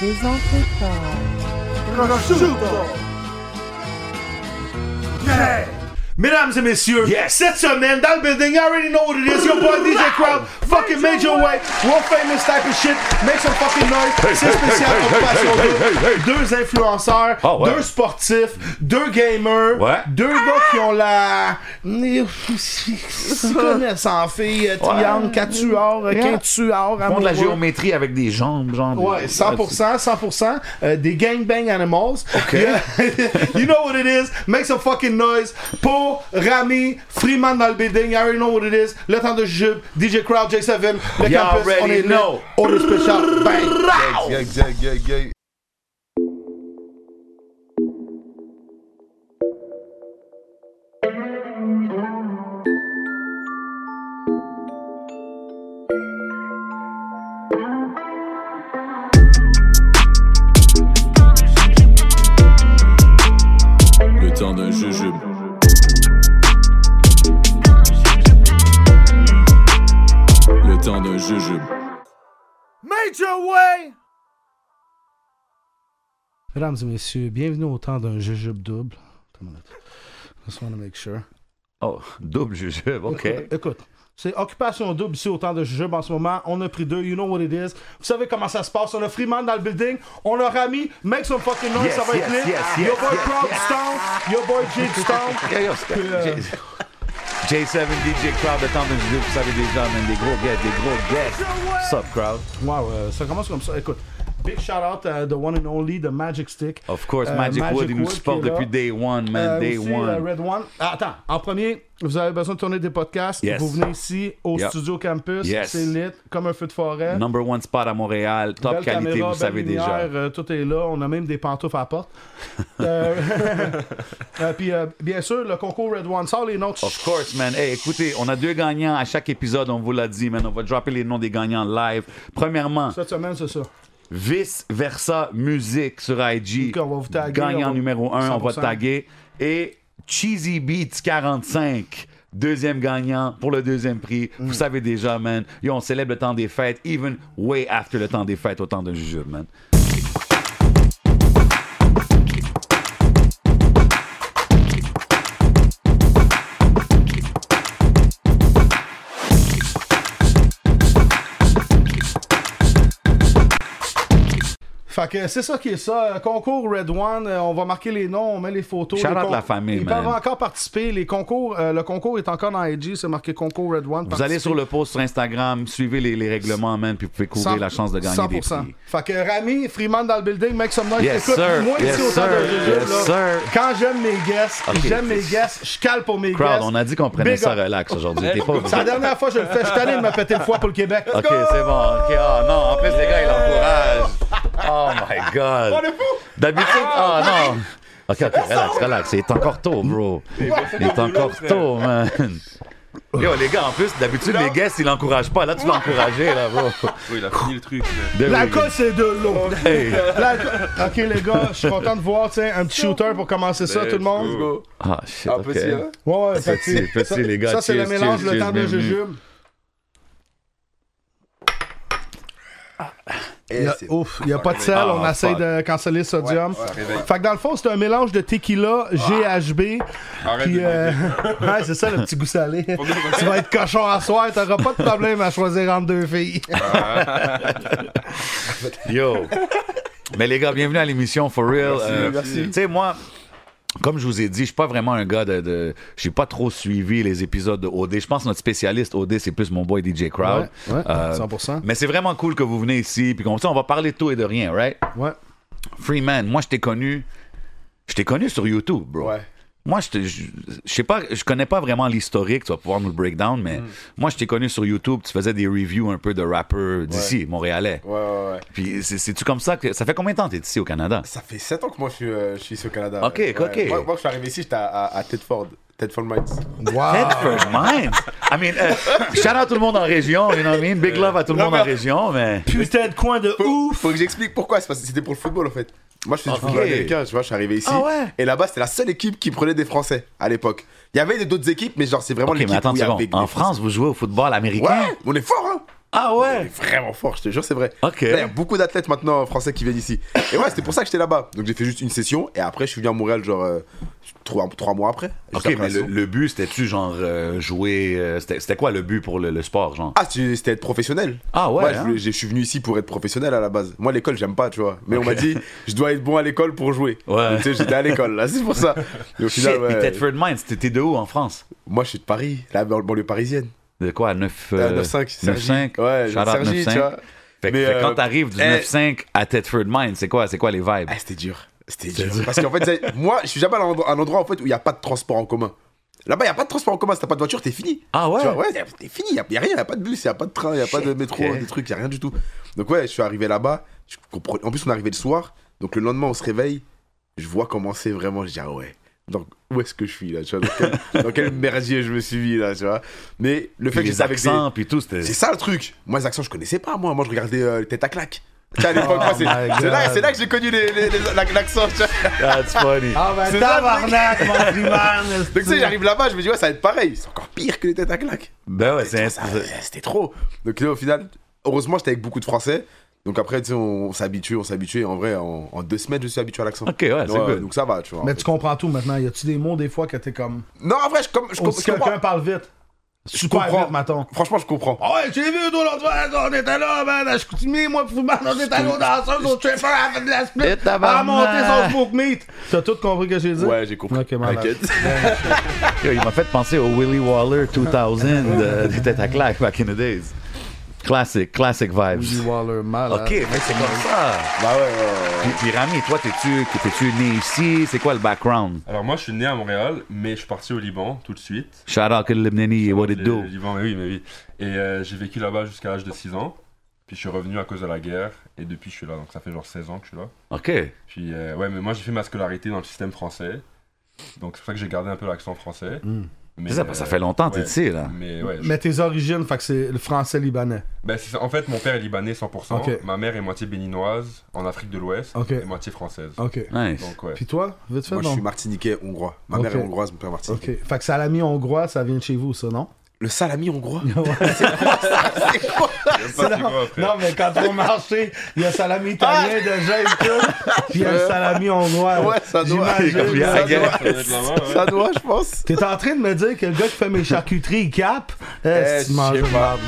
présenté par Mesdames et messieurs, cette semaine dans le building, I already know what it is. Your boy DJ Crowd, fucking Major Way, world famous type of shit, make some fucking noise. C'est spécial hey, pour hey, Passion hey, 2. hey, hey, hey. Deux influenceurs, Ah ouais. deux sportifs, deux gamers, Ouais. deux gars qui ont la. Ils connaissent en fille, triangle, quatuor, euh, quintuor, Ils font de la amoureux. géométrie avec des jambes, genre. Ouais, 100%, 100%, euh, des gangbang animals. Yeah. you know what it is. Make some fucking noise pour Rami, Freeman dans le building. You already know what it is. Le temps de jube, DJ Crowd, J7, le campus, You on already est là. know. On est spécial. Bang! Yeah, yeah, yeah, yeah. Le temps d'un jujube. Le temps d'un jujube. Major way! Mesdames et messieurs, bienvenue au temps d'un jujube double. Come on. Just want to make sure. Oh, double jujube, ok. Écoute, Écoute, c'est occupation double ici au temps de jujube en ce moment. On a pris deux, you know what it is. Vous savez comment ça se passe. On a Freeman dans le building. On leur a mis Make some fucking noise, Yes, ça va être yes, lit. yes, your yes, boy yes, Proud yes. Stone, your boy Jade Stone. Yeah, yo, c'est- J- J7, DJ Crowd, le temps d'un jujube, vous savez déjà, man, des gros guests, des gros guests. Sup, Crowd? Wow, euh, ça commence comme ça. Écoute, big shout out à The One and Only, The Magic Stick. Of course, Euh, Magic Wood, il nous qui est supporte là. depuis day one, man, Euh, day aussi, one. euh, Red One. Ah, attends, en premier, vous avez besoin de tourner des podcasts. Yes. Vous venez ici au Yep. studio campus. Yes. C'est lit, comme un feu de forêt. Number one spot à Montréal, top Belle qualité, caméra, vous belle savez déjà. lumière, euh, tout est là. On a même des pantoufles à la porte. Euh, euh, Puis, euh, bien sûr, le concours Red One sort les notes. Of course, man. Hey, écoutez, on a deux gagnants à chaque épisode, on vous l'a dit, man. On va dropper les noms des gagnants live. Premièrement, Cette semaine, c'est ça. Vice Versa Musique sur IG. Ok, on va vous taguer, on Gagnant va- numéro 1, on va 100%. taguer. Et Cheesy Beats 45. Deuxième gagnant pour le deuxième prix. Mm. Vous savez déjà, man. Yo, on célèbre le temps des fêtes, even way after le temps des fêtes, au temps de jujube, man. Fait que c'est ça qui est ça. Euh, Concours Red One, euh, on va marquer les noms, on met les photos. Shout les out con- la famille, Ils man. peuvent encore participer. Les concours, euh, le concours est encore dans IG, c'est marqué concours Red One. Vous allez sur le post sur Instagram, suivez les, les règlements, man, puis vous pouvez courir la chance de gagner des prix. Fait que Rami, Freeman dans le building, make some noise. Yes, Écoute, sir. moi, Yes, ici, au temps de sir. Jujube, Yes, là, sir. quand j'aime mes guests, Ok. j'aime mes guests, je cale pour mes Crowd, guests. on a dit qu'on prenait Big ça up. relax aujourd'hui. T'es pas C'est obligé. la dernière fois que je le fais. Je suis allé me péter le foie pour le Québec. Let's Ok, go! c'est bon. Ok, ah non, en plus, les gars, ils l'encouragent. Oh my god. On est fous! D'habitude, ah non. Ok, ok, relax, relax. C'est encore tôt, bro. Il est encore tôt, man. Yo, les gars, en plus, d'habitude, les guests, ils l'encouragent pas. Là, tu l'as encouragé, là, bro. Oui, il a fini le truc. là. De- L'alcool, c'est de l'eau. Hey. L'alcool- Ok, les gars, je suis content de voir tiens, un petit shooter pour commencer ça, tout le monde. Let's go. Ah, shit, Un ok. petit, hein? Ouais, ouais, Petit, petit. petit, Ça- les gars. Ça, c'est le Cheers, mélange, cheers, le cheers, temps de bienvenue. jujube. Ah. Eh, Il y a- c'est- ouf, il n'y a pas de sel, Ah, on essaye fuck. de canceller le sodium. Ça réveille. Fait que dans le fond, c'est un mélange de tequila, GHB, Ah. Arrête puis... de euh, ouais, c'est ça, le petit goût salé. demander. tu vas être cochon à soir, t'auras pas de problème à choisir entre deux filles. Yo. Mais les gars, bienvenue à l'émission For Real. Euh, merci. Tu sais, moi. Comme je vous ai dit, je suis pas vraiment un gars de, de j'ai pas trop suivi les épisodes de OD. Je pense que notre spécialiste OD c'est plus mon boy DJ Crowd. Ouais, ouais, Euh, 100%. Mais c'est vraiment cool que vous venez ici puis comme ça on va parler de tout et de rien, right? Ouais. Freeman, moi je t'ai connu je t'ai connu sur YouTube, bro. Ouais. Moi je te- je je sais pas je connais pas vraiment l'historique, tu vas pouvoir nous le break down mais moi je t'ai connu sur YouTube, tu faisais des reviews un peu de rappeurs d'ici montréalais. Ouais, ouais, ouais. Puis c'est- c'est-tu comme ça que. Ça fait combien de temps que t'es ici au Canada? Ça fait 7 ans que moi je suis, euh, je suis ici au Canada. Ok, Ouais. ok. Moi, moi, je suis arrivé ici, j'étais à, à, à Tedford. Tedford Mines. Head first mind! I mean, euh, shout out tout le monde en région, you know what I mean? Big love à tout le monde en région, mais. Putain de coin de Faut, faut que j'explique pourquoi. C'est parce que c'était pour le football en fait. Moi je fais Ok. du football américain, tu vois, je suis arrivé ici. Ah ouais. Et là-bas, c'était la seule équipe qui prenait des Français à l'époque. Il y avait des- d'autres équipes, mais genre, c'est vraiment Ok, mais l'équipe attends où une il y avait seconde. des En Français. France, vous jouez au football américain? Ouais, on est fort, hein. Ah ouais? Vraiment fort, je te jure, c'est vrai. Ok. Là, Il y a beaucoup d'athlètes maintenant français qui viennent ici. Et ouais, c'était pour ça que j'étais là-bas. Donc j'ai fait juste une session et après je suis venu à Montréal, genre euh, trois, trois mois après. juste Ok, après la mais le, session. le but, c'était-tu genre euh, jouer. euh, c'était c'était quoi le but pour le, le sport, genre? Ah, c'est- c'était être professionnel. Ah ouais, Moi, je hein. voulais- je, suis venu ici pour être professionnel à la base. Moi, l'école, j'aime pas, tu vois. Mais on m'a dit, je dois être bon à l'école pour jouer. Ouais. Donc, Tu sais, j'étais à l'école, là, c'est pour ça. Et au Shit, final, ouais, mais Tedford Mines, t'étais de où en France? moi, je suis de Paris, la ban- banlieue parisienne. De quoi? 9 Euh, 9-5, Sergi. 9-5? Ouais, Shout out Sergi, tu 9-5. vois. Fait, que- Mais, fait que quand euh, t'arrives du eh, 9-5 à Tedford Mines, c'est quoi, c'est quoi les vibes? Ah, c'était dur. C'était dur. Parce qu'en fait, c'est- moi, je suis jamais à un endroit, un endroit, en fait, où il n'y a pas de transport en commun. Là-bas, il n'y a pas de transport en commun. Si t'as pas de voiture, t'es fini. Ah ouais? Tu vois, ouais, y a- t'es fini. Il n'y a, y a rien. Il n'y a pas de bus, il n'y a pas de train, il n'y a pas de métro, ok. des trucs, il n'y a rien du tout. Donc, ouais, je suis arrivé là-bas. je comprenais- En plus, on est arrivé le soir. Donc, le lendemain, on se réveille. Je vois comment c'est vraiment. Je dis, ah ouais. Donc, où est-ce que je suis là tu vois, dans, quel, dans quel merdier je me suis mis là, tu vois Mais le fait Puis que les j'étais avec des, accents, puis tout, c'était. c'est ça le truc. Moi, les accents, je connaissais pas. Moi, moi je regardais euh, les têtes à claque. Tu sais, à l'époque, Ah, moi, c'est my c'est là, God. c'est là que j'ai connu les- les- les- la- l'accent. tu vois. That's funny. Ah ben C'est ça, tabarnak, mon primaire! Donc, tu sais, j'arrive là-bas, je me dis, ouais, ça va être pareil. C'est encore pire que les têtes à claque. Ben ouais, c'est. Ça, C'était trop. Donc, là, au final, heureusement, j'étais avec beaucoup de Français. Donc, après, tu sais, on, on s'habitue, on s'habitue. Et En vrai, en, en deux semaines, je suis habitué à l'accent. Ok, ouais, c'est good. Donc, ça va, tu vois. en Mais fait. tu comprends tout maintenant. Y a-tu des mots des fois que t'es comme. oh, Non, en vrai, je, com- je, com- si je comprends. quelqu'un parle vite. Je Super comprends. vite, mettons. Franchement, je comprends. Ah ouais, j'ai vu, toi, l'autre fois, on était là, man, je continue, moi, pour man, on était allés aux danseuses, au tripper, à faire de la split, Et à monter tabarnak. son smoke meat. T'as tout compris que j'ai dit? Ouais, j'ai compris. Ok, malade. T'inquiète. Yo, il m'a fait penser au Willy Waller 2000 de, des Têtes à claque back in the days. Classic, classic Willy vibes. Waller, malade. Ok, mais c'est comme ça. Bah ouais, ouais, ouais. Puis, puis Rami, toi, t'es-tu, t'es-tu né ici? C'est quoi le background? Alors moi, je suis né à Montréal, mais je suis parti au Liban tout de suite. Shout out to Lebanese, what it Le do? Liban, mais oui, mais oui. Et euh, j'ai vécu là-bas jusqu'à l'âge de 6 ans. Puis je suis revenu à cause de la guerre. Et depuis, je suis là. Donc ça fait genre 16 ans que je suis là. Ok. Puis euh, ouais, mais moi, j'ai fait ma scolarité dans le système français. Donc c'est pour ça que j'ai gardé un peu l'accent français. Hmm. Mais, C'est ça, ça euh, fait longtemps, t'es ouais. ici, là. Mais ouais. je- Mais tes origines, fait que c'est le français libanais. Ben, c'est ça. En fait, mon père est libanais 100%. Ok. Ma mère est moitié béninoise en Afrique de l'Ouest Ok. et moitié française. Ok. Nice. Donc ouais. Puis toi, vite fait, Moi, je non? suis martiniquais, hongrois. Ma mère Ok. est hongroise, mon père est martiniquais. Ok. Fait que salami hongrois, ça vient de chez vous, ça, non? Le salami hongrois Je sais pas c'est quoi, frère. Non, mais quand on marché, il y a salami italien de James Cook, puis il y a le salami hongrois. Ah! Ouais, ça doit. J'imagine. Ça doit- Ça doit être la main, ouais. Ça doit, je pense. T'es en train de me dire que le gars qui fait mes charcuteries, il cap? Eh, si tu manges de merde.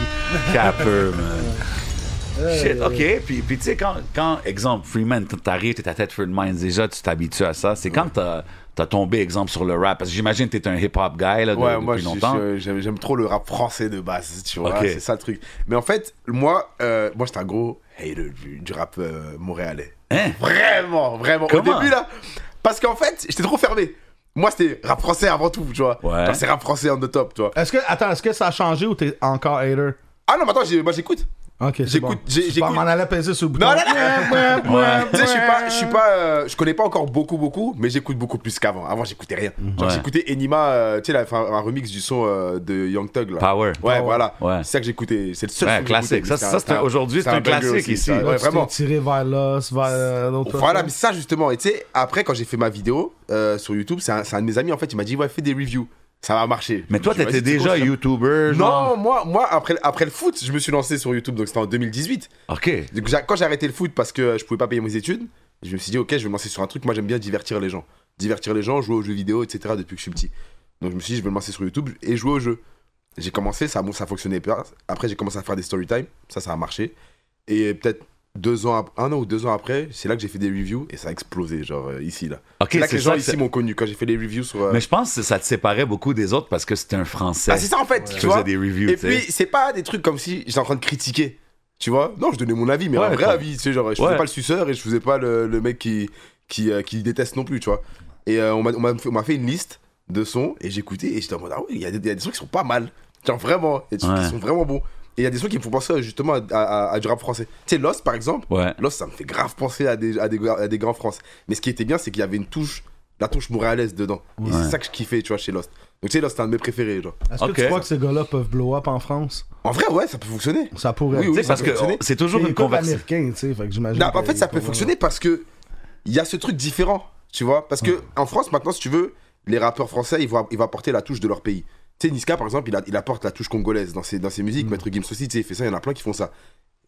Capper, man. Euh. Shit, ok. Puis, puis tu sais, quand, quand, exemple, Freeman, t- t'arrives, t'es à Tedford Mines déjà, tu t'habitues à ça. C'est quand t'as t'as tombé, exemple, sur le rap. Parce que j'imagine que t'es un hip-hop guy, là, de- Ouais, depuis moi, je- longtemps. je- j'aime j'aime trop le rap français de base, tu vois, Ok. c'est ça le truc. Mais en fait, moi, euh, moi j'étais un gros hater du, du rap euh, montréalais. Hein? Vraiment, vraiment. Comment Au début, là, parce qu'en fait, j'étais trop fermé. Moi, c'était rap français avant tout, tu vois. Ouais. Genre, C'est rap français en the top, tu vois. Est-ce que, attends, est-ce que ça a changé ou t'es encore hater? Ah non, mais attends, j'ai- moi, j'écoute. Ok, c'est J'écoute, bon. j'ai- Je j'écoute. m'en allais peser sur le bouton. Non, non, non. Ouais. Tu sais, je suis pas, je suis pas, euh, je connais pas encore beaucoup, beaucoup, mais j'écoute beaucoup plus qu'avant. Avant, j'écoutais rien. Genre, Ouais. j'écoutais Enima, euh, tu sais, la- enfin, un remix du son euh, de Young Thug là. Power. Ouais, voilà. Ouais. C'est ça que j'écoutais. C'est le seul. Ouais, son que classique. j'écoutais, mais Ça, ça, c'est un- aujourd'hui, c'est un banger classique aussi, ici. ça. Là, Ouais, tu t'es euh, vraiment. tiré vers là, c'est vers euh, l'autre. Voilà, mais côté. ça justement. Et tu sais, après, quand j'ai fait ma vidéo euh, sur YouTube, c'est un, c'est un de mes amis en fait. Il m'a dit, ouais, fais des reviews. Ça va marcher. Mais toi, Je me suis t'étais dit, Vas-y, c'est déjà quoi, ça YouTuber, genre? non, moi, moi après, après le foot, je me suis lancé sur YouTube, donc c'était en 2018. Ok. Donc, j'a- quand j'ai arrêté le foot parce que je pouvais pas payer mes études, je me suis dit, ok, je vais me lancer sur un truc. Moi, j'aime bien divertir les gens. Divertir les gens, jouer aux jeux vidéo, etc. depuis que je suis petit. Donc, je me suis dit, je vais me lancer sur YouTube et jouer aux jeux. J'ai commencé, ça, bon, ça fonctionnait pas. Après, j'ai commencé à faire des story time. Ça, ça a marché. Et peut-être deux ans, ap- un an ou deux ans après, c'est là que j'ai fait des reviews et ça a explosé, genre euh, ici, là. Ok, c'est là que c'est les ça gens que ici c'est- m'ont connu quand j'ai fait des reviews sur. euh, Mais je pense que ça te séparait beaucoup des autres parce que c'était un Français Ah, c'est ça en fait, qui tu vois. faisait des reviews, Et tu sais. puis, c'est pas des trucs comme si j'étais en train de critiquer. Tu vois Non, je donnais mon avis, mais Ouais, un vrai t'as- avis. Tu sais, genre, je Ouais. faisais pas le suceur et je faisais pas le, le mec qui, qui, euh, qui déteste non plus, tu vois. Et euh, on m'a- on m'a fait- on m'a fait une liste de sons et j'écoutais et j'étais en mode, ah oui, il y, a des- il y a des sons qui sont pas mal. Genre, vraiment, il y a des sons Ouais. qui sont vraiment bons. Et il y a des sons qui me font penser euh, justement à, à- à- à du rap français. Tu sais, Lost, par exemple, Ouais. Lost, ça me fait grave penser à des, à des, à des grands France. Mais ce qui était bien, c'est qu'il y avait une touche, la touche montréalaise dedans. Et c'est ça que je kiffais, tu vois, chez Lost. Donc, tu sais, Lost, c'est un de mes préférés, genre. Est-ce que Ok. tu crois que ces gars-là peuvent blow up en France? En vrai, ouais, ça peut fonctionner. Ça pourrait. Oui, Tu oui. sais, parce ça que peut fonctionner. oh, c'est toujours C'est une conversation. américain, tu sais, fait que j'imagine. Non, en que- fait, ça peut fonctionner parce que il y a ce truc différent, tu vois. Parce que en France, maintenant, si tu veux, les rappeurs français, ils vont, ils vont apporter la touche de leur pays. Tu sais, Niska, par exemple, il, a- il apporte la touche congolaise dans ses, dans ses Mm. musiques. Maître Gims aussi, tu sais, il fait ça, il y en a plein qui font ça.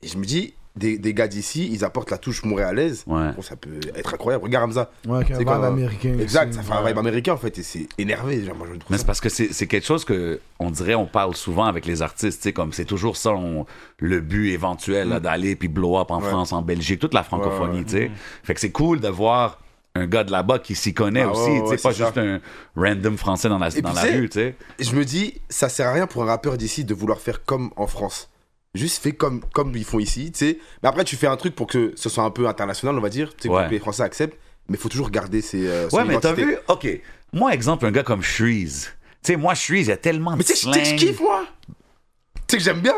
Et je me dis, des, des gars d'ici, ils apportent la touche montréalaise. Ouais. Bon, ça peut être incroyable. Regarde Hamza. Ouais, qu'un C'est vibe comme, euh, américain. Exact, aussi. ça fait un vibe américain en fait, et c'est énervé. Genre, moi, je trouve Mais ça- c'est parce que c'est c'est quelque chose que on dirait on parle souvent avec les artistes, tu sais, comme c'est toujours ça on- le but éventuel là, d'aller puis blow up en Mm. Ouais. France, en Belgique, toute la francophonie, Ouais, ouais. tu sais. Fait que c'est cool de voir un gars de là-bas qui s'y connaît Ah, aussi, ouais, tu sais, ouais, pas c'est juste ça. un random français dans la Et dans puis, la tu sais, rue, tu sais. Et je me dis, ça sert à rien pour un rappeur d'ici de vouloir faire comme en France. Juste fais comme, comme ils font ici, tu sais. Mais après, tu fais un truc pour que ce soit un peu international, on va dire, tu sais, Ouais. que les Français acceptent, mais faut toujours garder ses. euh, son Ouais, mais t'as identité. vu OK. Moi exemple un gars comme Shreeze. Tu sais, moi Shreeze, il y a tellement Mais de tu sais, je- tu sais, slang. Bah, je kiffe, moi Tu sais que j'aime bien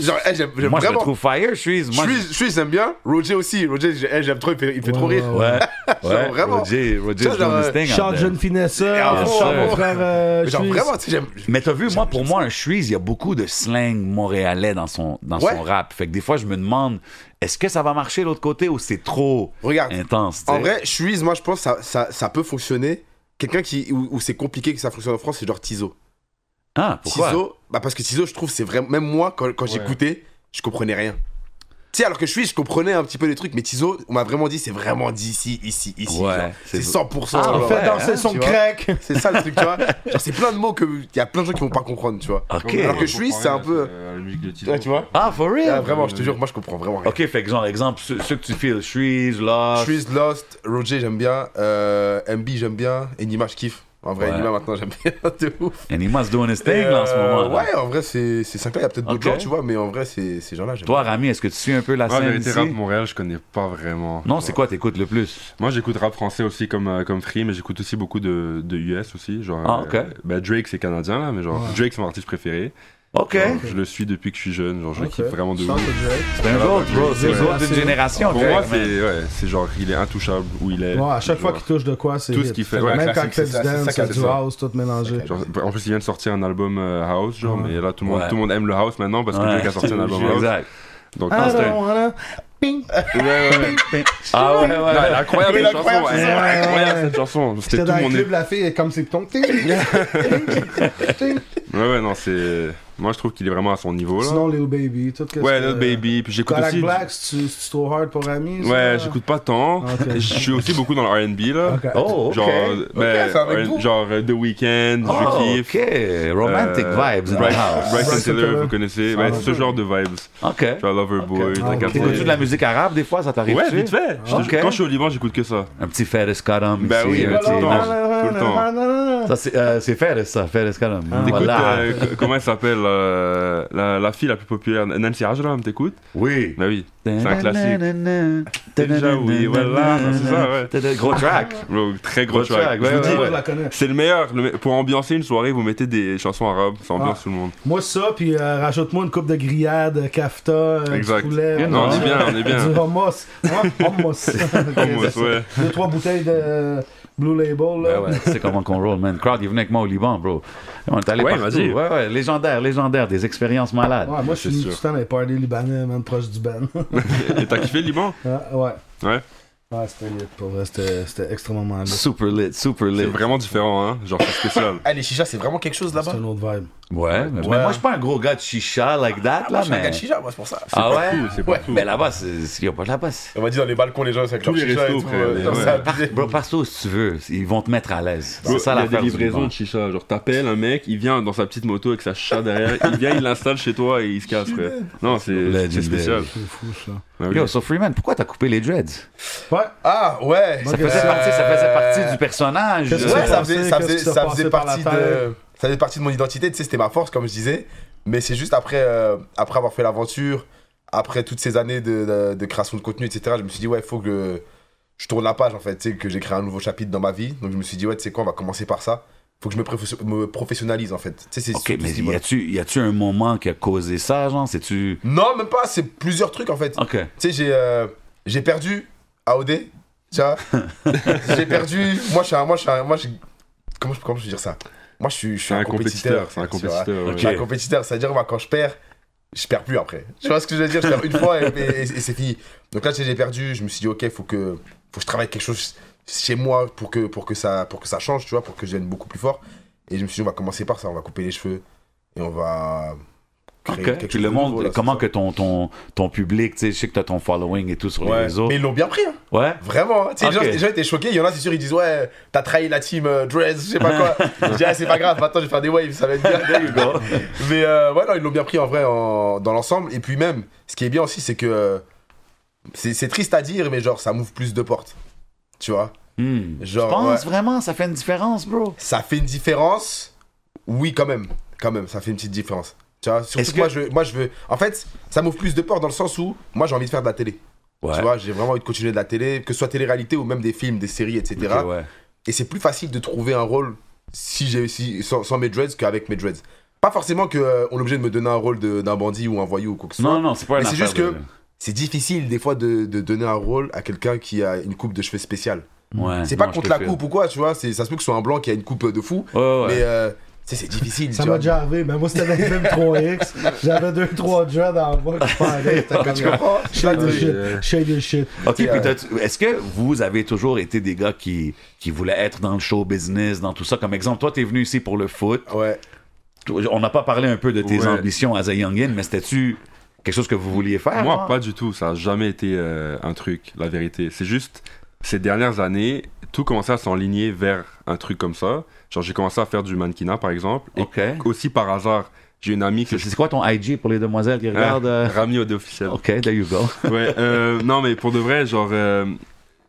Genre, hey, j'aime j'aime moi je le vraiment. trouve fire Shreeze. Moi, je suis, je suis, j'aime bien. Roger aussi. Roger, j'ai- hey, j'aime trop, il fait, il fait trop rire. Ouais. ouais. vraiment. Roger, Tu Roger sais, is genre, doing his thing out Charles there. Jeune Finesseur, Ah, bon, Charles ouais. mon frère. euh, Mais genre, Suisse. vraiment, tu sais, j'aime. Mais t'as vu, moi, J'aime pour moi, un Shreeze, il y a beaucoup de slang montréalais dans son, dans Ouais. son rap. Fait que des fois, je me demande, est-ce que ça va marcher de l'autre côté ou c'est trop Regarde. intense? tu En sais? vrai, Suisse, moi je pense que ça, ça, ça peut fonctionner. Quelqu'un qui où, où c'est compliqué que ça fonctionne en France, c'est genre Tizo. Ah, pourquoi? Tizo, bah parce que Tizo, je trouve, c'est vraiment. Même moi, quand, quand j'écoutais, je comprenais rien. Tu sais, alors que je suis, je comprenais un petit peu les trucs, mais Tizo, on m'a vraiment dit, c'est vraiment d'ici, ici, ici. Ouais, genre. c'est- c'est 100%. Ah, genre. en fait, Danser hein, son tu vois. crack. C'est ça le truc, tu vois. Genre, c'est plein de mots que il y a plein de gens qui vont pas comprendre, tu vois. Ok. Alors que je suis, c'est un peu- Euh, la musique de Tito. Ouais, tu vois. Ah, for Ah, real? vraiment, je te jure, moi je comprends vraiment rien. Ok, fait que genre, exemple, ceux, ceux que tu files, Shreeze, là. Shreeze, Lost, Roger, j'aime bien. Euh, MB, j'aime bien. Enima, je kiffe. En vrai, Ouais. Enima, maintenant, j'aime bien. de ouf. Anima's doing his thing, là, en ce Euh, moment. là. Ouais, en vrai, c'est c'est cinq là. Il y a peut-être d'autres Ok. gens, tu vois, mais en vrai, c'est ces gens-là. j'aime Toi, Rami, est-ce que tu suis un peu la Moi, la scène vérité, ici? rap Montréal, je connais pas vraiment. Non, c'est quoi t'écoutes le plus? Moi, j'écoute rap français aussi comme, euh, comme Free, mais j'écoute aussi beaucoup de, de US aussi. Genre, Ah, ok. euh, bah, Drake, c'est canadien, là, mais genre, Drake, c'est mon artiste préféré. Ok. Genre, je le suis depuis que je suis jeune, genre, je le kiffe vraiment de ouf. C'est un autre, bro. C'est Ouais. l'autre d'une génération. Pour Drake, moi, man. c'est ouais, c'est genre, il est intouchable où il est. Ouais, à chaque fois Genre, qu'il touche de quoi, c'est. Tout ce hit. qu'il fait, ouais, Même quand il classique, fait c'est du ça, c'est ça dance, qui a c'est fait du ça. house, tout mélangé. Ah, genre, en plus, il vient de sortir un album euh, house, genre, mais là, tout le, monde, Ouais. tout le monde aime le house maintenant parce que Ouais. Drake a sorti un album house. Exact. Donc, I Ah, c'est un- don't wanna- hein. Ping. Ah ouais, ouais. Non, ouais. elle est incroyable, Mais l'incroyable, cette chanson. c'est Elle est ça. incroyable, cette chanson. C'était J'étais tout dans le mon club, la fille est comme c'est ton. Ting, ting, ting. Ouais, ouais, non, c'est. Moi, je trouve qu'il est vraiment à son niveau, là. Sinon, Lil Baby, tout que Ouais, Little Baby. Puis j'écoute Kodak aussi. Black, c'est c'est trop hard pour Ami. ça? Ouais, j'écoute pas tant. Ok. Je suis aussi beaucoup dans le RB, là. Ok. Oh, ok. Genre, ben, c'est avec R&B, vous. genre euh, The Weeknd, Oh, je kiffe. ok. Romantic Euh, vibes in the Bryce- house. Bryson Bryson Tiller, Tiller. vous connaissez. Ben, c'est ce genre de vibes. Ok. Genre Loverboy, Ok. t'as Ah, capté. T'écoutes-tu de la musique arabe des fois, ça t'arrive Ouais, vite fait. Je te- Ok. Ah, Quand je suis au Liban, j'écoute que ça. Un petit Ferris Karam Ben ici, oui, un ben petit- tout le temps. Ah, Tout le temps. ah, ah, ah. Ça, c'est, euh, c'est Ferris, ça, Ferris Karam. T'écoutes, Voilà. euh, co- comment elle s'appelle euh, la, la fille la plus populaire, Nancy Ajram, t'écoutes Oui. Bah oui. c'est un classique. T'es déjà oublié, voilà, non, c'est ça, ouais. T'es de- Gros track. Bro, très gros Gros track. track, Je ouais, vous dis, ouais, Moi, ouais. je la connais. C'est le meilleur. le me- pour ambiancer une soirée, vous mettez des chansons arabes. Ça ambiance Ah. tout le monde. Moi, ça, puis euh, rajoute-moi une coupe de grillade, kafta, euh, Exact. du poulet. You euh, Non, on Ouais. est bien, on est bien. Du hummus. Hein? Hummus. Hummus, ouais. Ben Deux, trois bouteilles de Blue Label. Ouais, Là. Ben ouais, tu sais comment qu'on roll, man. Crowd, il venait avec moi au Liban, bro. On est allé Ouais, partout. vas-y. Ouais, ouais, légendaire, légendaire, des expériences malades. Ouais, moi, je c'est suis sûr. tout le temps dans les parties libanais, man, proche du Ben. Et t'as kiffé le Liban Ah, ouais. Ouais. Ouais, c'était lit. Pour vrai, c'était c'était extrêmement lit. Super lit, super C'est lit. vraiment différent, hein. Genre, c'est spécial. Ah, les chichas, c'est vraiment quelque chose C'est là-bas. un autre vibe. Ouais, mais, mais moi, je suis pas un gros gars de chicha like that, là, Ah, moi, je suis un gars mais. de chicha, moi, c'est pour ça. Ah ouais? c'est partout. Mais là-bas, c'est. y a pas là-bas. c'est- On m'a dit dans les balcons, les gens, c'est avec Tous leur les chicha et restos, tout. frère, euh, les- non, ouais. c'est abusé. Bro, partout si tu veux, ils vont te mettre à l'aise. Bro, C'est ça il y a l'affaire des du livraisons Liban. de chicha. Genre, t'appelles un mec, il vient dans sa petite moto avec sa chicha derrière, il vient, il l'installe chez toi et il se casse, frère. Non, c'est c'est Legendary. spécial. C'est fou, ça. Ah oui. Yo, so Freeman, pourquoi t'as coupé les dreads? Ouais. Ah, ouais. Ça faisait, partie, ça faisait partie du personnage. Qu'est-ce Ouais, Qu'est-ce Euh, ça qui faisait, s'est ça passé, faisait, qu'est-ce qui ça s'est passé faisait par la partie de, ça faisait partie de mon identité. Tu sais, c'était ma force, comme je disais. Mais c'est juste après, euh, après avoir fait l'aventure, après toutes ces années de, de- de création de contenu, etc. Je me suis dit ouais, faut que je tourne la page en fait. Tu sais, que j'ai créé un nouveau chapitre dans ma vie. Donc je me suis dit ouais, tu sais quoi, on va commencer par ça. Faut que je me, professe- me professionnalise en fait. Tu sais, c'est Ok, surtout mais ce y niveau-là. a-tu, y a-tu un moment qui a causé ça, genre? C'est-tu. Non, même pas. C'est plusieurs trucs en fait. Ok. Tu sais, j'ai euh, j'ai perdu AOD. Tu vois J'ai perdu. Moi, je suis un. Moi, je suis un- moi, je- comment, je- comment je peux dire ça Moi, je suis, je suis C'est un compétiteur, c'est un tu vois. compétiteur. Je suis ouais. un compétiteur. C'est-à-dire, moi, quand je perds, je perds plus après. Tu vois ce que je veux dire Je perds une fois et, et- et c'est fini. Donc là, tu sais, j'ai perdu. Je me suis dit, OK, faut que, faut que je travaille quelque chose chez moi pour que, pour que, ça, pour que ça change, tu vois, pour que je devienne beaucoup plus fort. Et je me suis dit, on va commencer par ça, on va couper les cheveux et on va. Ok. créer quelque Tu chose le de nouveau, montres là, comment c'est que ton, ton, ton public, tu sais, je sais que t'as ton following et tout sur ça. Ouais. les réseaux. Mais ils l'ont bien pris, hein. Ouais. Vraiment, hein. tu sais, Ok. les, gens, les gens étaient choqués. Il y en a, c'est sûr, ils disent Ouais, t'as trahi la team euh, Drez, je sais pas quoi. je dis Ah, c'est pas grave, maintenant je vais faire des waves, ça va être bien. Mais euh, ouais, non, ils l'ont bien pris en vrai en- dans l'ensemble. Et puis même, ce qui est bien aussi, c'est que euh, c'est c'est triste à dire, mais genre, ça m'ouvre plus de portes. Tu vois Hmm. Je Genre, pense ouais. vraiment, ça fait une différence, bro. Ça fait une différence Oui, quand même. Quand même, ça fait une petite différence. Tu vois, surtout Est-ce que, que- moi, je, moi, je veux. En fait, ça m'ouvre plus de portes dans le sens où moi, j'ai envie de faire de la télé. Ouais. Tu vois, j'ai vraiment envie de continuer de la télé, que ce soit télé-réalité ou même des films, des séries, etc. Ok, ouais. Et c'est plus facile de trouver un rôle si j'ai si, sans, sans mes dreads qu'avec mes dreads. Pas forcément qu'on est obligé de me donner un rôle de- d'un bandit ou un voyou ou quoi que ce soit. Non, non, c'est pas Mais une c'est affaire juste de- que- C'est difficile des fois de, de donner un rôle à quelqu'un qui a une coupe de cheveux spéciale. Ouais, C'est pas non, je contre te la file. coupe ou quoi, tu vois. c'est- Ça se peut que ce soit un blanc qui a une coupe de fou. Ouais, ouais. Mais euh, tu sais, c'est difficile. Ça tu m'a vois. déjà arrivé, mais moi c'était avec même 3X. J'avais 2-3 dreads dans la voix qui parlaient. T'as comme Tu comprends Shade the oui, shit, euh. shade the shit. Ok, euh, puis t'as- est-ce que vous avez toujours été des gars qui, qui voulaient être dans le show business, dans tout ça? Comme exemple, toi, t'es venu ici pour le foot. Ouais. Toi, On n'a pas parlé un peu de tes Ouais. ambitions as a young mais c'était-tu quelque chose que vous vouliez faire? Moi, genre? pas du tout. Ça n'a jamais été euh, un truc, la vérité. C'est juste, ces dernières années, tout commençait à s'enligner vers un truc comme ça. Genre, j'ai commencé à faire du mannequinat, par exemple. Et Ok. aussi par hasard, j'ai une amie que C'est je c'est quoi ton IG pour les demoiselles qui Ah. regardent? euh? Rami au officiel. Ok, there you go. ouais, euh, non, mais pour de vrai, genre, euh,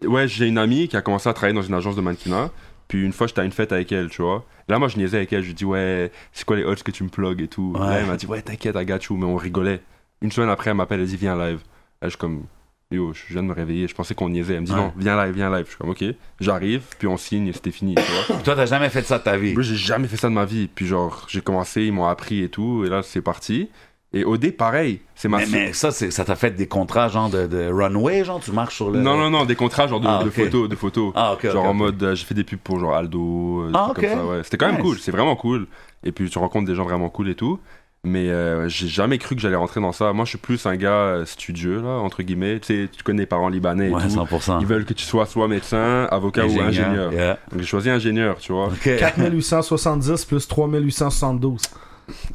ouais, j'ai une amie qui a commencé à travailler dans une agence de mannequinat. Puis une fois, j'étais à une fête avec elle, tu vois. Là, moi, je niaisais avec elle. Je lui dis, ouais, c'est quoi les odds que tu me plugs et tout. Ouais. Là, elle m'a dit, ouais, t'inquiète, I got you. Mais on rigolait. Une semaine après, elle m'appelle, elle dit, viens live. Là, je suis comme, yo, je viens de me réveiller. Je pensais qu'on niaisait. Elle me dit, Ouais. non, viens live, viens live. Je suis comme, ok, j'arrive, puis on signe et c'était fini, tu vois. Toi, t'as jamais fait de ça de ta vie? Moi, j'ai jamais fait ça de ma vie. Puis genre, j'ai commencé, ils m'ont appris et tout. Et là, c'est parti. Et OD, pareil. C'est ma Mais, mais ça, c'est- ça t'a fait des contrats genre de, de runway, genre tu marches sur le. Non, non, non, des contrats genre de, Ah, de ok. photos, de photos. Ah, ok. genre ok, en ok. mode, euh, j'ai fait des pubs pour genre Aldo, euh, des Ah, trucs ok. comme ça, ouais. C'était quand même Nice. cool, c'est vraiment cool. Et puis tu rencontres des gens vraiment cool et tout. Mais euh, j'ai jamais cru que j'allais rentrer dans ça. Moi, je suis plus un gars euh, studieux, là, entre guillemets. Tu sais, tu connais les parents libanais et Ouais, tout. 100%. Ils veulent que tu sois soit médecin, avocat ou ingénieur. yeah. Donc j'ai choisi ingénieur, tu vois. Ok. 4870 plus 3872.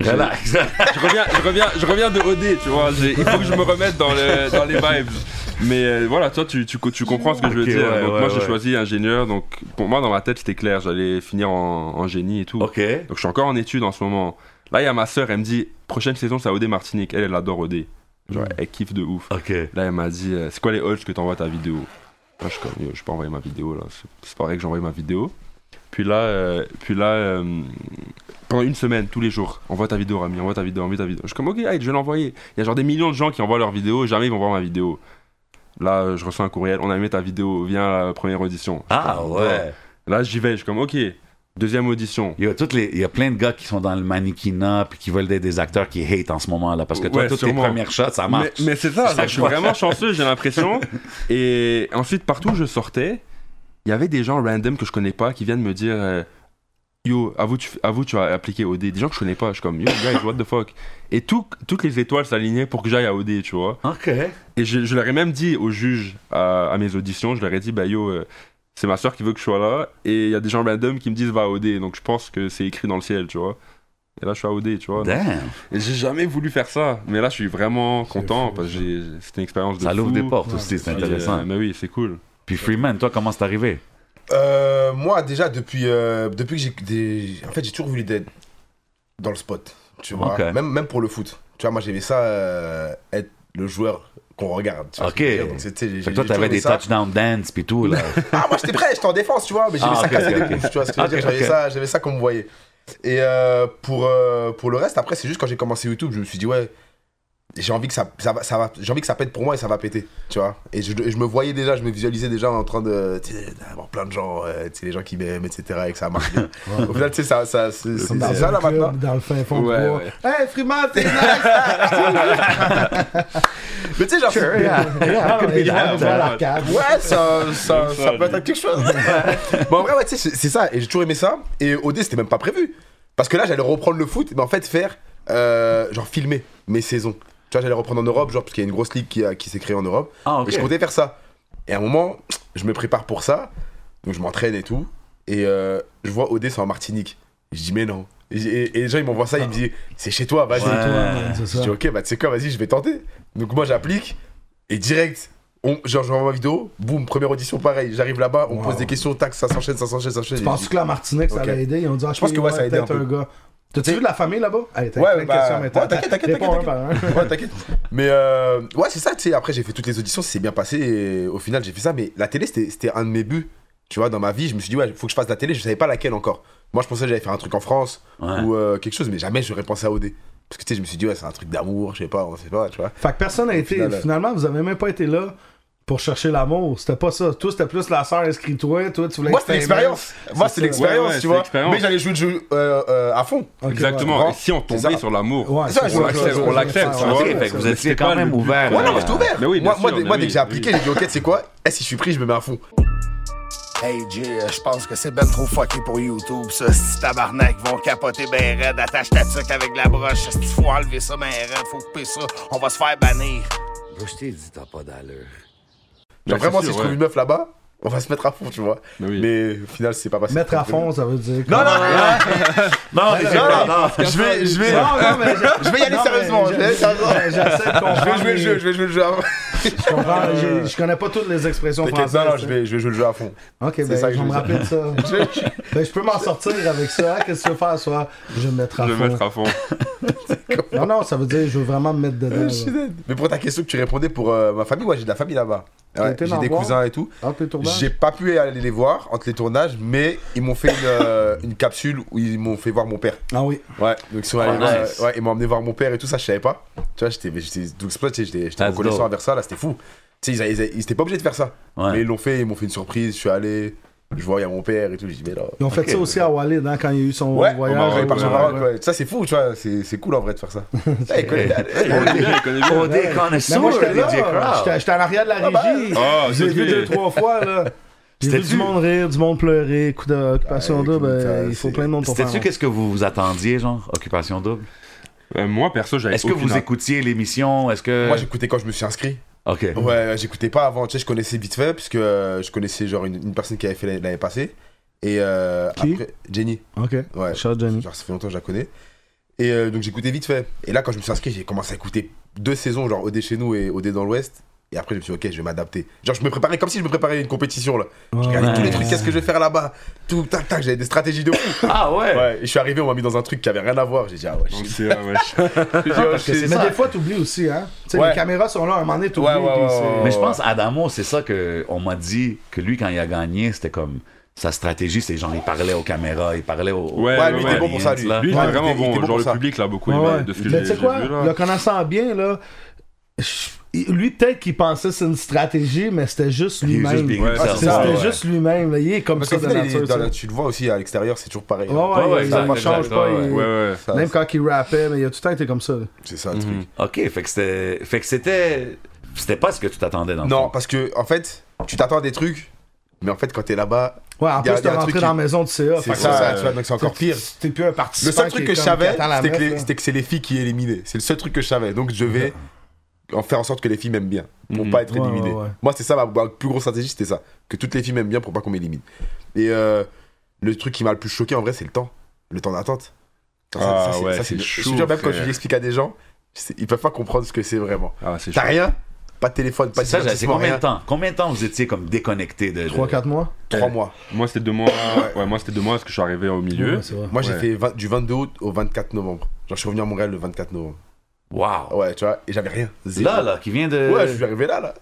Relax. je, reviens, je, reviens, je reviens de OD, tu vois. J'ai- Il faut que je me remette dans, le, dans les vibes. Mais euh, voilà, toi, tu, tu, co- tu comprends ce que je veux Ok, dire. ouais, donc, ouais, moi, j'ai ouais. choisi ingénieur. Donc, pour moi, dans ma tête, c'était clair. J'allais finir en, en génie et tout. ok. Donc, je suis encore en études en ce moment. Là, il y a ma sœur, elle me dit prochaine saison, c'est à OD Martinique. Elle, elle adore OD. Genre, elle kiffe de ouf. Ok. Là, elle m'a dit euh, c'est quoi les odds que t'envoies ta vidéo Là, je suis comme, Yo, je peux envoyer ma vidéo là. C'est- C'est pas vrai que j'envoie ma vidéo. Puis là, euh, puis là euh, pendant une semaine, tous les jours, envoie ta vidéo, Rami, envoie ta vidéo, envoie ta vidéo. Je suis comme, ok, allez, je vais l'envoyer. Il y a genre des millions de gens qui envoient leurs vidéos, jamais ils vont voir ma vidéo. Là, euh, je reçois un courriel, on a aimé ta vidéo, viens à la première audition. Je suis Ah comme, ouais. Là, j'y vais, je suis comme, ok, deuxième audition. Il y, a toutes les, il y a plein de gars qui sont dans le mannequinat puis qui veulent des, des acteurs qui hate en ce moment là parce que toi, Ouais, toutes sûrement. tes premières shots, ça marche. Mais, mais c'est ça, Ça je suis marche. vraiment chanceux, j'ai l'impression. Et ensuite, partout où je sortais, il y avait des gens random que je connais pas qui viennent me dire euh, Yo, avoue tu, avoue, tu as appliqué OD. Des gens que je connais pas, je suis comme Yo, guys, what the fuck. Et tout- toutes les étoiles s'alignaient pour que j'aille à OD, tu vois. Ok. Et je, je leur ai même dit au juge à, à mes auditions, je leur ai dit Bah yo, euh, c'est ma soeur qui veut que je sois là. Et il y a des gens random qui me disent Va à OD. Donc je pense que c'est écrit dans le ciel, tu vois. Et là, je suis à OD, tu vois. Damn. Et J'ai jamais voulu faire ça, mais là je suis vraiment content parce que j'ai- c'était une expérience de Ça l'ouvre fou. des portes aussi, c'est Puis, intéressant. euh, mais oui, c'est cool. Puis Freeman, toi, comment c'est arrivé? Euh, moi, déjà, depuis, euh, depuis que j'ai. Des... En fait, j'ai toujours voulu être dans le spot. Tu vois, Ok. même, même pour le foot. Tu vois, moi, j'aimais ça, euh, être le joueur qu'on regarde. tu vois Ok. ce que je veux dire. Donc, c'était- j'ai- Fait que j'ai toi, toujours t'avais aimé des ça. touchdown dance puis tout là. Ah, moi, j'étais prêt, j'étais en défense, tu vois, mais j'aimais Ah, ça ok, casser ok, des ok. coups, tu vois ce que je veux Ok, dire. J'avais ok. ça, j'avais ça qu'on me voyait. Et euh, pour, euh, pour le reste, après, c'est juste quand j'ai commencé YouTube, je me suis dit, ouais, j'ai envie que ça, ça, va- ça va, j'ai envie que ça pète pour moi et ça va péter, tu vois. Et je, et je me voyais déjà, je me visualisais déjà en train de, tu sais, d'avoir plein de gens, euh, tu sais, les gens qui m'aiment, etc., et que ça marche bien. Au final, tu sais, ça, ça, c'est c'est- Dans c'est ça un là club, maintenant. Dans le fin fond Ouais, de bois. ouais. Hey, Freeman, t'es là! Mais tu sais, genre, c'est- Et là, on voit ouais. l'arcade. Ouais, ça, ça, Comme ça, ça peut lui. être quelque chose. bon, en vrai, ouais, tu sais, c'est c'est ça. Et j'ai toujours aimé ça. Et OD, c'était même pas prévu. Parce que là, j'allais reprendre le foot, mais en fait, faire, euh, genre, filmer mes saisons. Tu vois, j'allais reprendre en Europe, genre, parce qu'il y a une grosse ligue qui, a- qui s'est créée en Europe. Ah, ok. Et je comptais faire ça. Et à un moment, je me prépare pour ça. Donc, je m'entraîne et tout. Et euh, je vois OD, c'est en Martinique. Je dis, mais non. Et, et- et les gens, ils m'envoient ça, ils me disent, c'est chez toi, vas-y. Ah. Ouais. c'est ça. Je dis, ok, bah tu sais quoi, vas-y, je vais tenter. Donc moi, j'applique, et direct, on, genre, j'envoie ma vidéo, boum, première audition, pareil, j'arrive là-bas, on me pose des questions, tac, ça s'enchaîne, ça s'enchaîne, ça s'enchaîne. Tu Et penses je dis, que la Martinique, ça Ok. l'a aidé Ils ont dit, ah, je pense que ouais, ça a aidé peut-être un un, peu. gars. T'as-tu vu de la famille là-bas Allez, t'as Ouais, plein de bah, questions maintenant. ouais, t'inquiète, t'inquiète, Réponds t'inquiète, un par un. Ouais, t'inquiète. Mais euh, ouais, c'est ça, tu sais. Après, j'ai fait toutes les auditions, c'est bien passé. Et au final, j'ai fait ça. Mais la télé, c'était c'était un de mes buts. Tu vois, dans ma vie, je me suis dit, ouais, faut que je fasse de la télé. Je savais pas laquelle encore. Moi, je pensais que j'allais faire un truc en France Ouais. ou euh, quelque chose, mais jamais j'aurais pensé à OD. Parce que tu sais, je me suis dit, ouais, c'est un truc d'amour, je sais pas, on sait pas, tu vois. Fait que personne n'a été. final, euh, Finalement, vous avez même pas été là pour chercher l'amour. C'était pas ça. Toi, c'était plus la sœur inscrit-toi. Toi, tu voulais Moi, c'est l'expérience. l'expérience. Moi, C'est c'est ça. l'expérience, Ouais, ouais, tu c'est vois. l'expérience. Mais j'allais jouer le jeu euh, euh, à fond. Ok, Exactement. voilà. Et si on C'est tombait ça. sur l'amour, Ouais, c'est ça, on l'accepte, ouais, on ouais, l'accepte. ouais, tu ouais, vois. ouais, Ok, fait que vous C'était étiez pas quand le même but. ouvert. Ouais, non, euh, mais j'étais ouvert. Mais oui, bien moi, moi, sûr, dès- mais moi, dès oui, que j'ai appliqué, oui. j'ai dit, ok, c'est quoi Eh, si je suis pris, je me mets à fond. Bah, Hey Jay, je pense que c'est ben trop fucké pour YouTube, ça. Si tabarnak ils vont capoter ben raide, attache ta tuque avec la broche. Si faut enlever ça ben raide, faut couper ça, on va se faire bannir. Je t'ai dit, t'as pas d'allure. Genre, Ben, c'est vraiment, si sûr, je trouve ouais. une meuf là-bas, on va se mettre à fond, tu vois. Mais Bah oui. Mais au final, c'est pas passé. Mettre à fond, ça veut dire. Non, non, non, Non, mais c'est non, pas. non, je vais, je vais, Non, non, mais je vais y aller Non, mais sérieusement. Je j'ai- vais y aller sérieusement. j'ai- J'essaie de Je vais comprendre. jouer le jeu, je vais jouer le jeu à fond. Je comprends. j'ai- Ah, Je connais pas toutes les expressions Ah, T'inquiète, françaises. non, non, je vais, je vais jouer le jeu à fond. Ok, ben, ça que je je me veux rappelle de ça. ben, je peux m'en sortir avec ça. hein. Qu'est-ce que tu veux faire, soit Je vais me mettre à Je vais fond. mettre à fond. Non, non, ça veut dire je veux vraiment me mettre dedans. là. Mais pour ta question que tu répondais pour euh, ma famille, ouais, j'ai de la famille là-bas. T'as Ouais, été j'ai l'en des voir cousins et tout. Hop, les tournages. J'ai pas pu aller les voir entre les tournages, mais ils m'ont fait une, euh, une capsule où ils m'ont fait voir mon père. Ah oui. Ouais, donc ils sont allés Oh, voir- euh, nice. ouais, ils m'ont emmené voir mon père et tout ça, je savais pas. Tu vois, j'étais, j'étais, donc c'est pour ça que j'étais, j'étais That's reconnaissant dope. envers ça, là, c'était fou. Tu sais, ils, a- ils a- ils étaient pas obligés de faire ça. Ouais. Mais ils l'ont fait, ils m'ont fait une surprise, je suis allé, je vois, il y a mon père et tout, je dis, mais là. Ils ont fait Ok. ça aussi à Walid hein, quand il y a eu son Ouais, voyage. euh, on va Maroc, au- partir au ouais, Maroc, ouais. Ça, c'est fou, tu vois, c'est, c'est cool en vrai de faire ça. Hey, écoute, Il connaît bien, il connaît bien. OD Mais connaisseur, moi, j'étais là. DJ Crowd. J'étais- J'étais en arrière de la ben, régie. Ah, J'ai ok. vu deux, trois fois, là. J'ai vu du C'était-tu- monde rire, du monde pleurer, coup d'occupation Ah, double. écoute, euh, ça, il faut c'est- plein de monde pour faire. C'était-tu qu'est-ce que vous vous attendiez, genre, Occupation Double? Euh, Moi, perso, j'avais Est-ce que vous aucune- écoutiez l'émission? Est-ce que... eh, Moi, j'écoutais quand je me suis inscrit. Ok. Ouais, j'écoutais pas avant, tu sais, je connaissais vite fait, puisque euh, je connaissais genre une, une personne qui avait fait l'année- l'année passée. Et euh, Qui après, Jenny. Ok. Ouais. Shout Johnny. Genre, ça fait longtemps que je la connais. Et euh, donc j'écoutais vite fait. Et là, quand je me suis inscrit, j'ai commencé à écouter deux saisons, genre OD chez nous et OD dans l'Ouest. Et après, je me suis dit, ok, je vais m'adapter. Genre, je me préparais comme si je me préparais à une compétition là. Je regardais tous les trucs, qu'est-ce que je vais faire là-bas Tout, tac, tac, j'avais des stratégies de fou. Ah ouais? ouais, et je suis arrivé, on m'a mis dans un truc qui avait rien à voir. J'ai dit, ah ouais, Donc, shit. c'est- ouais, ouais. J'ai dit, oh, shit. Mais des fois, t'oublies aussi, hein. Tu sais, Ouais. les caméras sont là, à un moment donné, t'oublies. Ouais, ouais, puis ouais, c'est- ouais, ouais. Mais je pense, Adamo, c'est ça que on m'a dit, que lui, quand il a gagné, c'était comme... Sa stratégie, c'est genre, il parlait aux caméras, il parlait aux... Ouais, Ouais, lui, il ouais, était bon pour ça, lui. là. Lui, il Ouais, est il vraiment était- il était bon. bon Genre, pour le ça. public l'a beaucoup Ouais, ouais. aimé de ce que Mais j'ai tu j'ai sais vu quoi, le là. connaissant bien, là, je- il- lui, peut-être qu'il pensait que c'est une stratégie, mais c'était juste Il est juste lui-même. Ah, being Ouais, himself. C'est- ça, C'était ouais. juste lui-même, là. Il est comme Parce ça qu'au de final, il est nature. dans ça. la- tu le vois aussi à l'extérieur, c'est toujours pareil. Ouais, ouais, Ouais, ouais, ça exact, change exact, pas. ouais, il- Ouais, ouais. Ça, Même quand il rappait, mais il a tout le temps été comme ça. là. C'est ça le Mhm. truc. OK, fait que c'était... Fait que c'était... C'était pas ce que tu t'attendais dans le Non, fond. parce que en fait, tu t'attends à des trucs, mais en fait, quand t'es là-bas, Ouais, en Y a- plus, y a t'es un rentré truc dans la qui- maison de CA. c'est fait ça, que, euh, tu vois, donc c'est encore t'es- pire. T'es plus un participant. Le seul truc qui est que comme- je qui savais, attend la c'était que, meuf, les- là. c'était que c'est les filles qui éliminaient. C'est le seul truc que je savais. Donc je vais en faire en sorte que les filles m'aiment bien pour Mhm. pas être Ouais, éliminé. ouais, ouais. Moi, c'est ça ma, ma plus grosse stratégie, c'était ça. Que toutes les filles m'aiment bien pour pas qu'on m'élimine. Et euh, le truc qui m'a le plus choqué en vrai, c'est le temps. Le temps d'attente. Ça, Ah c'est- ouais, c'est c'est chaud, Je te jure, même quand frère. je l'explique à des gens, c'est- ils peuvent pas comprendre ce que c'est vraiment. Ah, c'est T'as chaud. rien, pas de téléphone, pas C'est de ça, j'ai- c'est divertissement, combien rien. de temps? Combien de temps vous étiez comme déconnecté de... de- 3-4 mois. Trois mois. Moi, c'était deux mois. Ouais, moi, c'était deux mois parce que je suis arrivé au milieu. Ouais, c'est vrai. Moi, j'ai Ouais. fait 20 du 22 août au 24 novembre. Genre, je suis revenu à Montréal le 24 novembre. Ah Wow! Ouais, tu vois, et j'avais rien. Zéro. Là, là, qui vient de... Ouais, je suis arrivé là, là.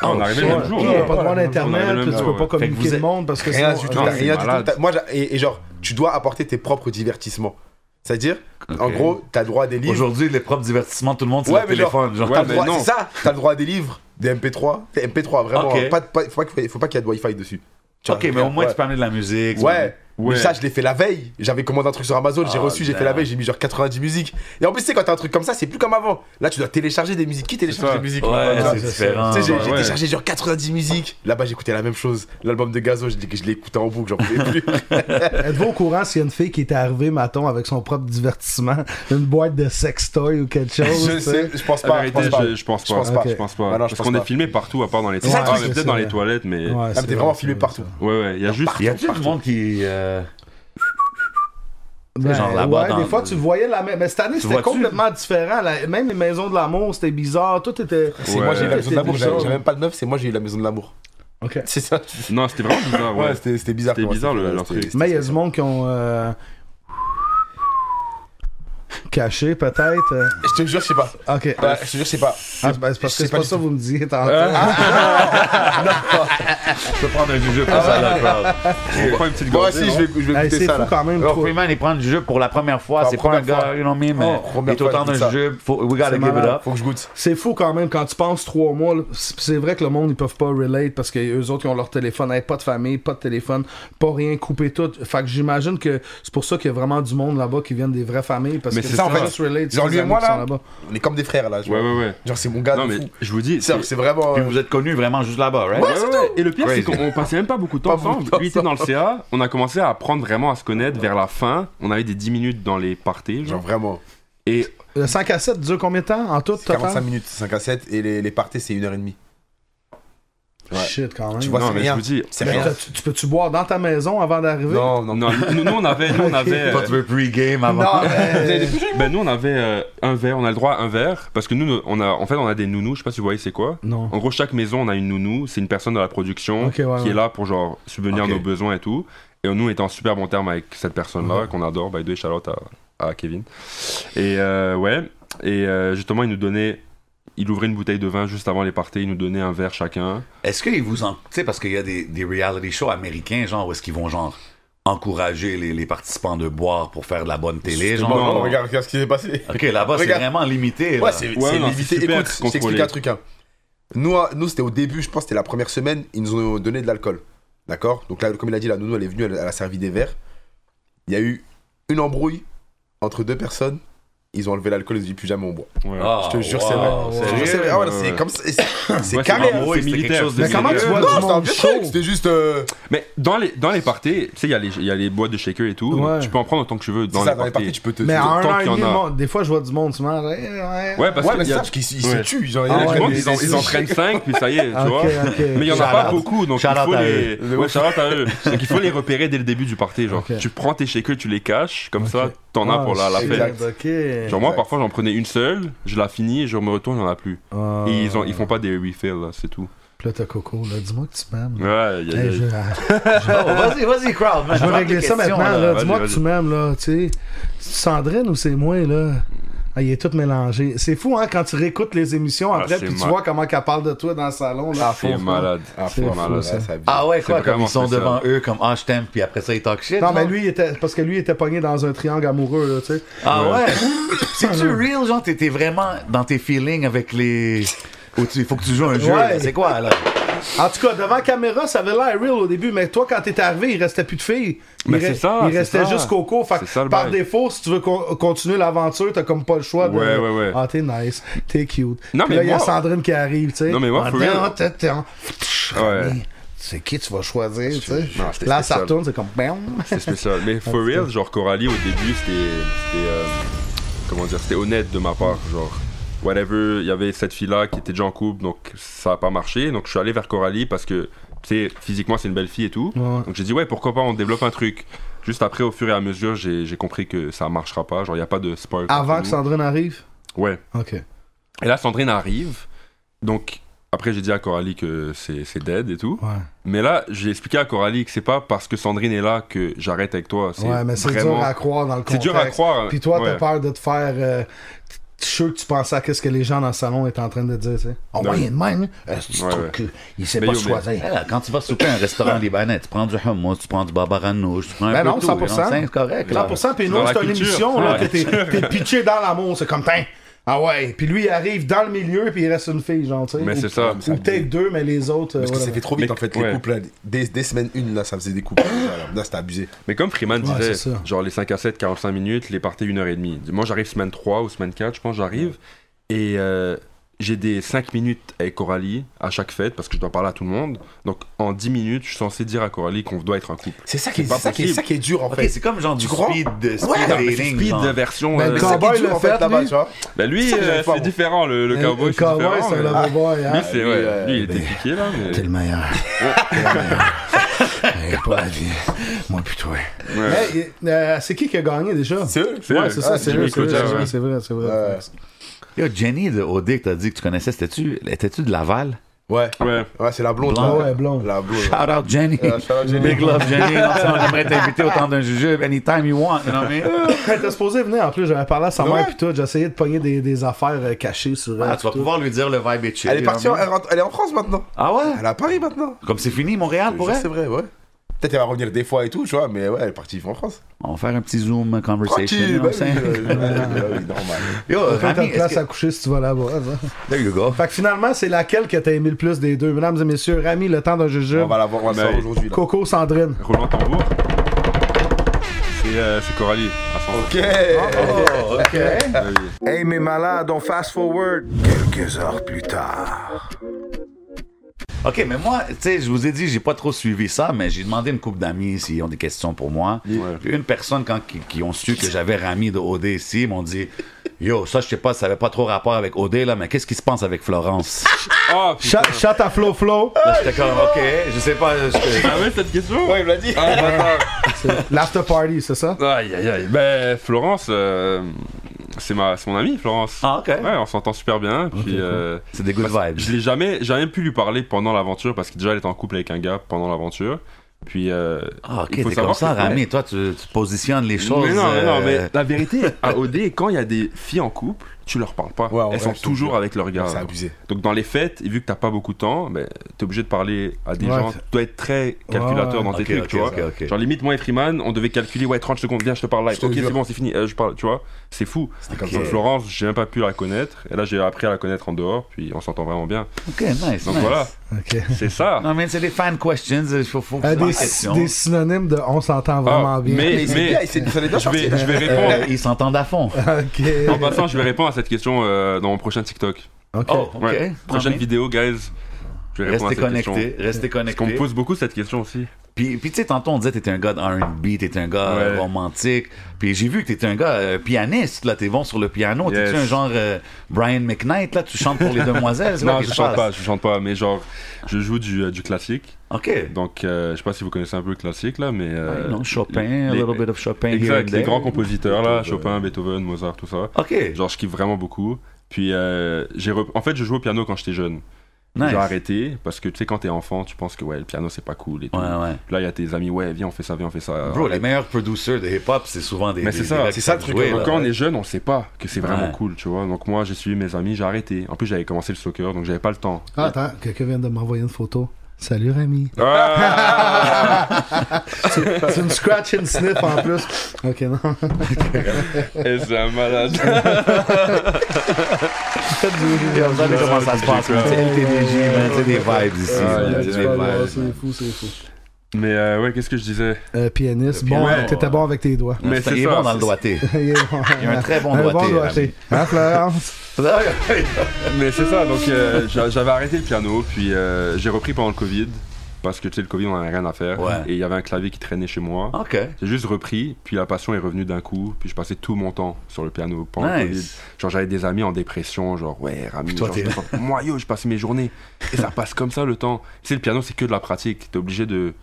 Ah, on est arrivé le même jour. Il n'y a pas de droit d'internet, Ouais, puis tu peux pas ouais. Fait que vous communiquer le êtes- monde parce que Rien sinon- euh, du tout, non, t'as c'est rien du tout. malade. T'as- Moi, j'a- et, et genre, tu dois apporter tes propres divertissements. C'est-à-dire, en Ok. gros, t'as le droit à des livres. Aujourd'hui, les propres divertissements de tout le monde, c'est Ouais, le mais genre- téléphone. Genre, Ouais, T'as mais le droit, non. c'est ça, t'as le droit à des livres, des MP3, des MP3, vraiment. Ok. Pas, de- pas- faut pas qu'il faut pas qu'il y ait de Wi-Fi dessus. Tu Ok, vois, mais au moins, ouais. tu peux amener de la musique. tu Ouais. Ouais. Oh, Mais ça, je l'ai fait la veille. J'avais commandé un truc sur Amazon, j'ai Ah, reçu, j'ai fait la merde. veille, j'ai mis genre 90 musiques. Et en plus, tu sais, quand t'as un truc comme ça, c'est plus comme avant. Là, tu dois télécharger des musiques. Qui télécharge ça. des musiques peux- Ouais, Tu c'est différent. sais, j'ai j'ai ouais. téléchargé genre 90 musiques. Là-bas, j'écoutais la même chose. L'album de Gazo, je, l'ai- je l'écoutais en boucle, j'en pouvais plus. Êtes-vous au courant s'il y a une fille qui est arrivée, maton, avec son propre divertissement, une boîte de sextoy ou quelque chose? je tu sais, je pense La pas. Je vérité, pense pas. Ah, je, Je je pense pense pas. pas. Je pense Ah pas. non, je parce pense qu'on pas. est filmé partout, à part dans les C'est ça, le toilettes. Ah, truc, mais c'est peut-être dans ça. les toilettes, mais. Ouais, Ouais, c'est Ah, mais t'es vrai, vraiment c'est filmé vrai, partout. ça. ouais. Il y a juste. Y a-t-il du monde qui. euh, Ben, genre là-bas ouais, dans- des fois tu voyais la même. Mais cette année c'était vois-tu? complètement différent. La- Même les maisons de l'amour, c'était bizarre. Tout était. C'est moi, j'ai eu la maison C'était de l'amour. J'avais bizarre. j'avais même pas le neuf, c'est moi, j'ai eu la maison de l'amour. Ok. C'est ça. Non, c'était vraiment bizarre, ouais. Ouais, c'était c'était bizarre. C'était quoi, bizarre, le- c'était- l'entrée. c'était- Mais il y a du monde qui ont. euh, Caché peut-être. euh. Je te jure, je sais pas. Ok. Ouais, Je te jure, je sais pas. Ah, ben, c'est parce je que sais c'est pas, pas du Ah, ça que vous me disiez tantôt. Je peux prendre un jeu Ah pour ça, d'accord. On prend une petite Moi gorgée. aussi, non je vais je vais Hey, écouter c'est ça. fou là. quand même. Alors, quoi. Freeman, il prend du jeu pour la première fois. La C'est pas un première gars, fois. you know me, mais Oh, il première est autant fois, il dit d'un ça. jeu. Faut, we gotta C'est give it malade. up. Faut que je goûte. C'est fou quand même quand tu penses trois mois. là, c- C'est vrai que le monde ils peuvent pas relate parce que eux autres ils ont leur téléphone, Hey, pas de famille, pas de téléphone, pas rien, coupé tout. Fait que j'imagine que c'est pour ça qu'il y a vraiment du monde là-bas qui viennent des vraies familles parce Mais que c'est tu ça, peux en fait. juste relate Genre sur lui les et amis moi qui sont là, là-bas. on est comme des frères là. je Ouais, vois. ouais, ouais. Genre c'est mon gars. Non, de mais fou. je vous dis. C'est c'est vraiment. Puis euh, vous êtes connus vraiment juste là-bas, right? Ouais, ouais, ouais. Et le pire, c'est Crazy. qu'on passait même pas beaucoup de temps Pas beaucoup de ensemble. temps Lui était dans le CA, on a commencé à apprendre vraiment à se connaître vers la fin. On avait des 10 minutes dans les parties. Genre Genre. vraiment. Et Le 5 Euh, à 7 dure combien de temps en tout C'est total? 45 minutes, 5 à 7 et les, les parties c'est 1h30. ouais. Shit quand même. Tu vois, non, c'est mais je rien. vous dis. C'est Mais rien. t'as- tu, tu peux-tu boire dans ta maison avant d'arriver? Non, non, Non, nous, nous, on avait. Nous, on avait Toi, euh, tu veux pre-game avant. Non, mais- ben, nous, on avait euh, un verre, on a le droit à un verre. Parce que nous, nous, on a, en fait, on a des nounous, je sais pas si vous voyez c'est quoi. non. En gros, chaque maison, on a une nounou. C'est une personne de la Ok, production ouais, qui ouais. est là pour genre subvenir Ok. nos besoins et tout. Et nous, on est en super bon terme avec cette personne-là qu'on adore. By the way, shout out à, à Kevin. Et euh, ouais. Et euh, justement, il nous donnait. Il ouvrait une bouteille de vin juste avant les parties. Il nous donnait un verre chacun. Est-ce qu'ils vous en... Tu sais, parce qu'il y a des, des reality shows américains, genre, où est-ce qu'ils vont, genre, encourager les, les participants de boire pour faire de la bonne télé, genre. bon, non, non. Oh, regarde regarde ce qui s'est passé. OK, là-bas, c'est Regarde. vraiment limité. Ouais, là. c'est Ouais, c'est non, limité. c'est super Écoute, je contrôlé. t'explique un truc. hein. Nous, à- nous c'était au début, je pense, c'était la première semaine, ils nous ont donné de l'alcool. D'accord Donc là, comme il a dit, la nounou, elle est venue, elle, elle a servi des verres. Il y a eu une embrouille entre deux personnes. Ils ont enlevé l'alcool, ils ont dit plus jamais on boit. Ouais. Ah, Je te jure, wow, c'est vrai. Je te jure, c'est vrai. Ah ouais, Ouais, c'est ouais. comme ça. C'est c'est Ouais, carré. vraiment- hein. Oui, C'est c'était quelque militaire. chose de Mais comment tu vois sérieux. Non, du c'était un monde vieux chaud? truc. C'était juste. euh, Mais dans les, dans les parties, tu sais, il y, a les- il y a les boîtes de shaker et tout. Ouais. Tu peux en prendre autant que tu veux C'est dans, ça, les, dans les parties. parties, tu peux te. Mais tu- à un tant an et qu'il y en demi, a. le monde- des fois je vois du monde, tu manges. Ouais, ouais. Ouais, parce Ouais, que mais y a- ça, parce qu'ils ils Ouais. se tuent. Genre, il y il y a a du du monde, monde, ils, en, ils en prennent 5, puis ça y est, tu Ok, vois. ok. Mais il y en a Shout pas out. beaucoup, donc Shout il faut out à les. eux. Ouais, shout out à eux. Donc il faut les repérer dès le début du party. Genre, Ok. Oh, tu prends tes shakers, tu les caches, comme ça, t'en as pour la, la shit. fête. Exact. Ah, Ok. Genre, moi, Exact. parfois, j'en prenais une seule, je la finis, je me retourne, j'en ai plus. Ah. Et ils, ont, ils font pas des refills, là, c'est tout. Puis là, t'as Coco, là, dis-moi que tu m'aimes. Ouais, y a- Hey, y je- a- Oh, Vas-y, vas-y, crowd. man. Je vais Demande régler des ça questions, maintenant, là. vas-y, Dis-moi que vas-y. tu m'aimes, là. Tu sais, C'est Sandrine ou c'est moi, là? Ah, il est tout mélangé. C'est fou, hein, quand tu réécoutes les émissions Ah, après, c'est puis tu mal. vois comment qu'elle parle de toi dans le salon, là. Ah, c'est malade. C'est hein. C'est fou, malade. ça. Ah ouais, quoi, C'est comme vraiment ils sont spécial. devant eux, comme ah, je t'aime, puis après ça, ils talk shit. Non, mais genre? lui, il était... parce que lui, il était pogné dans un triangle amoureux, là, tu sais. Ah ouais? C'est-tu real, genre, t'étais vraiment dans tes feelings avec les. Où tu... Faut que tu joues un jeu, Ouais. là. c'est quoi, là? En tout cas, devant la caméra, ça avait l'air real au début, mais toi, quand t'es arrivé, il restait plus de filles. Il, Mais c'est ça, il c'est restait ça. juste Coco. Fait que C'est ça, le par bail. défaut, si tu veux con- continuer l'aventure, t'as comme pas le choix. de... Ouais, ouais, ouais. Ah, t'es nice, t'es cute. Puis Non, mais là, il y a moi- Sandrine qui arrive, tu sais. Ah, Non, mais moi, for Attends, real. attends, attends. Ouais. C'est qui tu vas choisir, tu sais. Euh, Non, c'était Là, ça spécial. retourne, c'est comme bam. C'est spécial. Mais for real, genre Coralie au début, c'était. c'était, euh, comment dire C'était honnête de ma part. Genre, whatever, il y avait cette fille-là qui était déjà en couple, donc ça a pas marché. Donc je suis allé vers Coralie parce que, tu sais, physiquement, c'est une belle fille et tout. Ouais. Donc j'ai dit, ouais, pourquoi pas, on développe un truc. Juste après, au fur et à mesure, j'ai j'ai compris que ça marchera pas. Genre, il n'y a pas de spark. entre Avant que nous. Sandrine arrive. Ouais. Ok. Et là, Sandrine arrive. Donc. Après, j'ai dit à Coralie que c'est c'est dead et tout. Ouais. Mais là, j'ai expliqué à Coralie que c'est pas parce que Sandrine est là que j'arrête avec toi. Ouais, mais c'est vraiment- dur à croire dans le C'est contexte. dur à croire. Puis toi, ouais. t'as peur de te faire. euh, t- sûr que tu pensais à qu'est-ce que les gens dans le salon étaient en train de dire, tu sais. Ah On Non. va y de même. hein. C'est Ouais, truc ouais. que il sait Mais pas yo, mais- choisir. Eh, là, quand tu vas souper à un restaurant libanais, tu prends du hummus, tu prends du barbaranouche, tu prends un Ben peu non, tout, 100%. hein, C'est correct, là. 100% puis Dans non, la c'est une culture. émission là, que Ouais. t'es t'es pitché dans l'amour, c'est comme Tain, Ah ouais, puis lui il arrive dans le milieu puis il reste une fille genre, tu sais. Mais Ou- c'est ça. Ou peut-être deux mais les autres euh, Parce que ça voilà. fait trop vite Mais- en fait, ouais. les couples, là, des, des semaines une là, ça faisait des couples. déjà, là, là, c'était abusé. Mais comme Freeman Ouais, c'est disait, ça. genre les 5 à 7, 45 minutes, les parties 1h30. Moi j'arrive semaine 3 ou semaine 4, je pense j'arrive. Et euh, j'ai des 5 minutes avec Coralie à chaque fête parce que je dois parler à tout le monde. Donc en 10 minutes, je suis censé dire à Coralie qu'on doit être un couple. C'est ça qui est, pas c'est ça qui est- possible. ça qui est dur en Ok, fait. c'est comme genre du crois? speed, de speed Ouais, non, Ah, mais dating, Speed genre. de version. euh, le C'est ça qui est Cowboy dur le en fait fait, là-bas, lui. tu vois. bah, lui, ça que j'aime euh, pas, c'est moi. différent, le, le Mais cowboy, le c'est euh, cowboy, différent. c'est un mais- lover boy, hein. Lui, c'est, ouais, euh, lui, il était piqué là. mais- T'es le meilleur. T'es le meilleur. travaillerai pas la vie. Moi pis toi. Hey, euh, c'est qui qui a gagné déjà? C'est eux C'est Ouais, c'est ça, Ah, c'est Jimmy vrai, c'est vrai, Cloutier, c'est ouais. vrai, c'est vrai, c'est vrai. Ouais. Yo, Jenny de Odic, t'as dit que tu connaissais, c'était-tu étais-tu de Laval? Ouais. Ouais. Ouais, c'est la blonde. Blonde. là. Ah ouais, blonde. La blonde. Shout out Jenny. Ouais, Euh, shout out Jenny. Big love Jenny. Non, ça, on aimerait t'inviter au temps d'un jujube anytime you want. You know what I mean? T'es supposé venir en plus, j'avais parlé à sa Ouais. mère pis tout, j'essayais de pogner des, des affaires euh, cachées sur elle. Ah, tu vas pis tout. pouvoir lui dire le vibe est chill. Elle est you know partie, en, what I elle mean? rentre- elle est en France maintenant. Ah ouais? Elle est à Paris maintenant. Comme c'est fini, Montréal, pour Ça, elle? C'est vrai, ouais. Peut-être elle va revenir des fois et tout, tu vois, mais ouais, elle est partie en France. On va faire un petit Zoom conversation. you Tranquille, know what ben I'm bah oui, saying? euh, bah oui, normal. Yo, Prends ta Rami, place est-ce que- à coucher si tu vas là-bas. hein. There you go. Fait que finalement, c'est laquelle que t'as aimé le plus des deux, mesdames et messieurs. Rami, le temps d'un jujube. On va la voir, on va le Mais- savoir aujourd'hui. là. Coco, Sandrine. Roulant tambour. C'est euh, c'est Coralie, à son Ok. Ah. Oh, Hey, mes malades, on fast forward. Quelques heures plus tard. OK, mais moi, tu sais, je vous ai dit, j'ai pas trop suivi ça, mais j'ai demandé à une couple d'amis s'ils ont des questions pour moi. Puis Une personne, quand qui, qui ont su que j'avais Rami de OD ici, ils m'ont dit Yo, ça, je sais pas, ça avait pas trop rapport avec OD, là, mais qu'est-ce qui se passe avec Florence Oh. Ah, putain. Chat- Chat à flow flow. Là, j'étais comme OK, je sais pas. je- Ah ouais, cette question Ah, Ouais, il me l'a dit. L'after party, c'est ça? Aïe, aïe, aïe. Ben, Florence, euh, c'est ma, c'est mon amie, Florence. Ah, OK. Ouais, on s'entend super bien. Puis, euh, C'est des good vibes. je l'ai jamais, j'ai jamais pu lui parler pendant l'aventure parce que déjà, elle était en couple avec un gars pendant l'aventure. Puis, euh, Ah, ok, il faut t'es comme savoir ça, que- Rami. Toi, tu, tu positionnes les choses. mais non, mais non, euh, mais la vérité, à OD, quand il y a des filles en couple, tu leur parles pas. Ouais, ouais, Elles sont je te toujours jure. avec leur gars. Ah, C'est abusé. Donc dans les fêtes, et vu que t'as pas beaucoup de temps, ben, t'es obligé de parler à des Ouais. gens. Tu dois être très calculateur dans Ok, tes trucs, ok, tu vois. ok, ok. Genre limite, moi et Freeman, on devait calculer, ouais, 30 secondes, viens, je te parle live. Je te Ok, jure. c'est bon, c'est fini, euh, je parle, tu vois. C'est fou. C'était comme Donc, ça. Florence, j'ai même pas pu la connaître. Et là, j'ai appris à la connaître en dehors, puis on s'entend vraiment bien. Ok, nice. Donc nice. voilà, Ok. c'est ça. Non, mais c'est des fan questions. Il faut, faut que Euh, tu des, fasses question. des synonymes de on s'entend vraiment Ah, bien. mais, Mais c'est mais bien, il s'est dit, ça allait bien je, vais, sortir. je vais Euh, répondre. Ils s'entendent à fond. Ok. En passant, je vais répondre à cette question euh, dans mon prochain TikTok. Ok. Oh, ok. Ouais. Prochaine Non, mais vidéo, guys. Je vais répondre Restez à cette question. connectés. Restez Parce qu'on me connectés. pose beaucoup cette question aussi. Puis, puis tu sais, tantôt, on disait t'étais un gars de R&B, t'étais un gars euh, Ouais. romantique. Puis j'ai vu que t'étais un gars euh, pianiste. Là, t'es bon sur le piano. Yes. T'es-tu un genre euh, Brian McKnight? Là, tu chantes pour les demoiselles? C'est quoi Non, qui je se chante pas, passe? je chante pas, mais genre, je joue du, euh, du classique. Ok. Donc, euh, je sais pas si vous connaissez un peu le classique là, mais. euh, Ouais, non, Chopin, les- a little bit of Chopin. here and Exact, les there. grands compositeurs là, Chopin, Beethoven, Mozart, tout ça. Ok. Genre, je kiffe vraiment beaucoup. Puis, euh, j'ai rep- en fait, je jouais au piano quand j'étais jeune. Nice. J'ai arrêté parce que tu sais, quand t'es enfant, tu penses que ouais, le piano c'est pas cool et tout. Ouais, ouais. Puis Là, il y a tes amis, ouais, viens, on fait ça, viens, on fait ça. Bro, les Euh, Arrête. meilleurs producers de hip-hop, c'est souvent des. Mais des- c'est des ça, gars c'est qui ça le savent truc, jouer, Donc, là. quand on est jeune, on sait pas que c'est vraiment Ouais. cool, tu vois. Donc, moi, j'ai suivi mes amis, j'ai arrêté. En plus, j'avais commencé le soccer, donc j'avais pas le temps. Ah, attends, quelqu'un vient de m'envoyer une photo. Salut Rami. Ah C'est une scratch and sniff en plus. Ok, non. Et c'est un malade. Et Vous savez comment ça se passe, man. C'est LTDJ, man. C'est des vibes ici. Ah, man. yeah, C'est tu des vas Ouais, vibes. c'est fou, c'est fou. Mais euh, ouais, qu'est-ce que je disais Euh, pianiste, bon, Ouais. t'étais bon avec tes doigts. Mais Il c'est est ça, bon dans le c'est- doigté. Il est bon. Il a un très bon Un doigté. bon doigté. Hein, Florence? Mais c'est ça, donc euh, j'a- j'avais arrêté le piano, puis euh, j'ai repris pendant le Covid, parce que tu sais, le Covid, on n'avait rien à faire, Ouais. et il y avait un clavier qui traînait chez moi. OK. J'ai juste repris, puis la passion est revenue d'un coup, puis je passais tout mon temps sur le piano pendant le Covid. Nice. Genre j'avais des amis en dépression, genre ouais, Rami, toi, genre, t'es je me sens- moi yo, je passais mes journées, et ça passe comme ça le temps. Tu sais, le piano, c'est que de la pratique, t'es obligé de...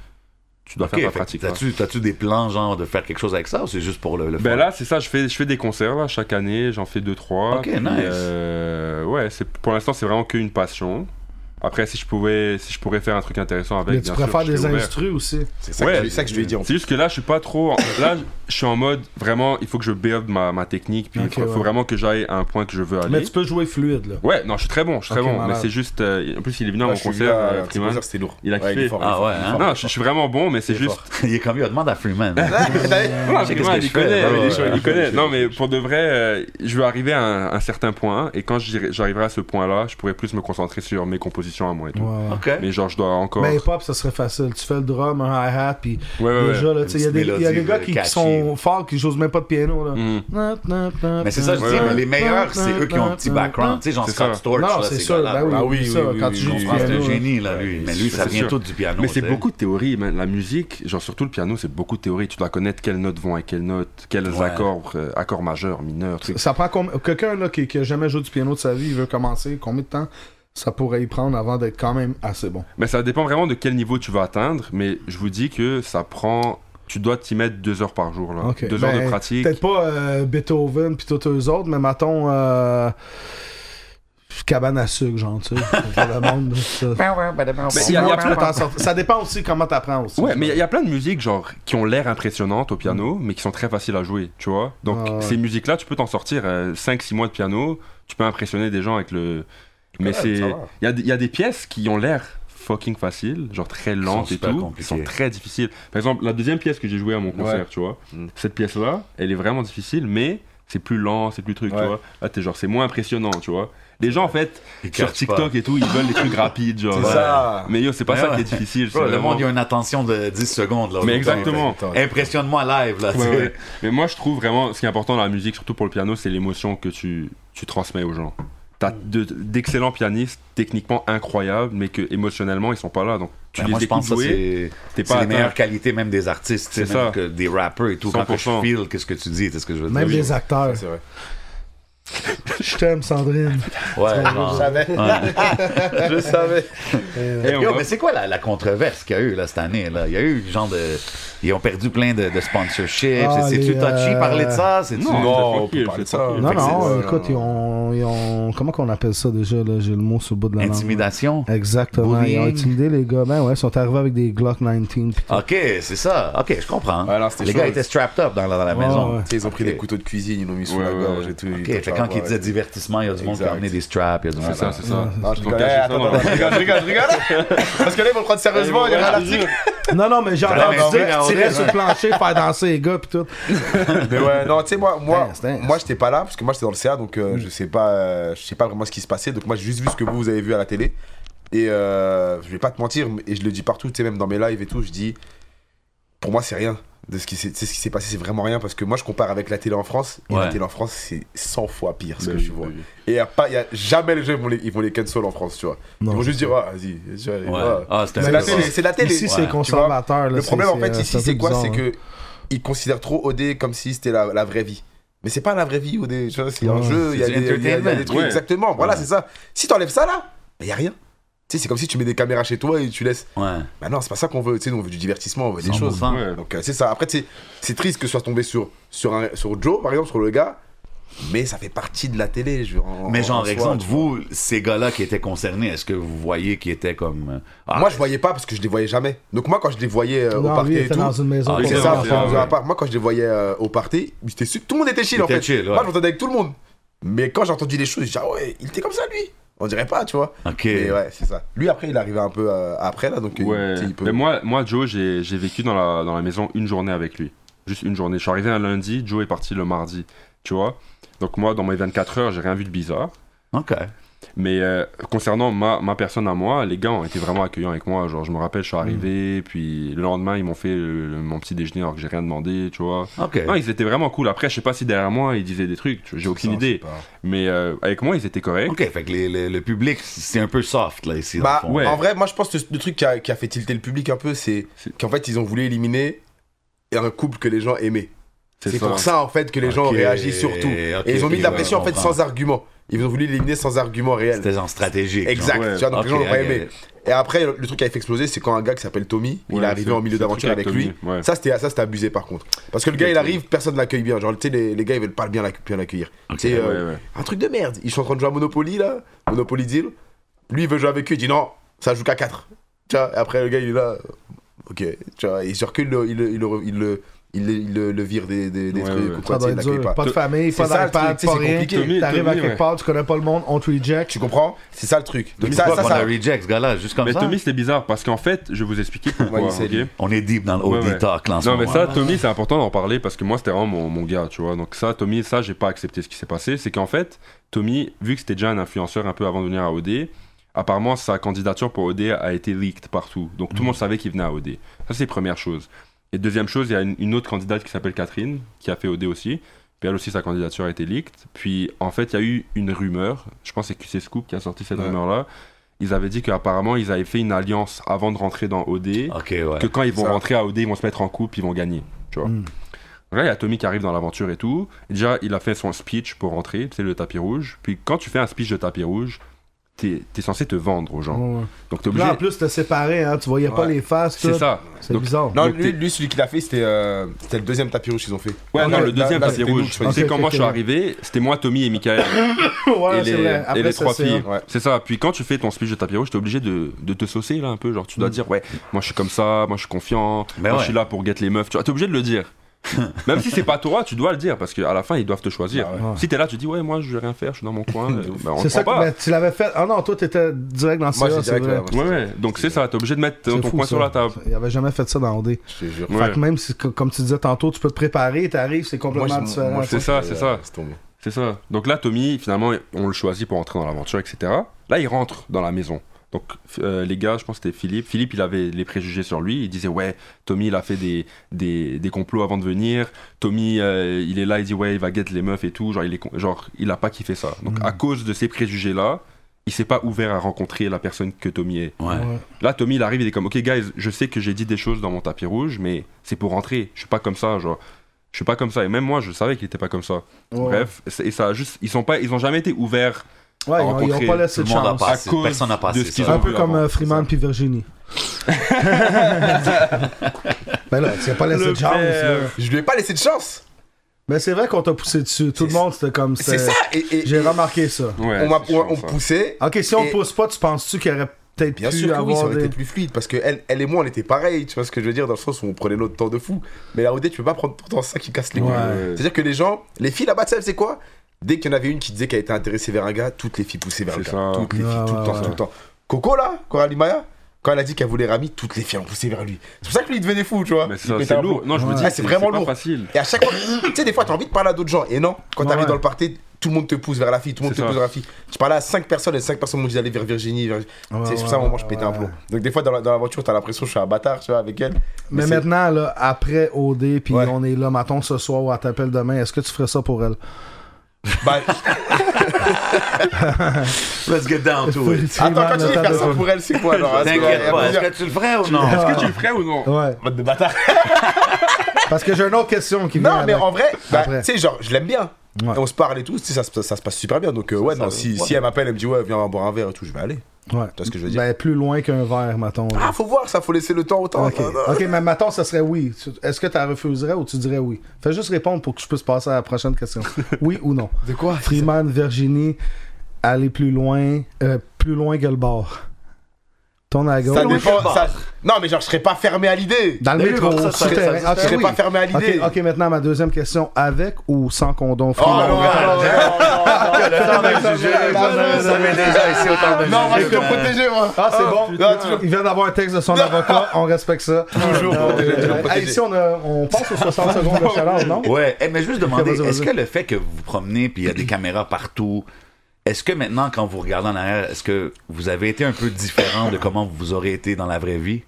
Tu dois Ok, faire fait de la pratique. que hein. T'as-tu t'as-tu des plans, genre, de faire quelque chose avec ça ou c'est juste pour le, le Ben fun? là, c'est ça, je fais, je fais des concerts là, chaque année, j'en fais 2-3. Ok, nice. euh, ouais, c'est- pour l'instant, c'est vraiment qu'une passion. Après, si je, pouvais, si je pourrais faire un truc intéressant avec. Mais tu bien préfères sûr, je des serais ouvert. instrus aussi. C'est ça, Ouais. que, je- c'est ça que je lui ai dit en fait. C'est juste que là, je suis pas trop. en- Là, je suis en mode vraiment, il faut que je build ma, ma technique, puis il Ok, faut, faut ouais. vraiment que j'aille à un point que je veux aller. Mais tu peux jouer fluide, là. Ouais, non, je suis très bon, je suis très Ok, bon, mais malade. c'est juste. euh, en plus, il est venu à Ah, mon je suis concert, là, euh, un petit Freeman. concert, c'était lourd. Il a Ouais, kiffé. fort, il est Ah fort, ouais, il est hein? fort. Non, je, je suis vraiment bon, mais c'est Il est juste. fort. Il est comme, yo, demande à Freeman. Ah, Je sais Freeman, qu'est-ce il que je fais. connaît, Ouais, ouais, il connaît, ouais. il connaît. Non, mais pour de vrai, euh, je veux arriver à un, un certain point, et quand j'irai- j'arriverai à ce point-là, je pourrai plus me concentrer sur mes compositions à moi et tout. Ouais. OK. Mais genre, je dois encore. Mais hip-hop, ça serait facile. Tu fais le drum, un hi-hat, puis Ouais, ouais, ouais. déjà, là, tu sais, il y a Une des, il y a des mélodie, gars euh, qui, qui catchy. Mm. sont forts, qui jouent même pas de piano, là. Hmm. Mais Mais c'est ça, je Ouais, dis, ouais. mais les meilleurs, c'est eux qui ont un petit background. Tu sais, genre C'est Scott ça. Storch, Non, là, c'est ces sûr, gars-là. ben oui, Ah oui, ça, oui, oui, quand oui, tu oui, joues Je du comprends, c'est un piano, là. génie, là, lui. Mais lui, c'est ça vient sûr. tout du piano. Mais c'est tu sais. beaucoup de théorie, man. La musique, genre surtout le piano, c'est beaucoup de théorie. Tu dois connaître quelles notes vont avec quelles notes, quels Ouais. accords, euh, accords majeurs, mineurs, trucs. Ça prend combien... Quelqu'un, là, qui, qui a jamais joué du piano de sa vie, il veut commencer, combien de temps ça pourrait y prendre avant d'être quand même assez bon. Mais ça dépend vraiment de quel niveau tu vas atteindre. Mais je vous dis que ça prend. Tu dois t'y mettre deux heures par jour. Là. Ok. Deux Ben, heures de pratique. Peut-être pas euh, Beethoven puis tous eux autres, mais mettons euh, cabane à sucre, genre, tu sais. pour le monde, ça. Mais il y a- il y a Tu peux t'en sortir. Ça dépend aussi comment t'apprends aussi. Ouais, mais il y, a plein de musiques genre qui ont l'air impressionnantes au piano, mais qui sont très faciles à jouer, tu vois. Donc Mm. Ah ouais. ces musiques-là, tu peux t'en sortir 5-6 mois de piano, tu peux impressionner des gens avec le. Mais même, c'est, ça il va. y, a des- il y a des pièces qui ont l'air fucking faciles, genre très lentes et super tout, qui compliquées. sont très difficiles. Par exemple, la deuxième pièce que j'ai jouée à mon concert, tu vois, Mm. cette pièce-là, elle est vraiment difficile, mais c'est plus lent, c'est plus truc, tu Ouais. vois. Là, t'es genre, c'est moins impressionnant, tu vois. Les gens, en fait, Ils sur catchent pas. TikTok et tout, ils veulent des trucs rapides, genre. C'est ouais. ça. Mais yo, c'est pas Ouais, ça qui ouais. est difficile. c'est Bro, le vraiment- monde, il a une attention de 10 secondes. Là, Mais aujourd'hui. exactement. Impressionne-moi live. Ah, Là, tu Ouais, sais. Ben, ouais. Mais moi, je trouve vraiment ce qui est important dans la musique, surtout pour le piano, c'est l'émotion que tu, tu transmets aux gens. T'as Mm. de- d'excellents pianistes, techniquement incroyables, mais que émotionnellement, ils sont pas là. Donc, tu Ben, les moi, je écoutes pense que ça, jouer, c'est t'es c'est pas les meilleures atteint. qualités même des artistes, tu sais, C'est même ça. que des rappers et tout. Quand que je 100%. feel, qu'est-ce que tu dis, c'est ce que je veux Même dire. les acteurs. C'est vrai. Je t'aime, Sandrine. Ouais, Ah. genre. Ah. Ouais. Je savais. Eh, on Yo, va- mais c'est quoi la, la controverse qu'il y a eu là, cette année? Là? Il y a eu genre de. Ils ont perdu plein de, de sponsorships. Ah, C'est-tu les, touchy euh, parler de ça? C'est-tu- Non, Non, on c'est tranquille, peut parler de c'est ça. tranquille. Non, Fait que c'est- euh, non, ouais, écoute, ils ont, ils ont- Comment qu'on appelle ça déjà, là J'ai le mot sur le bout de la langue. Intimidation? Eh. Exactement. Ils ont Bullying. intimidé les gars. Ben ouais, ils sont arrivés avec des Glock 19. pis- Ok, c'est ça. Ok, je comprends. Ouais, non, c'était les gars chaud. étaient strapped up dans la, dans la maison. ouais. Tu sais, Ils ont pris Ok. des couteaux de cuisine, ils l'ont mis sous Ouais, la ouais, gorge ouais. et tout. Ok, ils fait ont quand fait ils disaient avoir- divertissement, il y a du monde qui a Exact. amené des straps. Il y a du monde C'est qui ça, c'est ça. Non, Ah, je Ils ont rigole, caché ça attends, dans attends, la- je rigole, je rigole, je rigole. Parce que là, ils vont le prendre sérieusement, il y aura l'article. Non, non, mais j'ai J'avais entendu envie dire qu'ils tiraient d'aller, sur le plancher, faire danser les gars, pis tout. Mais ouais, non, tu sais, moi, moi, Dance, dance. moi j'étais pas là, parce que moi, j'étais dans le CA, donc euh, je sais pas euh, je sais pas vraiment ce qui se passait. Donc moi, j'ai juste vu ce que vous, vous avez vu à la télé. Et euh, je vais pas te mentir, mais- et je le dis partout, tu sais, même dans mes lives et tout, je dis, pour moi, c'est rien. De ce qui s'est tu sais, ce qui s'est passé, c'est vraiment rien, parce que moi, je compare avec la télé en France, et Ouais. la télé en France, c'est 100 fois pire, ce Ben que oui, je vois. ben oui. Et y a pas, y a jamais les gens, ils vont les, ils vont les cancel en France, tu vois. Non, ils vont juste dire, ah, vas-y, tu vois, Ouais. voilà. Ah, c'était C'est un la peu- télé, c'est la télé. Ici, Ouais. c'est Tu conservateur. là, le c'est- problème en fait euh, ici un peu c'est quoi bizarre, C'est hein. que ils considèrent trop OD comme si c'était la, la vraie vie. Mais c'est pas la vraie vie OD, tu vois, c'est un Ouais. jeu, il y a C'est des, du il y a- il y a des entertainment. trucs Ouais. exactement. Voilà, Ouais. c'est ça. Si t'enlèves ça là, il y a rien. Tu sais, c'est comme si tu mets des caméras chez toi et tu laisses. Ouais. Bah non, c'est pas ça qu'on veut. Tu sais, nous, on veut du divertissement, on veut des choses. 100%. Ouais. Donc euh, c'est ça. Après, tu sais, c'est triste que ce soit tombé sur sur un- sur Joe par exemple, sur le gars. Mais ça fait partie de la télé. Je, veux- en- en- Mais en genre, soi, exemple, tu vois. vous, ces gars-là qui étaient concernés, est-ce que vous voyez qui étaient comme. euh, ah, Moi, je voyais pas parce que je les voyais jamais. Donc moi, quand je les voyais euh, Non, au lui, party il et était tout, dans une maison. Ah, Oui, pour c'est c'est ça, vrai, c'est c'est dans vrai. un appart. Moi, quand je les voyais euh, au party, j'étais sûr que tout le monde était chill Il en était fait. chill, ouais. Moi, j'entendais avec tout le monde. Mais quand j'ai entendu les choses, j'ai dit, ah ouais, il était comme ça lui. On dirait pas, tu vois. Ok. Mais ouais, c'est ça. Lui, après, il arrivait un peu euh, après, là, donc euh, Ouais. tu sais, il peut. Mais moi, moi Joe, j'ai j'ai vécu dans la, dans la maison une journée avec lui. Juste une journée. Je suis arrivé un lundi, Joe est parti le mardi. Tu vois Donc, moi, dans mes 24 heures, j'ai rien vu de bizarre. Ok. Mais euh, concernant ma, ma personne à moi, les gars ont été vraiment accueillants avec moi. Genre, je me rappelle, je suis Mm. arrivé, puis le lendemain, ils m'ont fait le- le- mon petit déjeuner alors que j'ai rien demandé, tu vois. Ok. Non, ils étaient vraiment cool. Après, je sais pas si derrière moi, ils disaient des trucs, tu- j'ai aucune idée. Mais euh, avec moi, ils étaient corrects. Ok, fait que les- les- le public, c'est un peu soft, là, ici. dans Bah, le fond. ouais. En vrai, moi, je pense que le truc qui a, qui a fait tilter le public un peu, c'est C'est- qu'en fait, ils ont voulu éliminer un couple que les gens aimaient. C'est pour ça, en fait, que les gens ont Ok, réagi surtout. ok, Et ils ont mis ok, de la ouais, pression, en je fait, comprends. sans argument. Ils ont voulu l'éliminer sans argument réel. C'était genre stratégique. Exact, Ouais. tu vois, donc les gens Ok, l'ont pas I get aimé. Et après, le le truc qui a fait exploser, c'est quand un gars qui s'appelle Tommy, il est Ouais, arrivé c'est- en milieu c'est le d'aventure truc avec avec lui. Tommy, ouais. Ça, c'était ça, c'était abusé par contre. Parce que le gars, il arrive, personne l'accueille bien. Genre, tu sais, les, les gars, ils veulent pas bien l'accue- bien l'accueillir. C'est euh, ouais, ouais. un truc de merde. Ils sont en train de jouer à Monopoly, là, Monopoly Deal. Lui, il veut jouer avec eux, il dit non, ça joue qu'à 4. Tu vois, et après, le gars, il est là. Ok, tu vois, et sur que il le, il le, il le, il le, il le- il le- le vire des, des, des Ouais, trucs ouais. Ça ou quoi, tu sais, doit il être l'accueille dur. pas. Pas de famille, C'est pas ça, le d'iPad, truc, tu sais, pas c'est rien. compliqué. Tommy, T'arrives à Tommy, quelque ouais. part, tu connais pas le monde, on te reject. Tu comprends C'est ça le truc. Donc, it. ça, Pourquoi ça, qu'on ça. a reject, ce gars-là, juste comme Mais ça. Tommy, c'était bizarre parce qu'en fait, je vais vous expliquer pourquoi. Ouais, il s'est ok dit. On est deep dans le haut Ouais, des ouais. talks, là, en ce Non, mais moment. ça, Tommy, c'est important d'en parler parce que moi, c'était vraiment mon, mon gars, tu vois. Donc, ça, Tommy, ça, j'ai pas accepté ce qui s'est passé. C'est qu'en fait, Tommy, vu que c'était déjà un influenceur un peu avant de venir à OD, apparemment, sa candidature pour OD a été leaked partout. Donc, Mhm. tout le monde savait qu'il venait à OD. Ça, c'est première chose. Et deuxième chose, il y a une, une autre candidate qui s'appelle Catherine, qui a fait OD aussi. Puis elle aussi, sa candidature a été leaked. Puis, en fait, il y a eu une rumeur. Je pense que c'est QC Scoop qui a sorti cette Ouais. rumeur-là. Ils avaient dit qu'apparemment, ils avaient fait une alliance avant de rentrer dans OD Ok, ouais. que quand ils vont Ça. rentrer à OD, ils vont se mettre en couple, ils vont gagner. Tu vois. Mm. Là, il y a Tommy qui arrive dans l'aventure et tout. Déjà, il a fait son speech pour rentrer, c'est le tapis rouge. Puis quand tu fais un speech de tapis rouge, t'es es censé te vendre aux gens. Ouais. Donc t'es obligé. Là, en plus, t'es séparé, hein, tu voyais pas Ouais. les faces. C'est tout. ça. C'est Donc, bizarre. Non, Donc, lui, t'es- lui, celui qui l'a fait, c'était euh, c'était le deuxième tapis rouge qu'ils ont fait. Ouais, non, Là, le deuxième, là, c'est c'était bah, nous qui rouge. Tu choisissions. sais, quand moi je suis Ok, ok. arrivé, c'était moi, Tommy et Michael. ouais, et les, c'est vrai. et Après, les ça, trois c'est- filles. ouais. C'est ça. Puis quand tu fais ton speech de tapis rouge, t'es obligé de, de te saucer là un peu. Genre, tu dois dire, ouais, moi je suis comme ça, moi je suis confiant, Mais moi je ouais. suis là pour guetter les meufs. Tu vois, t'es obligé de le dire. Même si c'est pas toi, tu dois le dire parce qu'à la fin ils doivent te choisir. Si t'es là, tu dis ouais, moi je vais rien faire, je suis dans mon coin. euh, ben, Bah on C'est te ça prend que pas. ben, tu l'avais fait. Ah non, toi, t'étais direct dans le CA, Moi, j'ai c'est direct vrai. là. moi, Ouais, c'est- ouais. Donc c'est ça, t'es obligé de mettre C'est euh, ton fou, coin ça. sur la table. Il avait jamais fait ça dans OD. Je te jure. Ouais. Fait que même si, co- comme tu disais tantôt, tu peux te préparer, t'arrives, c'est Moi, complètement je- différent. moi, je- C'est ça, je- c'est ça. C'est tombé. C'est ça. Donc là, Tommy, finalement, on le choisit pour entrer dans l'aventure, etc. Là, il rentre dans la maison. Donc, euh, les gars, je pense que c'était Philippe. Philippe, il avait les préjugés sur lui. Il disait, ouais, Tommy, il a fait des, des, des complots avant de venir. Tommy, euh, il est là, il dit, ouais, il va guetter les meufs et tout. Genre, il, est, con- genre, il a pas kiffé ça. Donc, à cause de ces préjugés-là, il s'est pas ouvert à rencontrer la personne que Tommy est. Ouais. Là, Tommy, il arrive, il est comme, ok, guys, je sais que j'ai dit des choses dans mon tapis rouge, mais c'est pour rentrer. Je suis pas comme ça, genre. Je suis pas comme ça. Et même moi, je savais qu'il était pas comme ça. Bref, c'est- et ça a juste, ils sont pas, ils ont jamais été ouverts Ouais, ils ont- ils rencontrer ont pas laissé Tout de le monde a chance. passé. à cause Personne n'a de passé. ce qu'ils ça. Un peu plus comme avant, euh, Freeman puis Virginie. ben là, tu n'as pas laissé Le de chance. là. père. Je lui ai pas laissé de chance. Mais c'est vrai qu'on t'a poussé dessus. Tout le monde, c'était comme C'est ça. Et, et- J'ai et- remarqué ça. Ah, Ouais, on m'a c'est on, chiant, on ça. poussait. Ok, si on Et- te pousse pas, tu penses-tu qu'il aurait peut-être Bien pu sûr que oui, ça avoir aurait été des. plus fluide parce que elle, elle et moi on était pareil, tu vois ce que je veux dire, dans le sens où on prenait notre temps de fou. Mais là, OD, tu peux pas prendre ton temps, c'est ça qui casse les couilles. Ouais. C'est-à-dire que les gens, les filles là-bas, tu sais, c'est quoi Dès qu'il y en avait une qui disait qu'elle était intéressée vers un gars, toutes les filles poussaient vers C'est le ça. gars. Toutes les Ouais, filles, tout le Ah, ouais, temps, ouais. tout le temps. Coco là, Coralie Maya, quand elle a dit qu'elle voulait Rami, toutes les filles ont poussé vers lui. C'est pour ça que lui il devenait fou, tu vois. Mais Il ça, pétait c'est un lourd. plomb. Non, je me Ouais. dis, Ah, c'est c'est vraiment pas lourd. facile. Et à chaque fois, tu sais, des fois, t'as envie de parler à d'autres gens. Et non, quand t'arrives Ouais. dans le party, tout le monde te pousse vers la fille, tout le monde te C'est ça. pousse vers la fille. Je parlais à 5 personnes et 5 personnes m'ont dit d'aller vers Virginie. vers- c'est ouais, sur ça, à un moment, je ouais, pétais ouais. un plomb. Donc, des fois, dans la- dans l'aventure, t'as l'impression que je suis un bâtard, tu vois, avec elle. Mais c'est- maintenant, là, après OD, puis Ouais. on est là, maton ce soir ou à t'appelle demain, est-ce que tu ferais ça pour elle Bah, Let's get down to it. attends, quand tu Freeman, dis faire ça attends, pour elle, c'est quoi alors Est-ce que- T'inquiète pas. Est-ce plusieurs- que tu le ferais ou non? Est-ce que tu le ferais ou non Ouais, Mode de bâtard. parce que j'ai une autre question qui vient. Non, mais avec. en vrai, bah, Après. tu sais, genre, je l'aime bien. Ouais. Et on se parle et tout, tu sais, ça, se- ça se passe super bien. Donc, euh, ouais, non, si, si elle m'appelle, elle me dit, ouais, viens on va boire un verre et tout, je vais aller. Ouais. Tu vois ce que je veux dire Ben, plus loin qu'un verre, maton. Ah, faut voir ça, faut laisser le temps au temps. Ok, Non, non. Ok, mais maintenant, ça serait oui. Tu- Est-ce que tu la refuserais ou tu dirais oui Fais juste répondre pour que je puisse passer à la prochaine question. Oui ou non De quoi Freeman, Virginie, aller plus loin, euh, plus loin que le bar. Tourne à gauche. Ça dépend. Bar. ça- Non, mais genre, je serais pas fermé à l'idée. Dans le Mais oui, métro, bon, ça, ça- souterrain. ça- ça- Ok, Je serais oui. pas fermé à l'idée. Ok, ok, maintenant ma deuxième question avec ou sans condom Oh non, Freeman? non, non, Autant de juger, non, vous savez déjà ici autant de non, non, moi je juger. te protéger, moi. Ah, c'est bon. putain. toujours- Il vient d'avoir un texte de son avocat. On respecte ça. Toujours protégé, toujours Ah, protégé. ici, on, a- on passe aux 60 secondes de chaleur, non? Ouais, Eh, mais juste demander, vas-y, vas-y. est-ce que le fait que vous vous promenez puis il y a des caméras partout, est-ce que maintenant, quand vous regardez en arrière, est-ce que vous avez été un peu différent de comment vous aurez été dans la vraie vie?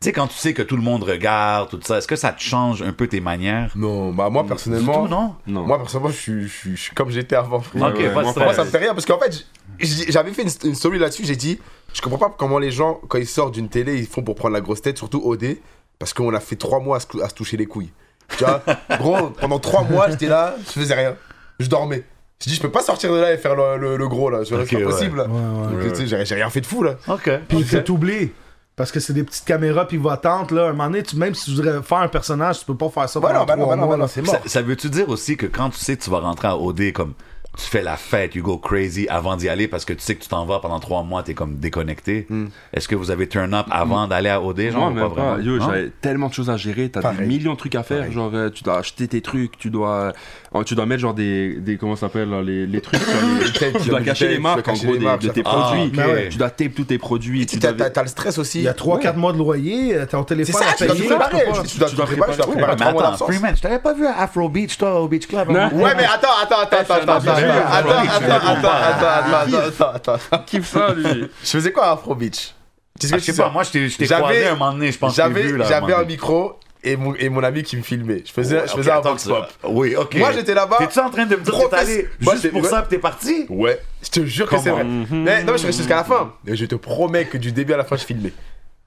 Tu sais, quand tu sais que tout le monde regarde, tout ça, est-ce que ça te change un peu tes manières? Non, bah moi Du personnellement, tout, non? Non. moi personnellement, je suis, je suis- je suis comme j'étais avant. frère. Ok, ouais, pas moi, de Moi, stress. ça me fait rien parce qu'en fait, j- j'avais fait une, une story là-dessus. J'ai dit, je comprends pas comment les gens, quand ils sortent d'une télé, ils font pour prendre la grosse tête, surtout OD, parce qu'on a fait trois mois à se, cou- à se toucher les couilles. Tu vois, gros, pendant trois mois, j'étais là, je faisais rien, je dormais. Je dis, je peux pas sortir de là et faire le, le- le gros là, Tu vois, Ok, c'est pas ouais. possible. là. ouais. Donc, tu sais, j'ai- J'ai rien fait de fou là. OK. Puis que t'oublies. Parce que c'est des petites caméras pivotantes, là. À un moment donné, tu- même si tu voudrais faire un personnage, tu peux pas faire ça Bah non, pendant bah non, trois bah non, mois, bah non, là. c'est Ça, mort. ça veut-tu dire aussi que quand tu sais que tu vas rentrer à OD, comme tu fais la fête, you go crazy avant d'y aller parce que tu sais que tu t'en vas pendant trois mois, t'es comme déconnecté. Est-ce que vous avez turn up avant d'aller à OD, genre, Non, ou même pas pas. vraiment? Yo, Hein? j'avais tellement de choses à gérer, t'as des Pareil. millions de trucs à faire, genre euh, tu dois acheter tes trucs, tu dois, euh, tu dois mettre genre des, des comment ça s'appelle, là, les, les trucs, sur les- tu dois cacher les marques en gros des- de tes Ah, produits, ok. Ouais. tu dois tape tous tes produits, tu Tu dois, t'as- t'as t'as le stress aussi. Il y a 3-4 mois de loyer, euh, ton C'est téléphone ça, à tu dois tout payer. préparer. Tu dois tu tout dois préparer, tu dois préparer préparer. mais trois mois attends, d'absence. Freeman, je t'avais pas vu à Afro Beach, toi, au Beach Club. hein? Ouais, mais attends, attends, attends, attends, attends, attends, attends, attends, attends, attends, attends, attends, attends. kiffe ça lui. Je faisais quoi à Afro Beach Tu Ah, je sais pas, moi, je t'ai je t'ai J'avais- croisé un moment donné, je pense que je t'ai j'avais vu, là. j'avais moment un donné. micro et mon et mon ami qui me filmait. Je faisais je Ouais, faisais ok, un attends vox que pop. ça- Oui, ok. Moi, j'étais là-bas. T'es-tu en train de me dire que t'es Professe- allé Moi, juste j'étais- pour ça, puis t'es parti? Ouais, je te jure que c'est vrai. Comment Mais non, mais je suis resté jusqu'à la fin. Et je te promets que du début à la fin, je filmais.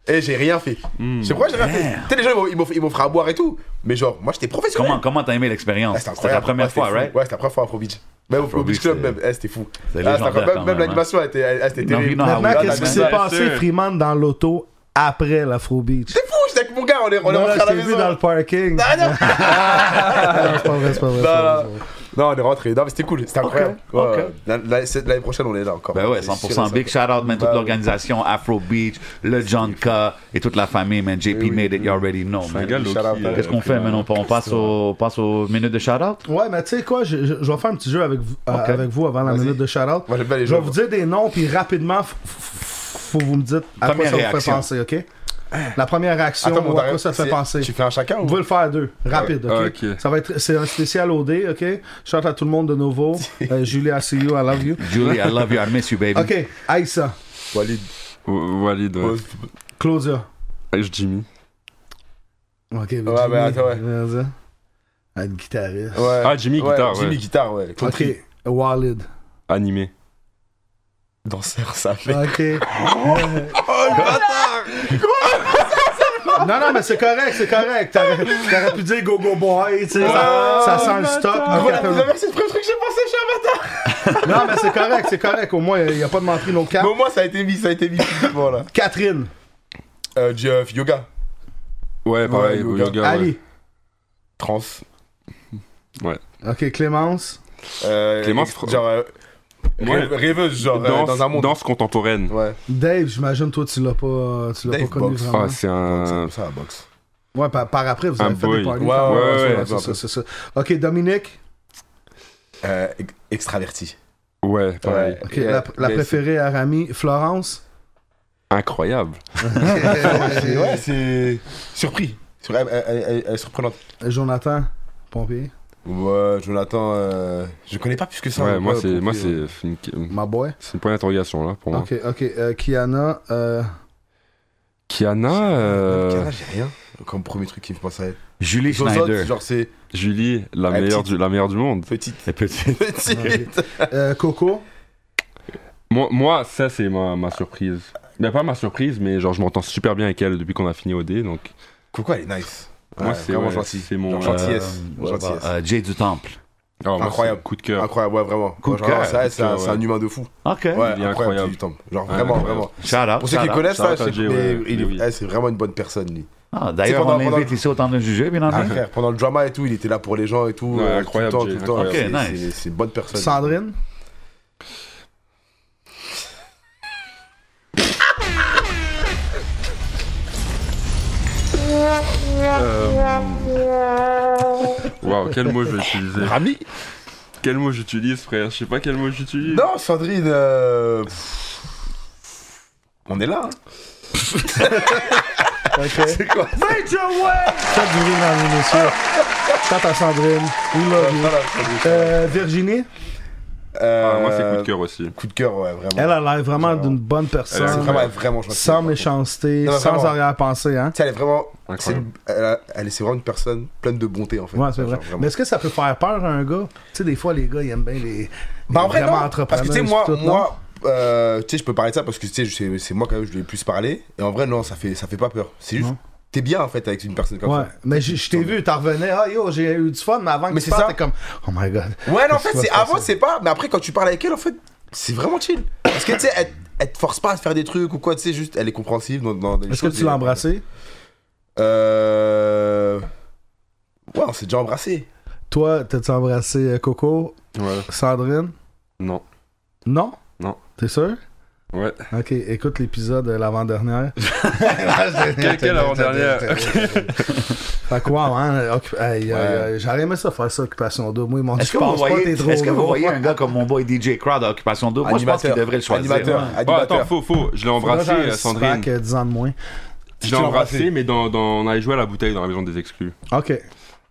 Et j'ai rien fait. Hmm. Je sais pourquoi j'ai rien fait. Tu sais, les gens, ils m'ont- ils m'offrent- ils m'offraient à boire et tout. Mais genre, moi, j'étais professionnel. Comment comment t'as aimé l'expérience? Ah, C'était C'était incroyable. la première Ouais, fois, c'était right? fou. Ouais, c'était la première fois à Pro Beach. Même au Pro Beach, Beach Club, c'est- même. Eh, c'était fou. c'est Ah, légendaire c'était incroyable. quand Même même, l'animation, elle était- elle- elle- c'était Non, terrible. non, Maintenant, Ah oui, qu'est-ce qui ben, s'est ben, passé, sûr. Freeman, dans l'auto après l'Afrobeach? T'es fou, j'étais avec mon gars, on est on est Non, rentré là, à je la t'ai vu dans maison. le parking. Ah, non. Ah, non, c'est pas vrai, c'est pas vrai. c'est pas Non, vrai. non. Non, on est rentré. Non, mais c'était cool, c'était incroyable. Ouais, ok. ouais. La- la- c'est- L'année prochaine, on est là encore. Ben ouais, C'est sûr, 100% ça. big shout out, man, toute Ben ouais. l'organisation Afro Beach, le John K et toute la famille, man. JP Eh made it, you already know, Un man. gars, shout-out, low-key, hein. euh, Qu'est-ce qu'on fait, man? On, on passe au, on passe aux minutes de shout out? Ouais, mais tu sais quoi, je, je- je vais faire un petit jeu avec vous, euh, Ok. avec vous avant la Vas-y. minute de shout-out. Moi, j'aime bien les je vais jeux. vous dire des noms, puis rapidement, f- f- faut vous me dites à Première quoi ça vous fait réaction. penser, OK? La première réaction, Ah. Attends, mon ou à Dario, quoi ça te fait c'est- penser. Tu fais un chacun On ou va le faire à deux, rapide, Ah, ok? ok. Ça va être, c'est un spécial OD, ok? Chante à tout le monde de nouveau. Euh, Julie, I see you, I love you. Julie, I love you, I miss you, baby. Ok, Aïssa, Walid Wa- Walid, ouais. Claudia. Avec Jimmy. Ok, Ouais, ben, attends, ouais. Vas-y. Un guitariste. Ouais. Ah, Jimmy, Ouais, guitare, Jimmy ouais. guitare, ouais. Ok, Walid. Animé. Danseur, ça fait. Ok. non, non, mais c'est correct, c'est correct. T'aurais t'aurais pu dire Go Go Boy, tu sais, ça, ça sent le stock. Gros, la Ok, première, c'est le premier truc que j'ai pensé, je suis un bâtard. non, mais c'est correct, c'est correct. Au moins, il n'y a pas de mentir nos Mais cap. au moins, ça a été mis, ça a été mis. Voilà. Catherine, Euh, du, euh, yoga. Ouais, pareil, au yoga. yoga. ouais. Ali. Trans. Ok, Clémence. Euh, Clémence, ex- genre. euh, Ouais. rêve- rêveuse, genre, euh, Danse, dans un monde. danse contemporaine. Ouais. Dave, j'imagine, toi, tu l'as pas, tu l'as pas Dave connu Box. vraiment. Ah, c'est C'est un. ça, la boxe. Ouais, par, par après, vous avez Un fait boy. des parties. Ouais, par- ouais, ouais, c'est ouais. ça, c'est ça. Ok, Dominique. Euh, ex- extraverti. Ouais, pareil. Ok, Yeah. la, la Yes. préférée à Rami. Florence. Incroyable. C'est- ouais, c'est. Surpris. Sur- Elle, elle- elle- elle- elle est surprenante. Jonathan. Pompier. Ouais, Jonathan, euh, je connais pas plus que ça. hein, Ouais, moi, c'est. pour- Moi, pour- c'est. une- Ma boy. C'est une point d'interrogation, là, pour moi. Ok, ok. euh, Kiana. euh, Kiana. Même euh, Kiana, j'ai rien comme premier truc qui me pense à elle. Julie Les autres, Schneider. genre c'est Julie, la Ouais, meilleure, petite. du, la meilleure du monde. petite, Et petite. petite. euh, Coco. Moi, moi ça, c'est ma, ma surprise. Mais pas ma surprise, mais genre, je m'entends super bien avec elle depuis qu'on a fini OD, donc. Coucou, elle est nice. Moi, c'est- vraiment ouais, gentil. c'est Genre mon- gentillesse. ouais, gentillesse. bah, euh, Jay du Temple. Alors, moi, Incroyable. c'est Ah, Coup de cœur. Incroyable, ouais, vraiment. Coup de Genre, cœur. ça, C'est Coup de un, cœur, c'est un bah, ouais. humain de fou. Ok. Ouais, Il est incroyable. incroyable. tu tombes. Genre, vraiment, Incroyable. vraiment. Shout out. Pour ceux qui shout le out. connaissent, shout ça, out à c'est Jay, mais ouais. il est- Oui. eh, c'est vraiment une bonne personne, lui. Ah, D'ailleurs, C'est on pendant- l'invite pendant- ici au temps de juger, bien Ah, entendu. frère, pendant le drama et tout, il était là pour les gens et tout. Ouais, euh, incroyable, Tout le temps, Jay, tout le temps. incroyable. C'est- Ok, nice. c'est- C'est une bonne personne. Sandrine. Waouh, quel mot je vais utiliser Rami Quel mot j'utilise, frère Je sais pas quel mot j'utilise. Non, Sandrine. euh, On est là. hein. Ok. Faites du rire dans les messieurs. Chante à Sandrine. We love you. Voilà, Sandrine. Euh, Virginie. Ah, moi, c'est coup Euh, de cœur aussi. Coup de cœur, ouais, vraiment. Elle a l'air vraiment d'une bonne C'est personne. vraiment, vraiment gentille. Sans méchanceté, Non, mais sans vraiment. arrière-pensée, hein. Tu sais, elle est vraiment. Incroyable. c'est une- elle, a- elle est c'est vraiment une personne pleine de bonté, en fait. Ouais, c'est vrai. Genre, vraiment. Mais est-ce que ça peut faire peur à un gars Tu sais, des fois, les gars, ils aiment bien les. Bah, en les vrai, vraiment non. Parce que, tu sais, moi, entrepreneurs, tout, moi euh, tu sais, je peux parler de ça parce que, tu sais, je- c'est- c'est moi quand même, je lui ai plus parlé. Et en vrai, non, ça fait, ça fait pas peur. C'est juste. T'es bien, en fait, avec une personne non? comme Ouais, mais je je t'ai vu, t'en revenais, ah yo, j'ai eu du fun, mais avant que Mais tu c'est partes, ça. t'es comme, oh my god. ça. Ouais, non, en fait, Qu'est-ce qui c'est va se avant, passer c'est pas. Mais après, quand tu parles avec elle, en fait, c'est vraiment chill. Parce que, tu sais, elle, elle te force pas à te faire des trucs ou quoi, tu sais, juste, elle est compréhensive dans, dans des Est-ce que choses, tu et- l'as embrassé Euh. Ouais, on s'est déjà embrassé. Toi, t'as-tu embrassé euh, Coco, Ouais. Sandrine Non. Non Non. T'es sûr Ouais. Ok, écoute l'épisode euh, l'avant-dernière. Quel, quel avant-dernière Fait quoi, hein occu- hey, euh, J'aurais aimé ça faire ça, Occupation Double. Moi, ils m'ont dit, Est-ce que, je vous pense pas, voyez, t'es trop est-ce que vous gros. voyez un gars comme mon boy DJ Crowd à Occupation 2 Moi, je pense qu'il devrait le choisir. Animateur. Ouais. Oh, Animateur. attends, faux, faux. Je Faudrait l'ai embrassé, faire un euh, Sandrine. six-pack, euh, 10 ans de moins. Je Tu l'ai l'as embrassé, embrassé. mais dans, dans- on allait jouer à la bouteille dans la maison des exclus. Ok,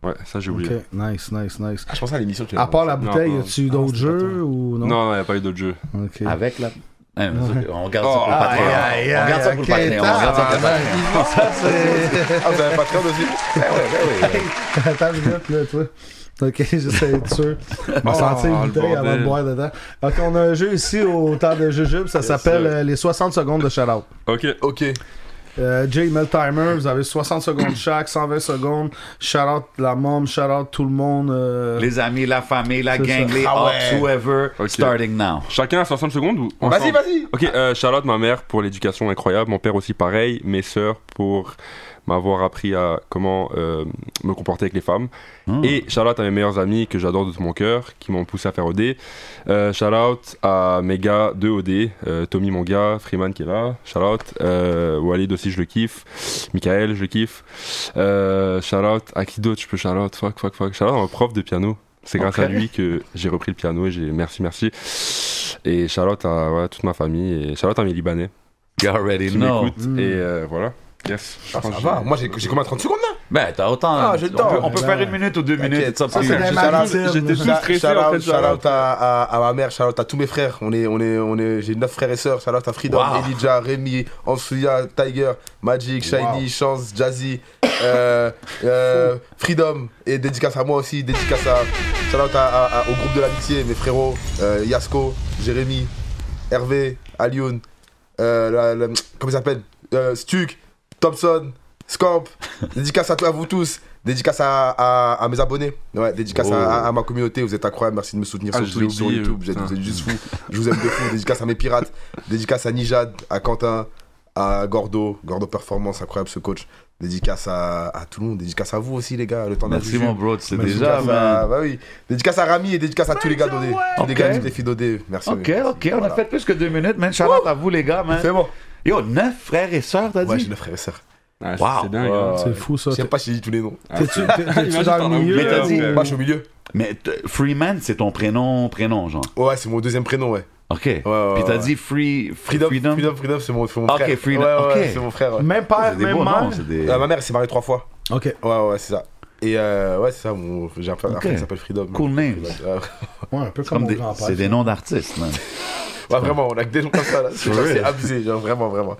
Ouais, ça, j'ai ok, oublié. nice, nice, nice. Ah, je pensais à l'émission que tu À part la Non, bouteille, non. y a-tu d'autres c'était pas jeux ou non? Non, Ah, non, y a pas eu d'autres jeux. Ok. Avec la. Hein, On garde ça Oh, pour le aïe, Patreon. On garde ça pour le Patreon. On garde ça pour le Patreon. Ah, vous avez pas de dessus Attends une minute, là, toi. Ok, j'essaie d'être sûr. On va sentir Oh, le une bouteille avant de bordel. boire dedans. Ok, on a un jeu ici au temps de Jujube, ça s'appelle sir. euh, les 60 secondes de shout-out. Ok. Ok. Euh, Jay Meltimer, vous avez 60 secondes chaque, 120 secondes. Shout out la mom, shout out tout le monde. euh, Les amis, la famille, la gang, les Ah ouais. ops, whoever, Ok. starting now. Chacun à 60 secondes ou Vas-y, ensemble vas-y. Ok, euh, Charlotte, ma mère, pour l'éducation incroyable. Mon père aussi, pareil. Mes sœurs, pour m'avoir appris à comment euh, me comporter avec les femmes. Et Charlotte à mes meilleurs amis que j'adore de tout mon cœur, qui m'ont poussé à faire OD. Euh, Charlotte à mes gars de OD. euh, Tommy, mon gars. Freeman qui est là. Charlotte. Euh, Walid aussi, je le kiffe. Michael, je le kiffe. Euh, Charlotte. À qui d'autre je peux Charlotte Fuck, fuck, fuck. Charlotte, un prof de piano. C'est grâce à lui que j'ai repris le piano et j'ai. Merci, merci. Et Charlotte à ouais, toute ma famille. Et Charlotte à mes Libanais You already qui know. m'écoutent. Mm. Et euh, voilà. Yes. Je Ah, ça pense que va. j'ai- Moi, j'ai j'ai combien 30 secondes là Ben, t'as autant. Ah, j'ai le on temps. peut, on peut Ben faire ouais. une minute ou deux minutes. T'inquiète. Ça, Ça, puis- c'est des Shout-out- maritimes. J'étais tout stressé, Shout-out- en fait, shout-out shout-out. à, à- à ma mère, shout-out à tous mes frères. On est, on est, on est, j'ai neuf frères et sœurs. Shout-out à Freedom, Wow. Elijah, Rémi, Ansuya, Tiger, Magic, Shiny, Chance, Jazzy, euh, euh, Freedom. Et dédicace à moi aussi, dédicace à. Shout-out à- à- à- au groupe de l'amitié, mes frérots, euh, Yasko, Jérémy, Hervé, Alioun, euh, la- la- comment il s'appelle Euh, Stuck, Thompson, Scamp. Dédicace à, toi, à vous tous. Dédicace à, à- à mes abonnés. Ouais, dédicace Oh. à, à ma communauté. Vous êtes incroyables. Merci de me soutenir Ah, sur je Twitch, l'ai sur oublié, YouTube. Vous êtes, putain. vous êtes juste fous. Je vous aime de fou. Dédicace à mes pirates. Dédicace à Nijad, à Quentin, à Gordo. Gordo Performance, incroyable ce coach. Dédicace à, à tout le monde. Dédicace à vous aussi, les gars. Le temps d'un Merci, jujube. mon bro, c'est Dédicace déjà, à, man. bah oui. Dédicace à Rami et dédicace à tous les gars d'OD. Tous les Ok. gars, toutes les filles d'OD. Merci. Ok, Merci. ok, on Voilà. a fait plus que deux minutes, man. Shout-out à vous, les gars, man. C'est bon. Yo, neuf frères et sœurs, t'as Ouais, j'ai dit? neuf frères et sœurs. Ah, Wow. C'est dingue. hein. C'est fou ça. Je sais pas si j'ai dit tous les noms. Ah, T'es-tu t'es- t'es-tu Imagine, dans t'en as le milieu? oublié, Mais t'as là, dit- ou- Moi, je suis au milieu. Mais t- Freeman, c'est ton prénom, prénom, genre. Ouais, c'est mon deuxième prénom, ouais. Ok. ouais, Puis t'as ouais. dit free, Freedom, freedom. Ah, Freedom, Freedom, c'est mon, c'est mon Ok, frère. Freedom, Ouais, ouais, ok. c'est mon frère. ouais. Même C'est père, des même beaux noms, mère. c'est des. Euh, ma mère, elle s'est mariée trois fois. Ok. Ouais, ouais, c'est ça. Et euh, ouais, c'est ça, mon... j'ai un frère, un Ok. frère qui s'appelle Freedom. Cool name. Ouais, Ouais, un peu comme, Comme mon des- grand-père. C'est des noms d'artistes, man. ouais, vraiment, on a que des gens comme ça, là. C'est For c'est real. abusé, genre, vraiment, vraiment.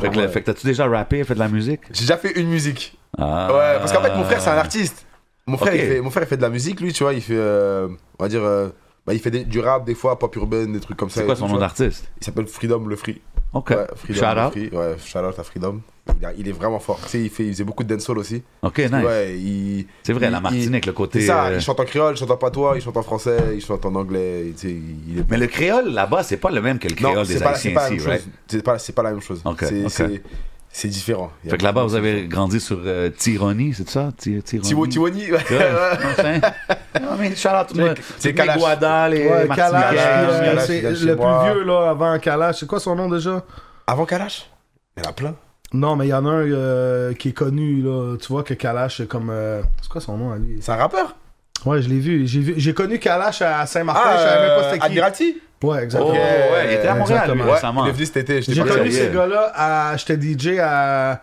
Fait que, là, Genre, ouais. fait que t'as-tu déjà rappé, fait de la musique? J'ai déjà fait une musique. Ah. Ouais, parce qu'en fait, mon frère, c'est un artiste. Mon frère, Ok. il fait, mon frère, il fait de la musique, lui, tu vois, il fait, euh, on va dire, euh, bah, il fait des- du rap, des fois, pop urbaine, des trucs comme ça. C'est et quoi tout, son tu nom vois. d'artiste? Il s'appelle Freedom le Free. Ok. Ouais, Freedom Shout le out. Free. Ouais, shout out à Freedom. Il, a- il est vraiment fort. Tu sais, il, fait, il faisait beaucoup de dancehall aussi. Ok, nice. Ouais, il, C'est vrai, Il- la Martinique, le côté. C'est ça, euh, il chante en créole, il chante en patois, il chante en français, il chante en anglais, il- tu sais, il est... Mais le créole là-bas, c'est pas le même que le créole Non, des c'est pas, c'est Haïtiens pas la ici, même right? chose. C'est pas, c'est pas la même chose. Ok, c'est, ok. c'est- c'est différent. Il y a Fait que là-bas, beaucoup vous de- avez grandi sur euh, Tironie, c'est ça? Ti- Tironie. Tiwo- Tiwoni, ouais. Ouais, enfin. Non, mais shout out, Les- les, c'est les Kalash. Guada, les Ouais, Martiniquais. Kalash, Kalash, euh, Kalash, c'est il y a chez le plus moi. vieux là avant Kalash. C'est quoi son nom déjà Avant Kalash Il y en a plein. Non, mais il y en a un euh, qui est connu là. Tu vois que Kalash c'est comme euh, c'est quoi son nom à lui C'est un rappeur Ouais, je l'ai vu. J'ai vu- j'ai connu Kalash à Saint-Martin. Ah, je savais même pas euh, c'était qui. Admirati Ouais, Oh, exactement. ouais, il était à Montréal, lui, Exactement. Ouais, récemment. il est venu cet été, j'étais J'ai pas connu sûr. ces gars-là à j'étais DJ à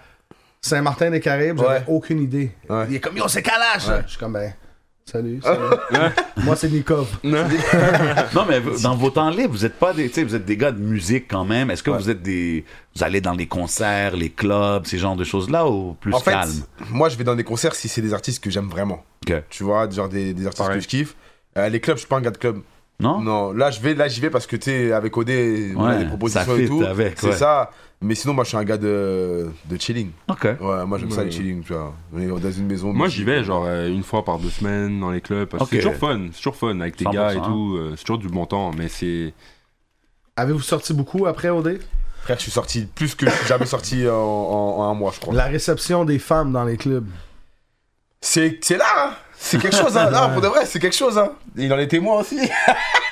Saint-Martin-des-Caribes. J'avais Ouais. aucune idée. Ouais. Il est comme yo, c'est Kalash. Je suis comme ben. Salut. salut. Moi, c'est Nikov. Non, mais vous- dans vos temps libres, vous êtes pas des, tu sais, vous êtes des gars de musique quand même. Est-ce que vous êtes des, vous allez dans les concerts, les clubs, ces genres de choses-là ou plus En fait, calme? moi, je vais dans des concerts si c'est des artistes que j'aime vraiment. Ok. Tu vois, genre des, des artistes Pareil. que je kiffe. Euh, les clubs, je suis pas un gars de club. Non? Non, là je vais, là j'y vais parce que tu sais, avec OD, on a Ouais, des propositions ça fit et tout. avec, c'est ouais. ça. Mais sinon, moi je suis un gars de, de chilling. Ok. Ouais, moi j'aime ça le chilling, tu vois. On est dans une maison. Moi j'y vais genre euh, une fois par deux semaines dans les clubs. parce que Ok. C'est toujours fun, c'est toujours fun avec tes 100%. hein. gars et tout. euh, c'est toujours du bon temps, mais c'est. Avez-vous sorti beaucoup après OD Frère, je suis sorti plus que je suis jamais sorti en, en- en un mois, je crois. La réception des femmes dans les clubs. C'est, c'est là, hein. C'est quelque chose, hein. Là, pour de vrai, c'est quelque chose, hein. Il en est témoin aussi.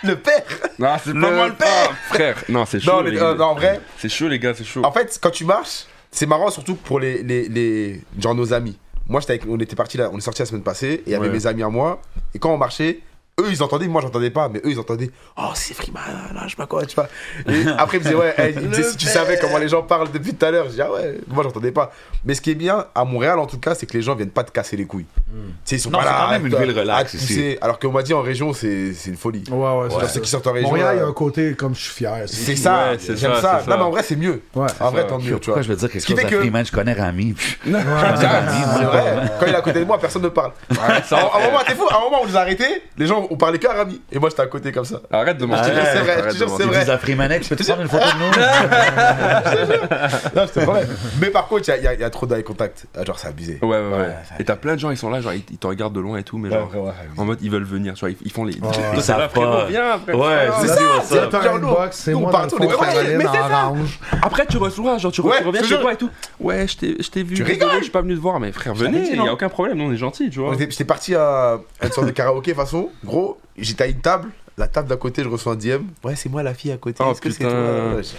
le père. Ah, c'est Le père. Frère, non, c'est chaud. Non, les- les euh, gars. non, en vrai. C'est chaud, les gars, c'est chaud. En fait, quand tu marches, c'est marrant surtout pour les, les, les genre nos amis. Moi, j'étais avec, on était parti là, on est sorti la semaine passée et il y avait Ouais. mes amis à moi. Et quand on marchait, eux ils entendaient, moi j'entendais pas, mais eux ils entendaient. Oh c'est Freeman, là je m'accorde, tu vois. Et après ils me disaient ouais, hey, ils me disaient, si tu savais comment les gens parlent depuis tout à l'heure, je dis ah ouais, moi j'entendais pas. Mais ce qui est bien à Montréal en tout cas, c'est que les gens viennent pas te casser les couilles. Tu sais, ils sont Non, pas c'est là. quand à même une te- ville à relax te ici. pousser. Alors qu'on m'a dit en région, c'est c'est une folie. Ouais, ouais, Genre, c'est ceux ça. qui sortent en région. Montréal, il y là, a un côté comme je suis fier. c'est ça, Ouais, c'est j'aime ça. ça, c'est ça. Non, mais en vrai, c'est mieux. Ouais. en vrai, tant mieux, tu Pourquoi vois. je veux dire Ce quelque qui chose fait à que- Freeman? Je connais Rami. Ah, c'est vrai. Quand il est à côté de moi, personne ne parle. à, un moment, t'es fou, à un moment, on nous a arrêtés, les gens, on parlait qu'à Rami. Et moi, j'étais à côté comme ça. Arrête de Je te mentir. jure, c'est vrai, Arrête je te de jure, c'est mentir. vrai. Vous a pris Manek, je peux te prendre une photo de Ah! nous Non, c'est vrai. Mais par contre, il y a- il y, a- il y a trop d'eye contact. Ah, Genre, c'est abusé. Ouais, ouais, ouais. Et t'as plein de gens, ils sont là, genre, ils, ils te regardent de loin et tout, mais genre, Ouais, ouais, ouais. en mode, ils veulent venir. Genre, ils, ils font les. Ils savent pas. Viens après. Ouais, frère. c'est ça, ça, c'est ça. Genre, nous, c'est nous, moi on dans part, le on est fond, vraiment- Caroline mais c'est en ça. orange. Après, tu reçois, genre, tu, re- Ouais, tu reviens je chez jure. toi et tout. Ouais, je t'ai- je t'ai vu. Tu désolé, rigoles Je suis pas venu te voir, mais frère, dit, venez, y non a aucun problème, nous, on est gentils, tu On vois. était- J'étais parti à une sorte de karaoké façon. Gros, j'étais à une table. La table d'à côté, je reçois un DM. Ouais, c'est moi la fille à côté. Oh, Est-ce que c'est toi putain. Je dis,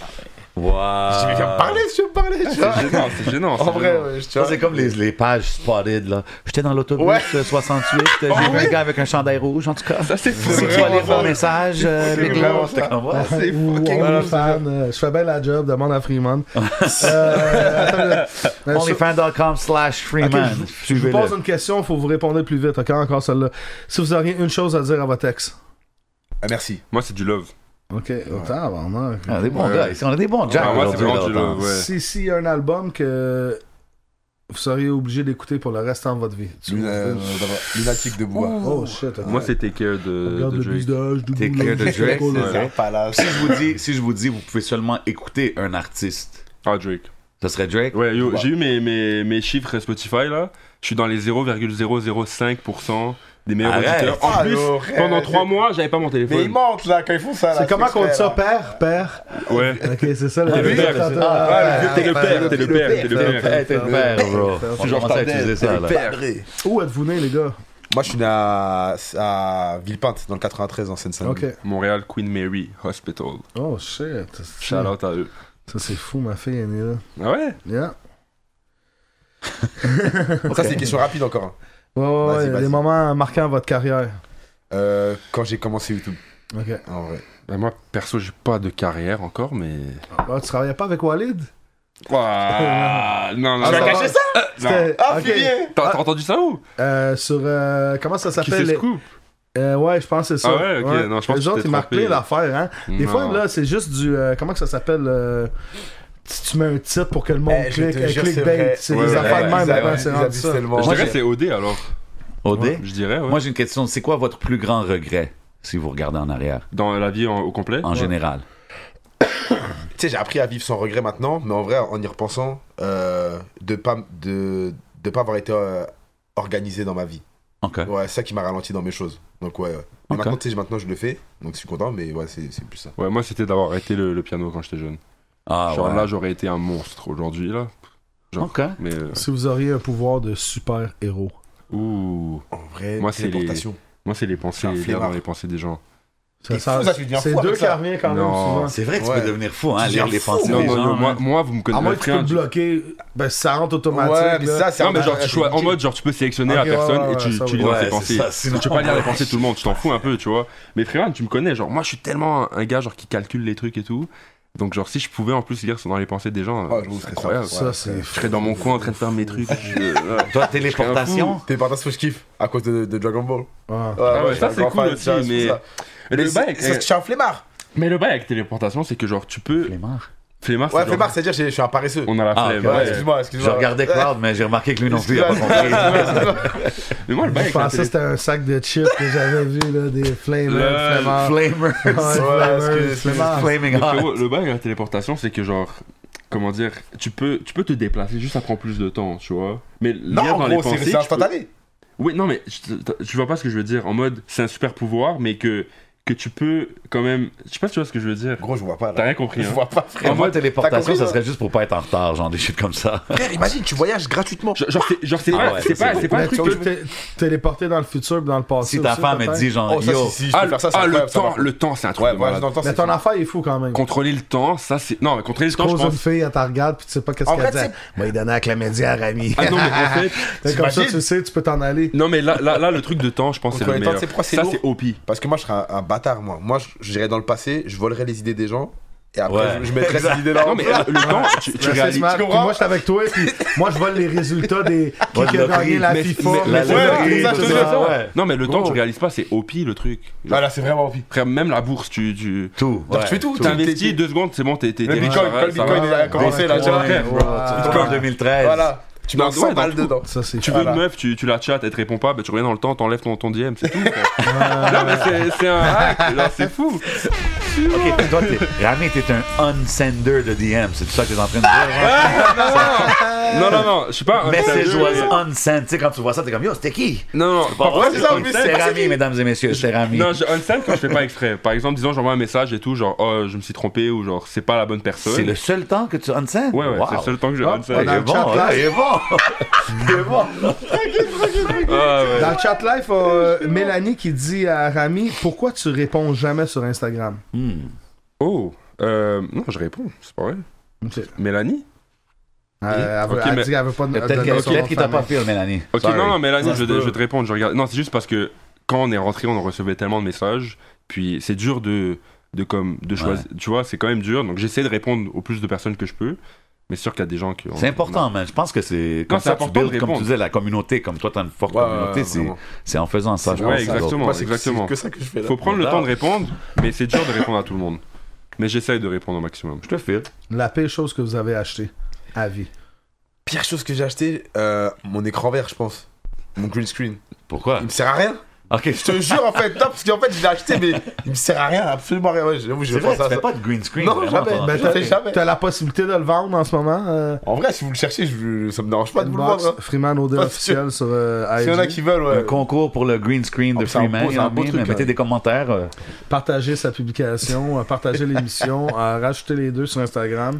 Waouh. ah, mais viens me parler, si tu veux me parler. tu vois. C'est gênant, c'est gênant. En c'est vrai, gênant. ouais, je- tu Ça, vois. c'est comme les, euh, les pages spotted, là. J'étais dans l'autobus Ouais. euh, 68, j'ai vu un gars avec un chandail rouge, en tout cas. Ah Ça, c'est C'est vraiment quoi les ça. bons messages, euh, C'est les vraiment gars? J'étais comme, Ah, Euh, ouais, c'est- Ou on est fan, euh, je fais bien la job, demande à Freeman. Euh, attends une minute. Euh, sur- Onlyfans.com slash Ok, Freeman. je vous- je, vous Suivez-le. pose une question, faut vous répondre le plus vite, ok, encore celle-là. Si vous auriez une chose à dire à votre ex. Ah, merci. Moi, c'est du love. Ok, attends, vraiment. On a Ah, des bons gars ici, on a des bons jacks Ah, moi, c'est aujourd'hui, vraiment du là, love, attends. ouais. Si, si y a un album que vous seriez obligé d'écouter pour le restant de votre vie. tu Luna- vois. euh, d'abord, Lunatique de bois. oh shit, ok. Moi, c'était que de Regarde de le Drake. visage du Take boulot, care de du Drake, boulot. c'est ça. Pas là. Si je vous dis, si je vous dis, vous pouvez seulement écouter un artiste, Ah, Drake. ça serait Drake. Ouais, yo, j'ai eu mes, mes, mes chiffres Spotify là. Je suis dans les 0,005% des meilleurs Arrête. auditeurs. En Ah, plus, non, pendant arrête. 3 mois, j'avais pas mon Mais ils téléphone. mentent là quand ils font ça. là, C'est comment qu'on dit exprès, ça, là. père Père Ouais. Ok, c'est ça le T'es le père, Ah, c'est ah, T'es le père, t'es le père, T'es t'es le le père. père, t'es le père, bro. On commence à utiliser ça, là. Padré. Où êtes-vous né, les gars Moi, je suis né à, à Villepinte, dans le 93, en Seine-Saint-Denis. Ok. Montréal Queen Mary Hospital. Oh shit. c'est- Shout out à eux. Ça, c'est fou, ma fille est née là. Ah ouais? Yeah. Ça, c'est une question rapide encore. hein. Ouais, ouais, Vas-y, ouais, vas-y. des moments marquants de votre carrière. Euh, quand j'ai commencé YouTube, Ok. en vrai. Bah, moi, perso, j'ai pas de carrière encore, mais. Ah, tu travaillais pas avec Walid Ah, Ouah, non, non, non. caché ça C'était- Ah, ok. fumier T'as t'as entendu ça où? Euh, sur. euh, comment ça Qui c'est s'appelle les- Scoop? Euh, Ouais, je pense que c'est ça. Ah ouais, ok, non, je pense que Les autres, t'es ils marquent trompé. plein d'affaires, hein. Des Non. fois, là, c'est juste du. euh, comment que ça s'appelle euh, Si tu mets un titre pour que le monde Eh, je clique, te euh, jure, c'est clickbait. vrai. C'est Ouais, des ouais, affaires de même, ouais, ils maintenant, abusent- c'est ils rendu abusent ça. tellement. Je Moi, dirais que c'est OD alors. OD. Je dirais, ouais. Moi, j'ai une question. C'est quoi votre plus grand regret si vous regardez en arrière, Dans la vie en- au complet? en général Tu sais, j'ai appris à vivre sans regret maintenant, mais en vrai, en y repensant, euh, de pas de, de pas avoir été euh, organisé dans ma vie. Ok. Ouais, c'est ça qui m'a ralenti dans mes choses. Donc ouais. ouais. Mais maintenant, tu sais, maintenant je le fais, donc je suis content, mais ouais, c'est c'est plus ça. Ouais, moi, c'était d'avoir arrêté le le piano quand j'étais jeune. Ah Genre ouais. là, j'aurais été un monstre aujourd'hui, là. genre. Ok. Mais. euh, Si vous auriez un pouvoir de super-héros. Ouh. En vrai, Moi, c'est les- téléportation. Moi, c'est les C'est pensées, un lire flemmard. dans les pensées des gens. Ça- T'es ça- fou, ça, tu deviens C'est fou deux avec qui ça. revient quand même Non. souvent. C'est vrai que tu Ouais. peux devenir fou, hein, Tu lire deviens les fou, pensées Non, des non, gens. non, moi, hein. moi, vous me À moins que Ah, connaissez. tu peux rien te du- bloquer, ben, ça rentre automatique. Ouais, mais là. ça, c'est Non, mais genre, tu choisis choisis- en mode, genre, tu peux sélectionner Ok, la personne ouais, ouais, et tu, ça tu va. lis dans Ouais, ses c'est pensées. ça, sinon- Tu peux pas lire les pensées de tout le monde, tu t'en fous un peu, tu vois. Mais frère, tu me connais, genre, moi, je suis tellement un gars, genre, qui calcule les trucs et tout. Donc, genre, si je pouvais en plus lire dans les pensées des gens, Ouais, euh, je vous c'est ferais ça. incroyable. Ça, c'est Je serais dans mon coin en train de faire mes trucs. Ah je- ouais. Toi, téléportation Téléportation, je kiffe à cause de, de Dragon Ball. Ah. Ouais, Ah ouais, ouais, je suis ça, un c'est grand cool fan, aussi, ça, c'est pour mais- ça. Mais Mais le bail c'est avec- c'est parce que je suis un flemmard. Mais le bail avec téléportation, c'est que, genre, tu peux. Clément. Flemmard, Ouais, c'est genre- flemmard, c'est-à-dire je je suis un paresseux. On a la Ah, flemme. Ouais, ouais. excuse-moi, Je excuse-moi. regardais Cloud, mais j'ai remarqué que lui non plus, il a pas compris. Excuse-moi. Mais moi, le bail Je avec la pensais que télé- c'était un sac de chips que j'avais vu, là, des flammes, Le- flammes. Flamer. excusez- Flaming Ah. Mais hot. frérot, le bail avec la téléportation, c'est que genre, comment dire, tu peux, tu peux te déplacer, juste ça prend plus de temps, tu vois. Mais lire Non, dans en les gros, c'est- pensées, c'est tu peux- instantané. Oui, non, mais je- t- tu vois pas ce que je veux dire. En mode, c'est un super pouvoir, mais que, que tu peux quand même. Je sais pas si tu vois ce que je veux dire. Gros, je vois pas. T'as Là. rien compris. Je Hein. vois pas, Pour frère. moi, Ah, T'as téléportation, compris, ça là Ah, serait juste pour pas être en retard, genre des shit comme ça. Frère, imagine, tu voyages gratuitement. Genre, genre, c'est- genre, c'est Ah pas, ouais, c'est ça, pas, c'est c'est pas un Mais truc tu que. peux té- téléporter dans le futur, dans le passé. Si ta aussi, femme, elle peut-être. dit genre, Oh, ça, yo, si, si, je Ah, peux le, faire ça, c'est ah, le incroyable, ça, temps, par contre. le temps, c'est un truc. Ouais, de voyage malade. dans le temps, Mais c'est. ton affaire est fou quand même. Contrôler le temps, ça c'est. Non, mais contrôler le temps, je Cause une pense. fille, elle te regarde, puis tu sais pas qu'est-ce En qu'elle fait, dit. Moi, il donnait à Clamédia, Rami. Ah non, mais en fait. Fait Comme ça, t'imagines? tu sais, tu peux t'en aller. Non, mais là, là, là, le truc de temps, je pense c'est le Contrôler le temps, meilleur. c'est pourquoi c'est Ça, lourd. c'est OP. Parce que moi, je serais un, un bâtard, moi. Moi, je- j'irais dans le passé, je volerais les idées des gens, et après, Ouais. je, je mettrais ces idées-là. Non, mais euh, le temps, tu, tu Tu sais, réalises. Smart, puis comprends? moi, je suis avec toi, puis moi, je vole les résultats des. qui Votre qui a gagné loterie, la mais- FIFA. mais- la mais- loterie, ouais, ça, je tout te ça, jure, ouais. Non, mais le temps, Gros. tu réalises pas, c'est OP le truc. Là, là, c'est vraiment envie. Frère, même la bourse, tu. tu... tout. Genre, ouais. tu fais tout. T'investis deux secondes, c'est bon, t'es t'es- Le t'es riche. bitcoin, ça va, quand le ça va. bitcoin il a commencé, là, tu vois. Bitcoin en 2013. Ah. Voilà. Tu mets Dans- 100 ouais, dans balles tout. dedans. Ça, c'est Tu veux Voilà. une meuf, tu, tu la chattes, elle te répond pas, ben tu reviens dans le temps, t'enlèves ton, ton DM, c'est tout. quoi. non, mais c'est- c'est un hack, là, c'est fou. Ok, toi, t'es- Rami, t'es un unsender de DM, c'est tout ça que t'es en train de dire. hein. Non, non, non, je suis Ah, pas un Message sérieux, mais- was unsent. Tu sais, quand tu vois ça, t'es comme yo, c'était qui? Non, non, Bon, parfois, c'est je- ça, on- mais C'est c'est- Rami, mesdames et messieurs, c'est Rami. Non, je unsend quand je fais pas exprès. Par exemple, disons, j'envoie un message et tout, genre, oh, je me suis trompé ou genre, c'est pas la bonne personne. C'est le seul temps que tu unsent? Ouais, ouais, Wow. c'est le seul temps que je Ah, unsend. Il est bon, hein, il est bon. Il est bon. Ah, ouais. Dans le chat live, euh, Mélanie qui dit à Rami Pourquoi tu réponds jamais sur Instagram Hmm. Oh, euh, non, je réponds, c'est pas vrai. Ok. Mélanie Euh, Elle veut- Ok, elle mais- dit qu'elle veut pas Il y a Peut-être donner qu'il son peut-être nom qu'il de t'a pas famille. fait, Mélanie. Ok, Sorry. non, non, Mélanie, je, je te réponds, je regarde. Non, c'est juste parce que quand on est rentré, on recevait tellement de messages, puis c'est dur de, de, comme, de choisir. Tu vois, c'est quand même dur, donc j'essaie de répondre au plus de personnes que je peux, mais c'est sûr qu'il y a des gens qui. ont- C'est important, man. Je pense que c'est comme Non, c'est ça tu important de builds, comme tu répondre. disais, la communauté. Comme toi, t'as une forte Ouais, ouais, communauté. ouais, c'est- vraiment. c'est en faisant ça, je Ouais, pense. exactement, Moi, c'est exactement. c'est que ça que je fais là. Faut prendre le temps de bah, répondre, mais c'est dur de répondre à tout le monde. Mais j'essaie de répondre au maximum. Je te file. La pire chose que vous avez achetée à vie. Pire chose que j'ai acheté, euh, mon écran vert, je pense. Mon green screen. Pourquoi Il me sert à rien. Ok, Je te jure, en fait. Non, parce qu'en fait, je l'ai acheté, mais il me sert à rien, absolument rien. Ouais, j'avoue, je C'est vrai, pense tu à ça. fais pas de green screen. Non, vraiment, jamais. toi. Ben, t'as- fais jamais. T'as la possibilité de le vendre en ce moment euh, En vrai, si vous le cherchez, je... ça me dérange pas de vous le Inbox, vendre. hein. Freeman OD Parce que- officiel sur euh, S'il y en a IG. qui veulent, Le ouais. concours pour le green screen de c'est un beau- Freeman. c'est un beau Yann, truc, Mettez hein. des commentaires. euh. Partagez sa publication, euh, partagez l'émission, euh, rajoutez les deux sur Instagram.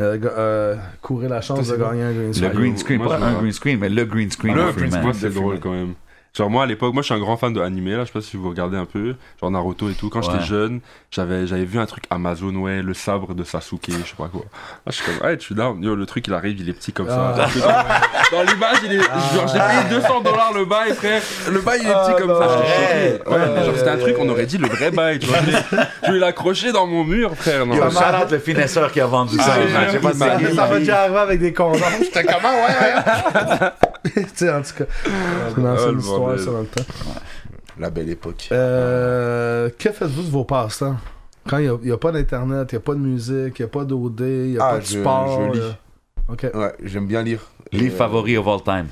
euh, ga- euh, courez la chance de gagner un green Le screen. green screen, moi, pas je un me- green screen, mais le green screen Le de Prince Freeman. Boy, c'est drôle quand même. Genre moi à l'époque, moi je suis un grand fan de animé là, je sais pas si vous regardez un peu, genre Naruto et tout. Quand Ouais. j'étais jeune, j'avais j'avais vu un truc Amazon ouais, le sabre de Sasuke, je sais pas quoi. Là, je suis comme hey, tu là, le truc il arrive, il est petit comme ça. Ah. Dans l'image, il est genre j'ai payé 200 dollars le bail frère, le bail il est Ah petit comme ça. J'étais choqué. Ouais, genre c'était un truc on aurait dit le vrai bail, tu vois. Je l'ai- Je vais l'accrocher dans mon mur frère. Non. Yo, shout out le finesseur qui a vendu ça. ouais, man. Je sais pas si ouais, c'est- ouais. Ça va déjà arriver avec des condoms. J'étais comment, ouais, ah ouais. tu sais, en tout cas, c'est une Oh, ancienne le histoire, bordel. ça, dans le temps. La belle époque. Euh, que faites-vous de vos passe-temps? Quand il n'y a, pas d'internet, il n'y a pas de musique, il n'y a pas d'OD, il n'y a Ah, pas de je- sport. je lis. euh, Ok. Ouais, j'aime bien lire. Livre Euh, favori of all time.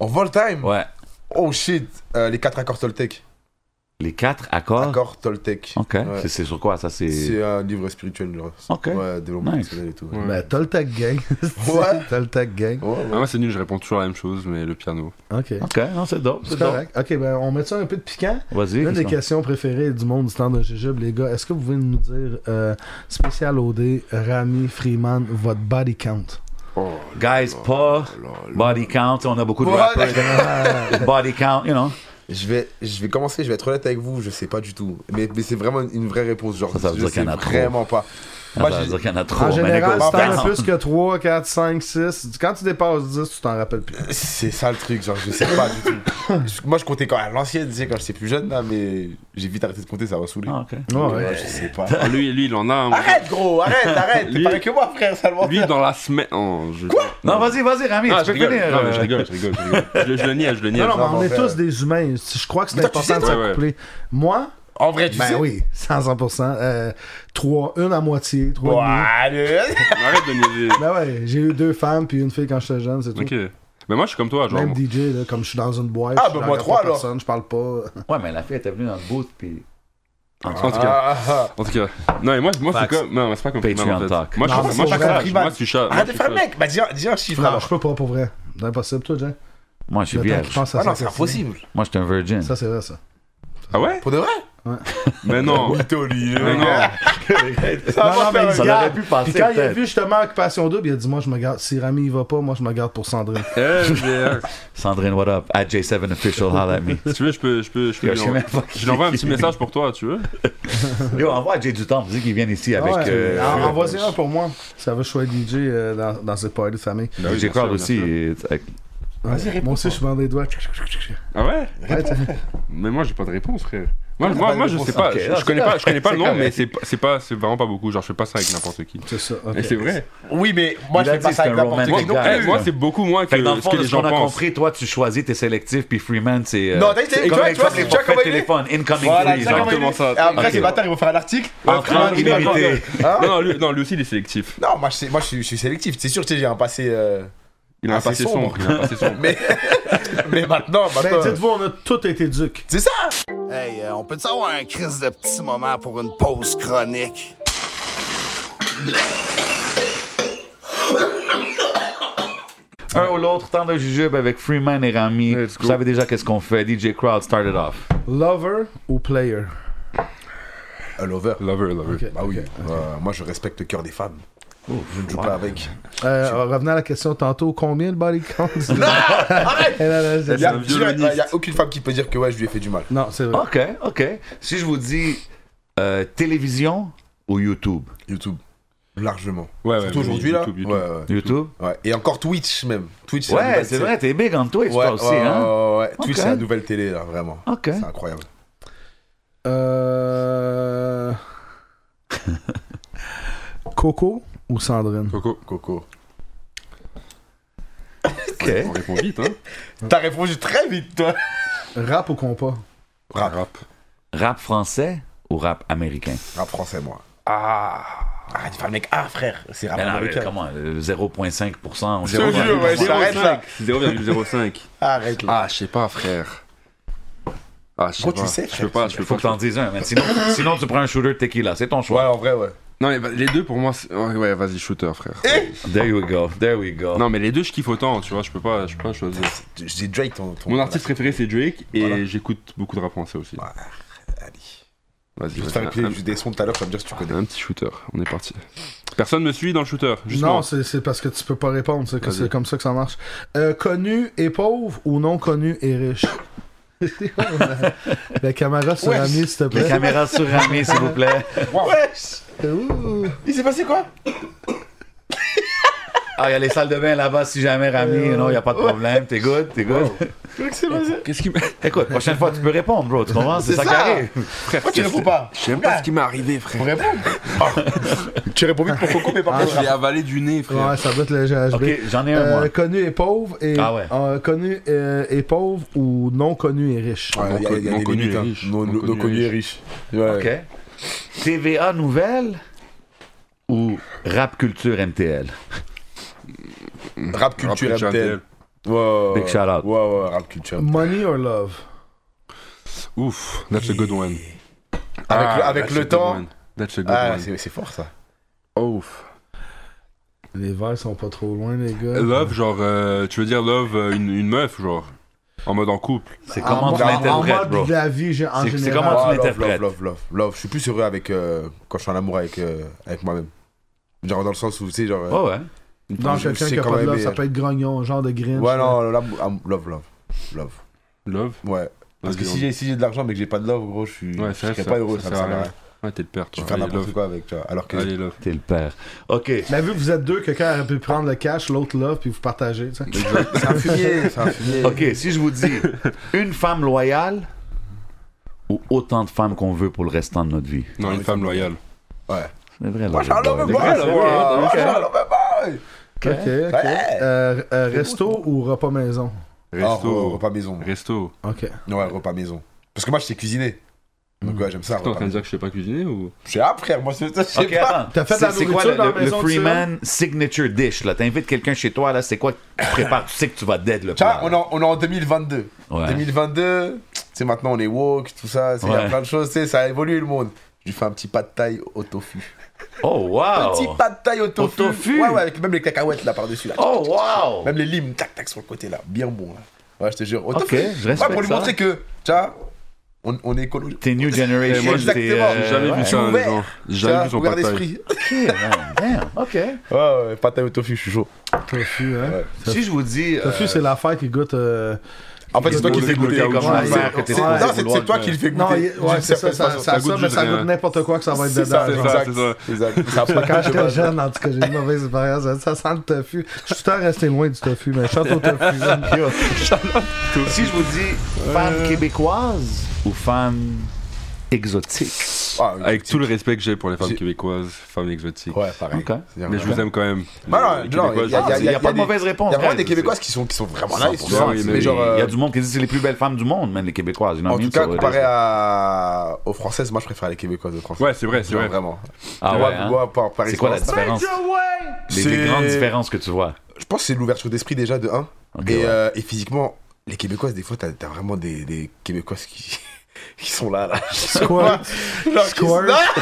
En vol time Ouais. Oh shit, euh, les 4 accords Toltec. Les quatre accords. Accords Toltec. Ah. Ok. Ouais. C'est- C'est sur quoi ça C'est. C'est un livre spirituel, genre. Ok. Ouais, développement Nice. personnel et tout. Ouais. Ouais. Ben, Toltec Gang. Ouais. Toltec Gang. Ouais, Ah, moi c'est nul, je réponds toujours la même chose mais le piano. Ok. Ok, non, c'est dope. C'est C'est dope. correct. Ok, ben, on met ça un peu de piquant. Vas-y. L'une des qu'est-ce questions préférées du monde du temps de Jujube, les gars, est-ce que vous pouvez nous dire euh, spécial OD, Rami, Freeman, votre body count qu'on- Guys, Oh, pas body count. On a beaucoup de Ouais. rappers. Body count, you know. Je vais, je vais commencer, je vais être honnête avec vous, je sais pas du tout. Mais, mais c'est vraiment une vraie réponse, genre. Ça, ça veut je dire qu'il sais y en a trop. vraiment pas. Moi, Ça veut j'ai- dire qu'il y en a trop. En mais général, nigga, si count. t'en as plus que 3, 4, 5, 6, quand tu dépasses 10, tu t'en rappelles plus. C'est ça le truc, genre je sais pas du tout. Je- Moi je comptais quand à l'ancienne, tu sais, quand j'étais plus jeune là, mais j'ai vite arrêté de compter, ça m'a saoulé. Ah, ok. Ouais, Ouais, ouais. je sais pas. Ah, lui lui il en a. un. Arrête gros, arrête, arrête, t'es Lui- pareil que moi frère, ça le mentait. Lui dans la semaine. Oh, je... Quoi Non, vas-y, vas-y, Rami. Ah, tu peux je rigole. finir. Non, mais je euh, rigole, je rigole, je rigole. Je, le- je le niais, je le niais. Non, non, mais vraiment on est fait. euh, tous des humains. Je crois que c'est Mais toi, tu important de sais, toi, ouais. s'accoupler. Moi, En vrai, tu ben sais. oui, 100%. Euh, 3, 1 à moitié, 3 Ouais, allez. Arrête de niaiser. Ben ouais, j'ai eu deux femmes puis une fille quand j'étais jeune, c'est tout. Ok. Mais moi, je suis comme toi, genre. Même DJ, là, comme je suis dans une boîte, Ah, je ben, moi, regarde trois, pas alors. personne, je parle pas. Ouais, mais la fille était venue dans le booth, puis. En tout cas. Ah, ah, En tout cas. Non, mais moi, moi c'est Facts. comme. Non, c'est pas comme Patreon Freeman, en fait. talk. Moi, je Non, suis c'est moi, je suis vrai. sage. Moi, je suis chat. ah. Arrête de faire le mec, bah dis un, dis un chiffre Non, alors. je peux pas pour vrai. C'est impossible, toi, Jay. Moi, je suis Le temps qu'il vierge. pense à Ah ça, non, c'est impossible. Moi, je suis un virgin. Ça, c'est vrai, ça. Ah ouais Pour de vrai Mais non. euh. Mais non. Non, non, mais Ça il aurait regarde. pu Ah, passer, Puis quand il a peut-être. vu justement Occupation Double, il a dit Moi, je me garde. Si Rami, il va pas, moi, je me garde pour Sandrine. Eh, mais, Sandrine, what up? At J7 Official, holla at me. Si tu veux, je peux. Je peux. Je peux. Yo, lui je sais même envoyer- pas qui- Bah Je lui envoie un petit message pour toi, tu veux Yo, envoie à Jay du temps, dis qu'il vienne ici avec. Ah Ouais, euh, en- Envoie-y un pour moi. Ça va, je suis un DJ euh, dans, dans cette party de famille. Ah oui, DJ bien sûr, Crowd bien aussi. sûr. et- avec- moi aussi, je suis dans des doigts. Ah ouais Ouais, t'as- Mais moi, j'ai pas de réponse, frère. Moi, pas moi, de moi je réponse, sais pas, ok, je, non, je c'est connais pas, je connais pas le nom, correct. mais c'est pas- c'est pas, c'est vraiment pas beaucoup. Genre, je fais pas ça avec n'importe qui. c'est ça. ok. Et c'est vrai. Oui, mais moi Il je a fais pas dit ça c'est avec un n'importe Moi, qui romantic non guy. eh, plus. moi, c'est beaucoup moins que Fait que dans le ce fond, que de les Euh, ce qu'on gens a pensent. compris, toi, tu choisis, t'es sélectif, puis Freeman, c'est. euh, Non, t'as- t'as- comme- tu vois- tu vois- comme les tu vois forfaits comment il est téléphone, incoming Voilà, threes, exactement. hein. ça. Et après, Ok. ces bâtards, ils vont faire un article. Entrant Il est illimité. Hein Non, non, lui, non, lui aussi, il est sélectif. Non, moi je, sais- moi, je suis, je suis sélectif. C'est sûr, tu sais, j'ai un passé. euh, Il a un Ah, c'est passé sombre. sombre. Il a un passé sombre. Mais, mais maintenant, Ben, maintenant. dites-vous, on a tous été ducs. c'est ça! Hey, euh, on peut avoir un crise de petit moment pour une pause chronique? Un ou l'autre, temps de jujube avec Freeman et Rami. Let's go. Vous savez déjà qu'est-ce qu'on fait. DJ Crowd, started off. Lover ou player? Un lover. Lover, lover. Bah oui. Euh, moi, je respecte le cœur des femmes. Oh, je ne joue pas avec. Euh, on revenait à la question tantôt, combien le body count? non, Arrête! Il c'est- n'y a, un je dirais, violoniste. il y a aucune femme qui peut dire que ouais, je lui ai fait du mal. non, c'est vrai. OK, OK. Si je vous dis euh, télévision ou YouTube? YouTube. Largement. Ouais, Surtout ouais, aujourd'hui, là. YouTube, YouTube. Ouais, ouais. YouTube? Ouais. Et encore Twitch, même. Twitch, c'est la Ouais, nouvelle c'est télé. vrai, t'es big en Twitch, Ouais, toi aussi, ouais, hein? ouais, ouais, ouais. Twitch, Ok. c'est la nouvelle télé, là, vraiment. OK. C'est incroyable. Euh... Coco ou Sandrine? Coco, Coco. on répond vite, hein. T'as répondu très vite, toi. Rap ou compas? Rap. Rap. Rap français ou rap américain? Rap français, moi. Ah. Arrête de faire le mec. Ah, frère. C'est rap Ben non, mais américain. comment? euh, 0,5%, on Je te jure, ouais, j'arrête là. 0,05. Arrête là. Ah, je sais pas, frère. Ah, je sais Pourquoi pas. tu le sais, Je peux frère pas, je peux Faut pas. que t'en dises un, man. Sinon, sinon, tu prends un shooter tequila, c'est ton Ouais, choix. en vrai, ouais. Non, mais va- les deux pour moi, c'est- ouais, ouais, vas-y, shooter, frère. Eh. There we go, there we go. Non, mais les deux, je kiffe autant, tu vois, je peux pas, je peux pas choisir. Je dis Drake, ton. ton- Mon artiste préféré, c'est Drake, et Voilà. j'écoute beaucoup de rap français aussi. Ouais, allez. Vas-y, Je vais te vas-y, faire écouter un- juste des sons tout à l'heure, tu vas me dire si tu connais. un, un petit shooter, on est parti. Personne me suit dans le shooter, justement. Non, c'est c'est parce que tu peux pas répondre, c'est que Vas-y. c'est comme ça que ça marche. Euh, connu et pauvre ou non connu et riche? la, la caméra sur Ouais. Rami, s'il te Les plaît. caméras sur Rami, s'il vous plaît. Wesh! Ouh. Il s'est passé quoi? Ah, il y a les salles de bain là-bas, si jamais Rami, non, il n'y a pas de problème, t'es good, t'es good. Qu'est-ce qui s'est passé? Qu'est-ce qui Écoute, prochaine fois, tu peux répondre, bro, tu comprends? C'est ça, qui arrive. Pourquoi tu réponds pas? Je sais même pas ce qui m'est arrivé, frère. Pour répondre? Ah. Tu réponds vite pour Coco, mais pas pour Ah, Je l'ai rap. avalé du nez, frère. Ah, Ouais, ça doit être le GHB. Ok, j'en ai un, Euh, moi. connu et pauvre et Ah ouais. euh, connu euh, et pauvre ou non connu et riche. Ouais, il y a- il y a Mon des connu limites, est hein. riche. Nos- Mon nos- connu Nos est connus est riche. Ouais. OK. TVA Nouvelle ou Rap Culture MTL? Rap culture MTL. Ouais, ouais, Big ouais. shout out. Ouais, ouais, rap culture. Avec, Money or love. Ouf, that's a good one. le, Ah, avec that's a le good temps. one. That's a good Ah, one. c'est c'est fort ça. Ouf. Les verts sont pas trop loin les gars. Love, genre, euh, tu veux dire love, euh, une, une meuf, genre, en mode en couple. C'est En comment mode- tu en l'interprètes, mode bro? de la vie j'ai- en C'est- c'est général. comment- Ah, tu love, l'interprètes. love, love, love, love. Je suis plus heureux avec euh, quand je suis en amour avec euh, avec moi-même. Genre dans le sens où tu sais genre. euh, Ouais, ouais. Dans je quelqu'un sais qui a quand pas de même, love, mais- ça peut être grognon, genre de grinch. Ouais non, l'amour- am- love, love, love. Love Ouais. Parce que Vas-y, si j'ai si j'ai de l'argent mais que j'ai pas de love, gros, je suis Ouais, je c'est serais vrai, ça- pas heureux. ça Ça me sert à sert à rien. rien. Ouais, t'es le père, Tu tu fais vois. Allez, n'importe love. quoi avec toi. Alors que Allez, love. T'es le père. OK. Mais vu que vous êtes deux, quelqu'un aurait pu prendre le cash, l'autre love, puis vous partagez. tu sais. c'est un fumier, c'est un fumier. OK, si je vous dis une femme loyale ou autant de femmes qu'on veut pour le restant de notre vie? Non, une femme loyale. Ouais. C'est vrai, Moi, je suis un love boy. là. Moi, je suis un love boy. Ok, ok. Euh, euh, resto ou repas maison. Oh, Resto. repas maison. Resto. Ok. Ouais, repas maison. Parce que moi, je sais cuisiner. Hmm. Donc ouais, j'aime ça. T'es en repas train de maison. dire que je sais pas cuisiner ou Je sais, ah frère, moi, c'est- je sais Ok, pas. attends. T'as fait de la C'est- c'est quoi nourriture le- dans la le, maison de Freeman signature dish là T'invites quelqu'un chez toi là, c'est quoi que tu prépares Tu sais que tu vas dead le Tu vois, plat. on est en, on est en 2022. Ouais. 2022, tu sais, maintenant on est woke, tout ça, tu sais, il y Ouais. a plein de choses, tu sais, ça a évolué le monde. Je lui fais un petit pas de taille au tofu. Oh Petit wow. pas de taille au tofu. tofu Ouais, ouais, avec même les cacahuètes là par-dessus là. Oh wow. Même les limes, tac, tac, sur le côté là. Bien bon là. Ouais, je te jure. Au Ok, tofu. je respecte Ouais, pour lui ça. montrer que, tu vois, on, on est écolo. T'es new generation. Moi, je- t'es, euh, Exactement. J'ai Jamais ouais. vu ça, les ouvert. gens. J'ai Tu vois, Jamais vu son ouvert pad thai. d'esprit. Ok, man. Damn, ok. Ouais, ouais, pas de taille au tofu, je suis chaud. Tofu, hein. Si je vous dis. Tofu, euh, c'est l'affaire qui goûte. euh, En fait, c'est toi qui goûter, fais goûter. goûter, comment Ouais, faire c'est- que t'es c'est- supposé Non, c'est- vouloir c'est toi le qui le fais goûter. Non, il- ouais, d'une c'est ça, certaine ça, façon. ça, Ça goûte ça, mais juste ça rien. goûte n'importe quoi que ça va être C'est dedans. ça, genre. ça, exact. c'est ça. Exact. Ça a pas Quand de j'étais base. jeune, en tout cas, j'ai une mauvaise expérience. hein. Ça, ça sent le tofu. Je suis tout le temps resté loin du tofu, mais chante au tofu. yo. si je vous dis femme québécoise ou femme exotique. Ah, Avec tout le respect que j'ai pour les femmes J'ai- québécoises, femmes exotiques. Ouais, pareil. Ok. C'est-à-dire, Mais je ouais. vous aime quand même. Bah non, Les non, Québécoises, y a- je vous Il aime. n'y a, pas de des- mauvaise Il réponse. y a vraiment frère. des Québécoises qui sont, qui sont vraiment nice, tu 100%, vois. oui, mais mais genre, Il y a euh, du monde qui dit que c'est les plus belles femmes du monde, man, les Québécoises. you know en what I tout mean? cas, So it is. comparé à... aux Françaises, moi je préfère les Québécoises aux Françaises. Ouais, c'est vrai, c'est Genre, vrai. Vraiment. Ah ouais, Ouais, hein? ouais, par- par C'est quoi la expérience. différence? Les, les C'est- grandes différences que tu vois. je pense que c'est l'ouverture d'esprit déjà de 1. Ok, et, ouais. euh, et physiquement, les Québécoises, des fois, t'as t'as vraiment des, des Québécoises qui. qui sont là, là. Squirt. Genre, qui- Squirt.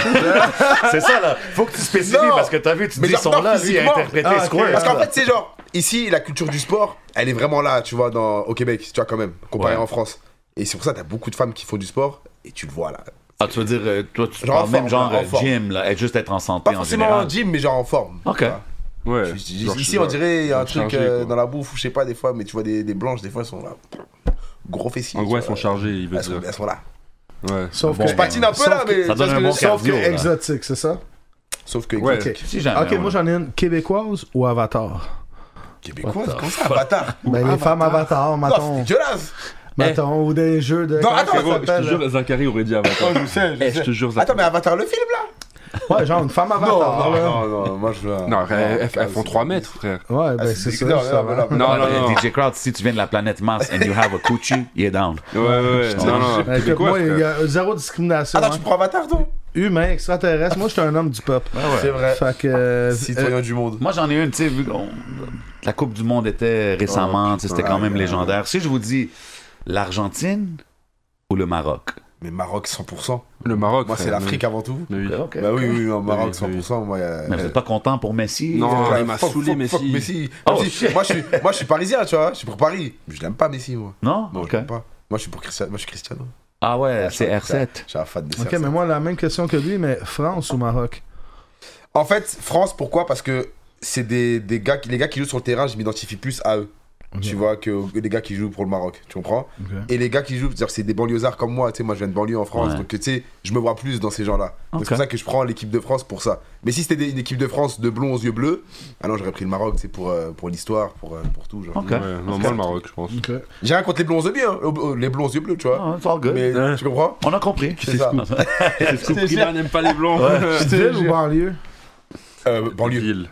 C'est ça, là. Faut que tu spécifies Non. parce que t'as vu, tu Mais dis, ils genre, sont non, là, lui, il a physiquement. interprété Ah, ok. Squirt. Parce qu'en fait, c'est genre, ici, la culture du sport, elle est vraiment là, tu vois, dans, au Québec, tu vois, quand même, comparé Ouais. en France. Et c'est pour ça, t'as beaucoup de femmes qui font du sport, et tu le vois, là. Ah, tu veux dire, euh, toi, tu Genre en parles même forme, genre en euh, forme. gym, là, être- juste être en santé Pas en forcément général. en gym, mais genre en forme. Ok. Tu vois. Ouais. Ici, Euh, Genre, je ici, suis on là. dirait, il y a un Ils sont truc chargés, euh, quoi. dans la bouffe, ou je sais pas, des fois, mais tu vois, des, des blanches, des fois, elles sont là. Gros fessiers. En tu gros, vois. elles sont chargées, il veut Elles sont, dire. elles sont là. Ouais. Sauf Bon, que Je patine un peu, Sauf là, que- mais. Ça donne un parce que- Euh, bon Sauf que cardio. là. exotique, c'est ça? Sauf que. Ouais. exotique. Si jamais, ok, moi ouais. j'en ai une québécoise ou avatar? Québécoise, comment ça, bâtard Ben, les femmes avatar, Non, Ah, c'est mettons. dégueulasse Mettons, ou des jeux de. Non, comment attends, ça attends, Frérot, Je s'appelle, te jure, Zachary aurait dit Avatar. je sais, Eh, Je te jure, Attends, Zachary. mais Avatar, le film, là euh, Ouais, genre une femme avatar. là. non, non, moi, je veux. un- Non, elles- elles elles font c'est- 3 mètres, frère. Ouais, Ah, ben c'est ça. Non, ça va. non, mais non, mais non. Non, non, Euh, non. DJ Crowd, si tu viens de la planète Mars and you have a coochie, il est down. Ouais, ouais, ouais. Ah, Non, non, Ouais, Ben, écoute, Québécois, moi, il y frère. a zéro discrimination. Attends, hein. tu prends Avatar, toi Humain, extraterrestre. Moi, je suis un homme du peuple. C'est vrai. Fait que. euh, Citoyen du monde. Moi, j'en ai une, tu sais, vu qu'on- La Coupe du Monde était récemment, tu sais, c'était quand même légendaire. Si je vous dis l'Argentine ou le Maroc Mais Maroc, 100%. Le Maroc. Moi, c'est frère, l'Afrique avant tout. Mais oui. Ben, Mais oui. Ok. Bah oui, oui, en Maroc, Oui, oui. 100%. Moi, euh, Mais vous êtes pas content pour Messi Non, Ouais, il m'a fuck, saoulé, fuck, Messi. fuck Messi. Oh, Messi, shit. Moi, je suis, moi, je suis parisien, tu vois. Je suis pour Paris. Mais Je l'aime pas, Messi, Ah, moi. Non? Non, Ok. je l'aime pas. Moi, je suis pour Cristiano. Moi, je suis Cristiano. Ah ouais, c'est Je suis un- R7. Je suis un fan de Ok, CR7. mais moi, la même question que lui, mais France ou Maroc? En fait, France, pourquoi Parce que c'est des, des gars, qui- les gars qui jouent sur le terrain, je m'identifie plus à eux. Tu vois, que aux- les gars qui jouent pour le Maroc, tu comprends Et les gars qui jouent, c'est-à-dire, c'est des banlieusards comme moi, tu sais, moi je viens de banlieue en France, Ouais. donc tu sais, je me vois plus dans ces gens-là. Ok. Donc, C'est pour ça que je prends l'équipe de France pour ça. Mais si c'était des- une équipe de France de blonds aux yeux bleus, alors j'aurais pris le Maroc, c'est pour, euh, pour l'histoire, pour, euh, pour tout. Genre. Ok. Ouais, non, moi, le Maroc, je pense. J'ai rien contre les blonds aux yeux bleus, hein, aux- aux- les blonds aux yeux bleus, tu vois. Ah, it's all good. Mais tu comprends On a compris. C'est ça. Scoopina n'aime pas les blancs. Ville ou banlieue? Euh, banlieue. Ville.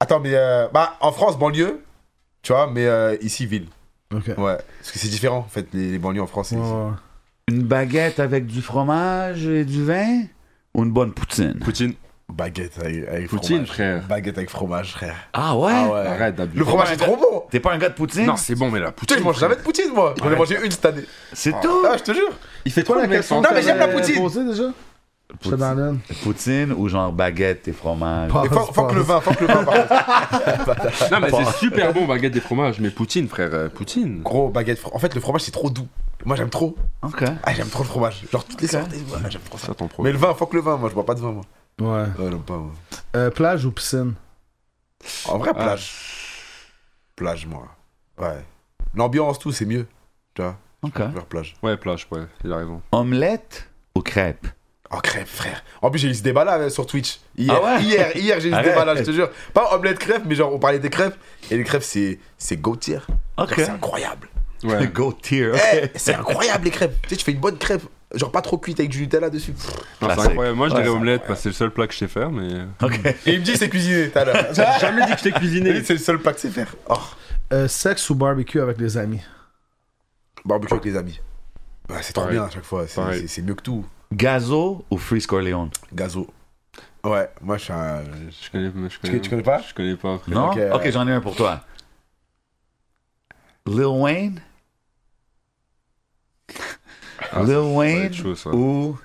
Attends, mais euh, bah, en France, banlieue, tu vois, mais euh, ici, ville. Ok. Ouais, parce que c'est différent en fait, les, les banlieues en France. c'est- Ouais, ouais. Une baguette avec du fromage et du vin ou une bonne poutine? Poutine. Baguette avec, avec Poutine, fromage. frère. Baguette avec fromage, frère. Ah ouais? Arrête d'abuser. Le fromage est trop bon T'es pas un gars de poutine? Non, c'est bon, mais la Putain, poutine. je mange jamais de poutine, moi J'en ai Ouais. mangé une cette année. C'est tout? Ah, je te jure Il fait Toi, quoi la le mec question Non, mais que j'aime la t'avais euh, poutine. posée déjà? Je te Poutine. donne. Poutine ou genre baguette et fromage? Pas- Mais fuck, fuck le vin, fuck le vin, par contre. Non, mais c'est super bon, baguette des fromages. Mais Poutine, frère, euh, Poutine. Gros, baguette. fro- En fait, le fromage, c'est trop doux. Moi, j'aime trop. Ok. Ah, j'aime trop le fromage. Genre, toutes les sortes. ouais, j'aime trop ça. Ça, ton Mais problème. le vin, fuck le vin, moi, je bois pas de vin, moi. Ouais. Ouais, j'aime pas, moi. Ah. Euh, plage ou piscine? En vrai, plage. Plage, moi. Ouais. L'ambiance, tout, c'est mieux. Tu vois, Ok. vers plage. Ouais, plage, ouais, il a raison. Omelette ou crêpe? Oh crêpe frère. En plus j'ai eu ce débat là euh, sur Twitch. Hier, Ah ouais hier, hier j'ai eu ce Arrête. débat là, je te jure. Pas omelette crêpe, mais genre on parlait des crêpes. Et les crêpes c'est c'est gautier. Ok. C'est incroyable. Ouais. Go tier. Eh, c'est incroyable les crêpes. Tu sais, tu fais une bonne crêpe, genre pas trop cuite avec du Nutella dessus. Non, c'est Classique. incroyable. Moi, je Ouais, dirais c'est omelette parce que c'est le seul plat que je sais faire, mais. Ok. Et il me dit c'est cuisiné tout à l'heure. J'ai Jamais dit que je t'ai jamais cuisiné. dit, C'est le seul plat que c'est faire. Oh. Euh, sexe ou barbecue avec les amis? Barbecue avec les amis. Bah, c'est trop Pareil. bien à chaque fois. C'est- Pareil. C'est c'est mieux que tout. Gazo ou Free Corleone? Gazo. Ouais, moi je suis un. Je connais, mais je Tu, connais, tu connais pas Je connais pas, frère. Non? Ok, Ok, euh, j'en ai un pour toi. Lil Wayne? Ah, Lil ça- ça va Wayne être chaud, ça. ou...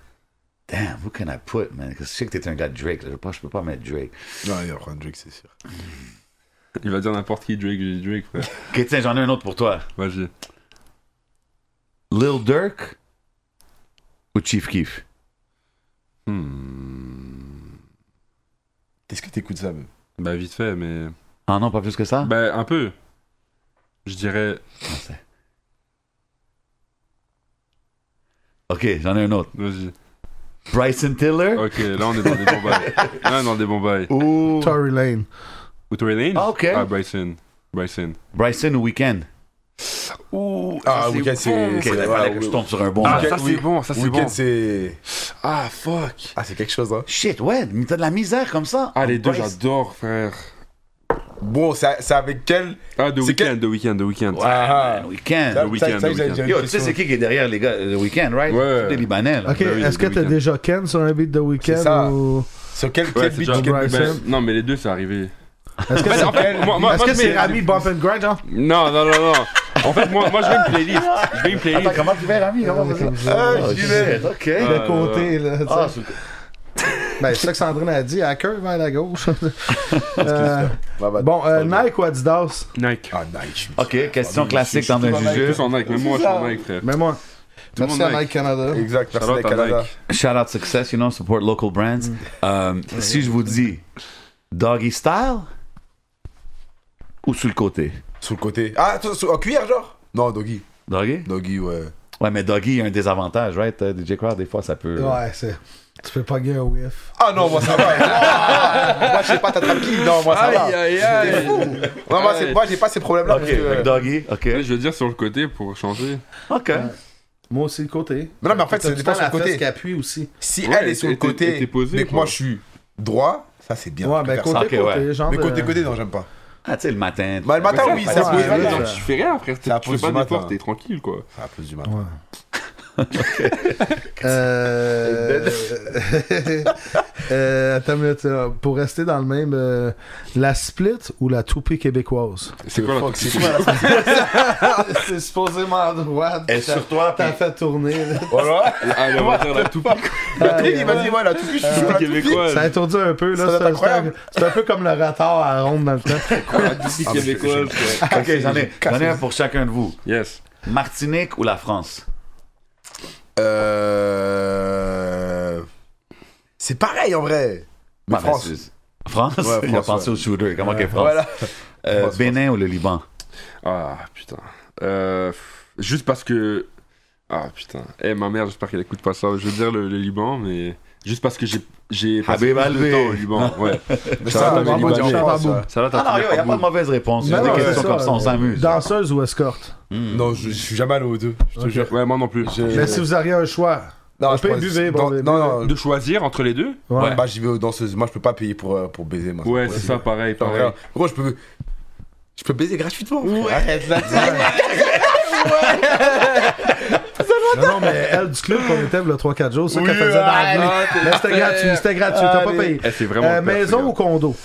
Damn, who can I put, man? Parce que je sais que t'es un gars de Drake. là. Je, peux pas, je peux pas mettre Drake. Non, il va prendre un drink, c'est sûr. Il va dire n'importe qui, Drake, j'ai dit Drake, frère. Ok, tiens, j'en ai un autre pour toi. Vas-y. Lil Durk ou Chief Keef? Qu'est-ce que t'écoutes ça, même Bah, vite fait, mais. Ah non, pas plus que ça? Bah, un peu. Je dirais. Ok, j'en ai un autre. Vas-y. Bryson Tiller? Ok, là, on est dans des bons bails. Là, on est dans des bons bails. Ou... Tory Lane. Ou Tory Lanez Ah, ok. Ah, Bryson. Bryson. Bryson ou Weekend? Ouh, Ah, Weekend, c'est. Ok, c'est- il ouais, fallait que je tombe sur un bon. Ah, match. ça, c'est bon, ça, c'est Weekend, bon. c'est. Ah, fuck. Ah, c'est quelque chose, hein. Shit, ouais, mais t'as de la misère comme ça. Ah, les deux, Bryce- j'adore, frère. Bon, c'est c'est avec quel. Ah, The C'est Weeknd, The Weeknd, The Weeknd. Ouais, man, Weekend. Ah, Ça- Weeknd, ça- ça, le j'ai- Weeknd. j'ai une Yo, tu sais question. c'est qui qui est derrière les gars, le Weekend, right? Ouais. C'est des Libanais, là. Ok, oui, est-ce que The t'as Weeknd. déjà Ken sur un beat de C'est ça. Weeknd ou. Sur quel, Ouais, quel c'est beat déjà- Weeknd ben, Bryson. Non, mais les deux, c'est arrivé. Est-ce que Ben, c'est en fait, moi- moi- est-ce moi, que je c'est mets- Rami Bump and Grind, genre? Non, non, non, non. En fait, moi, moi je vais une playlist. Je vais une playlist. Attends, comment tu vas, Rami Comment on fait ça? Ah, J'y vais, ok. De côté, là. tu sais. Ah, c'est- Ben, c'est ça que Sandrine a dit, hacker vers la gauche. Euh, Bah, bon, euh, Nike ou Adidas? Nike. ah, Ok, question classique dans un Je suis jugeux. plus en Nike, même moi je suis en Nike, frère. Mais moi. le Merci monde à Nike Canada. Exact, Ça merci va, le t'as Canada. Nike. Shout out success, you know, support local brands. Euh, si je vous dis doggy style ou sur le côté Sous le côté. Ah, sous- sous- en cuir, genre Non, Doggy. Doggy Doggy, ouais. Ouais, mais doggy, il y a un désavantage, right? euh, DJ Crowd, des fois, ça peut. Ouais, c'est. Tu peux pas gagner un whiff. Ah non, moi ça va. Ah, moi, je sais pas, t'attrapes qui Non, moi ça va. aïe, aïe. Non, moi, c'est- moi, j'ai pas ces problèmes-là. Ok, parce que- fait que doggy, ok. Je veux dire sur le côté pour changer. Ok. Moi aussi, le côté. Mais non, mais en fait, T'as ça tout le dépend temps sur le la côté. fesse qui appuie aussi. Si Ouais, elle est sur le t'es- t'es- côté, t'es posé, mais que moi quoi. je suis droit, ça c'est bien. Ouais, Je ben, préfère ça. côté, ok, côté. ouais. Genre Mais de- côté, côté, non, j'aime pas. Ah, tu sais, le matin. Bah, le matin, oui, Ça, ça ouais, pose. ouais. genre, tu fais rien, frère. C'est la Tu pause fais du pas matin. d'effort, t'es tranquille, quoi. Ça pose du mal. Euh... euh, attends une minute, là. pour rester dans le même, euh, la split ou la toupie québécoise? C'est quoi la Fuck, c'est quoi la C'est supposément à droite. Elle sur toi, T'as fait tourner. là. Voilà. Ah, elle va faire la toupie. La télé, Ah, il m'a dit, ouais, la toupie, Ah, je suis sur la toupie. Ça a québécoise. étourdi un peu, Ça là. doit C'est un- C'est être un, incroyable. c'est un peu comme le retard à la ronde dans le temps. La toupie Ah, québécoise. frère. Ok, j'en ai, j'en ai un pour chacun de vous. Yes. Martinique ou la France? Euh. C'est pareil en vrai. Mais Ouais, France. mais c'est- France? Ouais, Il a France, pensé ouais. au shooter. Comment qu'est France? Voilà. Euh, France, Bénin ou le Liban? Ah putain. Euh, pff, juste parce que. Ah putain. Eh ma mère, j'espère qu'elle écoute pas ça. Je veux dire le, le Liban, mais juste parce que j'ai j'ai passé Habib plus de Alvé. temps au Liban. Ouais. Mais Ça ça, va, on va t'as pas mis dire Libanais. en France, ça. Ça va, t'as Ah non, trouvé il n'y a pas par bout. de mauvaise réponse. C'est Non, des non, questions c'est comme ça, ça, on euh, s'amuse. Danseuse ou escorte? Non, je je suis jamais allé aux deux, je te jure. Ouais, moi non plus. Mais si vous auriez un choix, Non, On je peut pense- buver, bon, dans- mais- Non, non, De choisir entre les deux Ouais. Bah, j'y vais aux danseuses. Moi, je peux pas payer pour, euh, pour baiser. Moi. Ouais, c'est ça, pareil, Genre, pareil. regarde, Gros, je peux. Je peux baiser gratuitement. frère. Arrête là. Non, non, mais elle du club qu'on était le 3-4 jours, c'est ça qu'elle faisait dans ah, la nuit. Mais c'était gratuit, c'était gratuit, t'as pas payé. Eh, c'est vraiment. Euh, le père, maison ce ou gars. condo?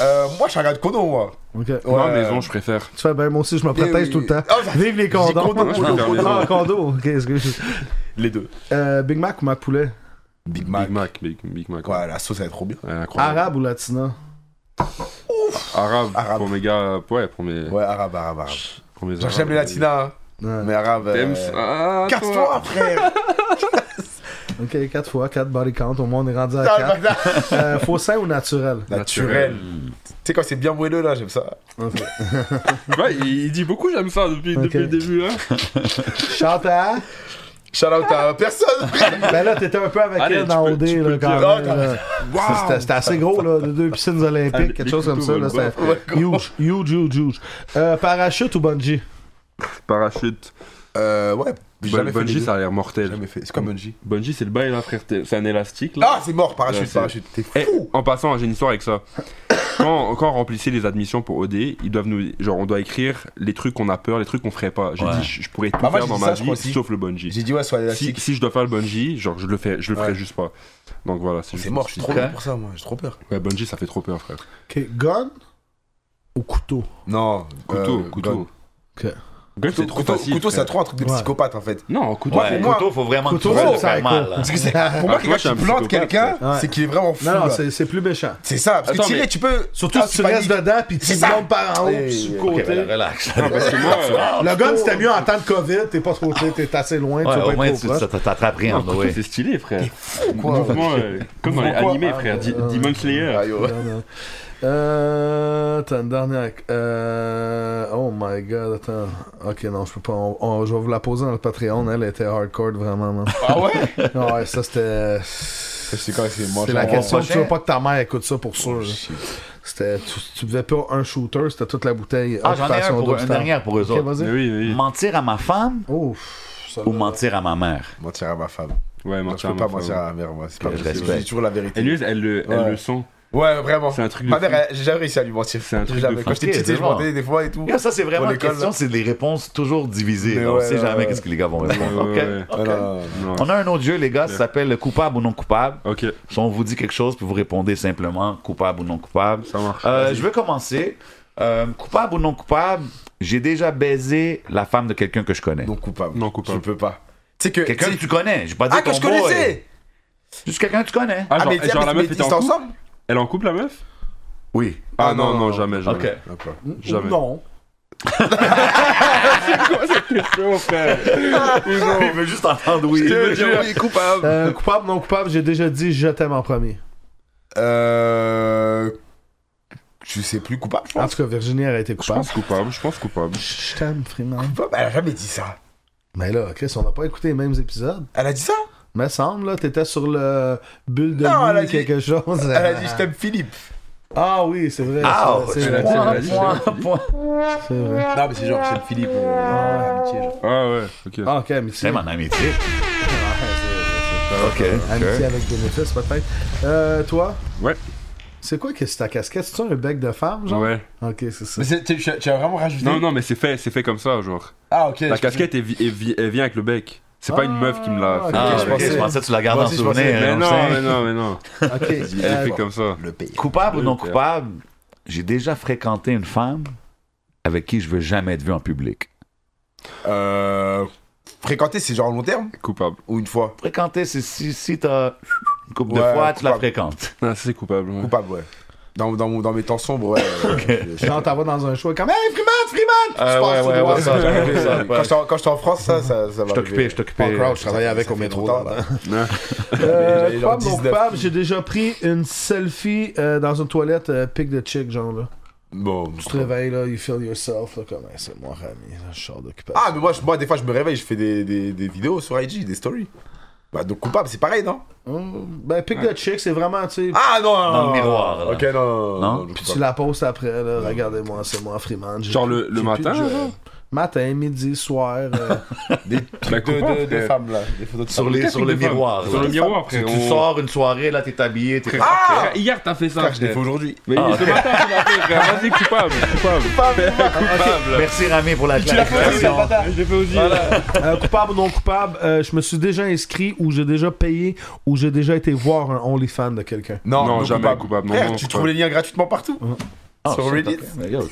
Euh, moi, je regarde Conan, moi. Ok. Ouais, Non, euh, Ah, maison, je préfère. Tu fais, ben moi aussi, je me Eh protège oui. tout le temps. Ah, bah, Vive les j'ai condoms. condo, je préfère les Ah, condo, ok, excuse. Les deux. Euh, Big Mac ou Mac Poulet? Big Big Mac. Mac, Big, Big Mac. Ouais, la sauce, elle est trop bien. Ouais, incroyable. Arabe ou Latina? Arabe. Arabe. Pour mes gars. Ouais, pour mes. Ouais, arabe, arabe, arabe. pour mes Genre, Arabes. j'aime les latinas, hein, Ouais. mais arabe. T'aimes euh, ça Ah, Casse-toi, frère! Ok, 4 fois, 4 body count, au moins on est rendu à Ah, 4. bâtard. Euh, faux sein ou naturel? Naturel. Tu sais, quand c'est bien moelleux, là, j'aime ça. Ouais, il il dit beaucoup j'aime ça depuis, Ok. depuis le début. Hein. Chante à... Shout out à personne! Ben là, t'étais un peu avec Allez, elle tu dans peux- OD, tu peux là, le quand dire. ah, même. là. Ça, c'était- C'était assez gros, là, de deux piscines Ah, Allez, olympiques, quelque chose comme ça. écoute-toi, là, voilà. C'était huge, huge, huge, huge. Euh, parachute ou bungee? Parachute. Euh, ouais, j'ai Bun- jamais fait. les Bungie, deux. ça a l'air J'ai mortel. Jamais fait. C'est quoi Bungie? Bungie, c'est le bail là, frère. T'es- C'est un élastique là. Ah, c'est mort, Ouais, parachute, c'est- parachute. T'es Eh, fou! en passant, j'ai une histoire avec ça. Quand, quand on remplissait les admissions pour OD, ils doivent nous, genre, on doit écrire les trucs qu'on a peur, les trucs qu'on ferait pas. J'ai Ouais. dit, je je pourrais tout Bah, moi, faire j'ai dans dit ma ça, je crois vie, aussi. sauf le bungee. J'ai dit, ouais, soit Si, élastique. si je dois faire le bungee, genre, je le fais, je le ferai Ouais. juste pas. Donc voilà, c'est C'est juste- mort, je suis trop Ok. peur pour ça, moi, j'ai trop peur. Ouais, bungee, ça fait trop peur, frère. Ok, gun ou couteau? Non, Couteau, euh, gun. couteau. Ok. Gun, c'est trop Couteau, facile. couteau, frère. c'est trop un truc de Ouais. psychopathe en fait. Non, couteau. Ouais, moi. couteau, faut vraiment Couteau, que tu veuilles c'est le faire psycho. mal. là. Parce que c'est- pour moi, Ah, moi, quelqu'un je suis un qui plante psychopathe, quelqu'un, ouais. c'est qu'il est vraiment fou. Non, non, là. c'est c'est plus méchant. c'est ça, parce Attends, que tu mais- sais, tu peux. Surtout Ah, si tu tu restes paniques. dedans puis tu C'est ça. tombes par en haut Hey, puis sur le Ok, côté. ben, relax. Parce que moi, euh, Ah, le gun, c'était mieux en temps de COVID. T'es pas trop, t'es- t'es assez loin, tu Ouais, vas au pas moins, être tu trop proche. ça t'attrape rien, non, bah, couteau, ouais. c'est stylé, frère. quoi. Mouvement, euh, comme dans les Pourquoi animés, frère. Di- Demon Slayer. Ah, yo. Non, non. Euh, attends, une dernière. Euh, oh my god, attends. Ok, non, je peux pas. on- on- je vais vous la poser dans le Patreon. Elle était hardcore, vraiment. man. Ah ouais? Ouais, ça c'était. sais quand c'est moi, C'est la je question. comprends. Tu veux pas que ta mère écoute ça pour sûr. là. C'était. Tu, tu buvais pas un shooter, c'était toute la bouteille. Ah, j'en ai un Occupation pour, Double une Star. dernière pour eux Ok, autres. Mais vas-y. oui, oui. Mentir à ma femme Ouf. ça ou va. mentir à ma mère? Mentir à ma femme. Ouais, Moi, je mentir à peux ma pas femme. mentir à ma mère, moi. C'est pas Je possible. Je respecte. dis toujours la vérité. Elle, elle, le- elle Ouais. le sent. Ouais, vraiment. C'est un truc de Ma mère, fou. elle- j'ai jamais réussi à lui mentir. C'est un truc de Jamais. fou. Quand j'étais Ok, petit, tu sais, je vraiment. mentais des fois et tout. Regarde, Ah, ça, c'est vraiment Pour la l'école, question, c'est des réponses toujours divisées. Mais on ouais, sait ouais, jamais ouais. qu'est-ce que les gars vont répondre. Ouais, Ok, ouais. ok. Voilà. Non. On a un autre jeu, les gars, ça s'appelle coupable ou non coupable. Ok, Si on vous dit quelque chose, puis vous répondez simplement coupable ou non coupable. ça marche. Euh, je vais commencer. Euh, coupable ou non coupable, j'ai déjà baisé la femme de quelqu'un que je connais. Non coupable. Non Je coupable. peux pas. Tu sais que. Quelqu'un que tu sais- tu connais. J'ai pas dit Ah, que ton je boy. connaissais Juste quelqu'un que tu connais. Ah, Ah, genre, mais eh, genre, la mais meuf ils était en sont couple ensemble Elle est en couple, la meuf Oui. Ah, non, non, jamais, jamais. Ok. D'accord. Jamais. Non. Yo, frère. Il veut juste entendre oui. Oui, coupable. Euh, coupable, non coupable, j'ai déjà dit je t'aime en premier. Euh. Je sais plus, coupable, je En pense. tout cas, Virginie elle a été Je coupable. pense coupable, je pense coupable. Je t'aime, Freeman. Coupable, Elle a jamais dit ça. Mais là, Chris, on n'a pas écouté les mêmes épisodes. Elle a dit ça Me semble, là, t'étais sur le bulle de Non, boue elle a dit- quelque chose. Elle a dit je t'aime Philippe. Ah oui, c'est vrai. Ah, c'est tu vrai, dit, vois, elle a dit, point, point. c'est vrai. Non, mais c'est genre je t'aime Philippe. euh, amitié, genre. Ah ouais, ok. Ah, ok, amitié. Ah, C'est mon amitié. Ok. Amitié avec bénéfice, peut-être. Euh, toi Ouais. C'est quoi que c'est ta casquette C'est un bec de femme, genre Ouais. Ok, c'est ça. Mais c'est- tu tu- tu as vraiment rajouté. Non, non, mais c'est fait, c'est fait comme ça, genre. Ah, ok. La je- casquette, elle, vi- elle vi- elle vient avec le bec. C'est pas une meuf qui me l'a Ah, fait. Ah, Ok, je ok, pensais- je pensais que tu la gardes Moi en aussi, je pensais- souvenir. hein, Mais on non, sait. mais non, mais non. Ok. Elle euh, fait comme ça. Le pays. Coupable ou non Oui, Pierre. coupable, j'ai déjà fréquenté une femme avec qui je veux jamais être vu en public. Euh. Fréquenter, c'est genre long terme Coupable. ou une fois Fréquenter, c'est si, si t'as une couple de Ouais, fois, tu la coupable. fréquentes. Ah, c'est coupable. ouais. Coupable, ouais. Dans, dans, mon- dans mes temps sombres, ouais. ouais, ouais. Je- Genre, t'en vas dans un show et comme Hey, Freeman Euh, Ah, ouais, ouais, ouais, ça, j'ai ouais, Ouais, ouais. Quand j'étais en- quand j'étais en France, ça, ça, ça va. Je t'occupais, je t'occupais. je travaillais avec au métro. Euh, J'avais genre coupable, non 19. coupable, j'ai déjà pris une selfie euh, dans une toilette euh, pic de chick, genre là. Bon. Tu te réveilles là, you feel yourself, là, comme Hey, c'est moi, Rami, là, je sors d'occupation. Ah, mais moi, je- moi, des fois, je me réveille, je fais des, des, des vidéos sur IG, des stories. Bah, donc coupable, c'est pareil, non Hum, ben, pic de chick, c'est vraiment, tu sais. Ah, non, non, Dans le non, miroir, non. là. Ok, non. Non je Puis coupe tu la postes après, là, regardez-moi, c'est moi, Freeman. j'ai Genre plus- le, le j'ai plus de matin, job. genre? Matin, midi, soir. euh, pas. Des trucs de, coupable, de, de frère. femmes, là. Des photos de Sur, femmes. les, sur le Quelques miroir. femmes. Sur là. le miroir, Tu, frère. tu on- sors une soirée, là, t'es habillé, t'es... Ah Frère, Hier, t'as fait ça. Frère, je l'ai fait frère. aujourd'hui. Mais Ah. ce matin, tu l'as fait, frère. Vas-y, coupable. Coupable. Coupable. Merci Rami pour la clarification. Je l'ai fait aussi. euh, coupable ou non coupable, euh, je me suis déjà inscrit ou j'ai déjà payé ou j'ai déjà été voir un OnlyFans de quelqu'un. Non, Non, non, jamais coupable, non, Frère, non, tu coupable. trouves les liens gratuitement partout. Ah, Sur shit, Reddit. ok. Mais yo,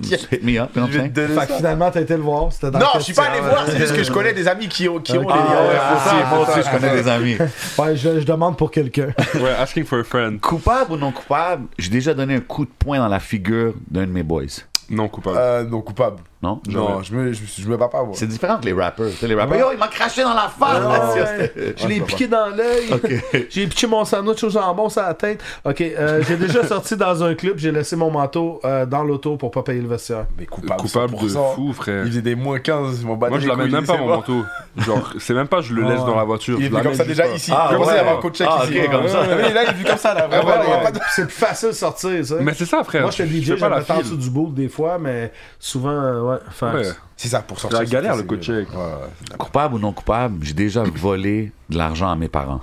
je- Hit me up, you know what I'm Je vais te saying? donner Fait que ça. finalement, t'as été le voir. C'était dans Non, le je suis pas allé festival. voir, c'est juste que je connais des amis qui ont, qui ont Ah les liens. ouais, moi aussi, moi aussi, je connais des amis. Ouais, je, je demande pour quelqu'un. Ouais, asking for a friend. Coupable ou non coupable, j'ai déjà donné un coup de poing dans la figure d'un de mes boys. Non, coupable. Euh, non, coupable. Non? Non, je me, je, je me bats pas, moi. C'est différent que les rappers. Tu sais, les rappers, yo, il m'a craché dans la face! Ah, Je l'ai piqué dans l'œil. J'ai piqué mon sandwich au jambon sur la tête. Ok, euh, j'ai déjà sorti dans un club, j'ai laissé mon manteau euh, dans l'auto pour pas payer le vestiaire. Mais coupable, Coupable de 100%. fou, frère. Il faisait des moins 15, je m'en battais Moi, je les l'amène couilles, même pas c'est mon manteau. Genre, c'est même pas je le laisse dans la voiture. Il je est venu comme l'amène ça juste déjà pas. ici. Ah, il commençait ouais. à avoir un coach check Ah, ici. ok, comme ça. Oui, là, il est venu comme ça, là. Vraiment, Ah, Ouais, il y a pas de. C'est plus facile de sortir, ça. Mais c'est ça, frère. Moi, je suis Tu DJ, fais pas j'en la mets en dessous file. du bout des fois, mais souvent, euh, ouais, facts. Ouais. C'est ça, pour sortir. C'est la galère, c'est- le coach c'est- check. Ouais, ouais. Coupable ou non coupable, j'ai déjà volé de l'argent à mes parents.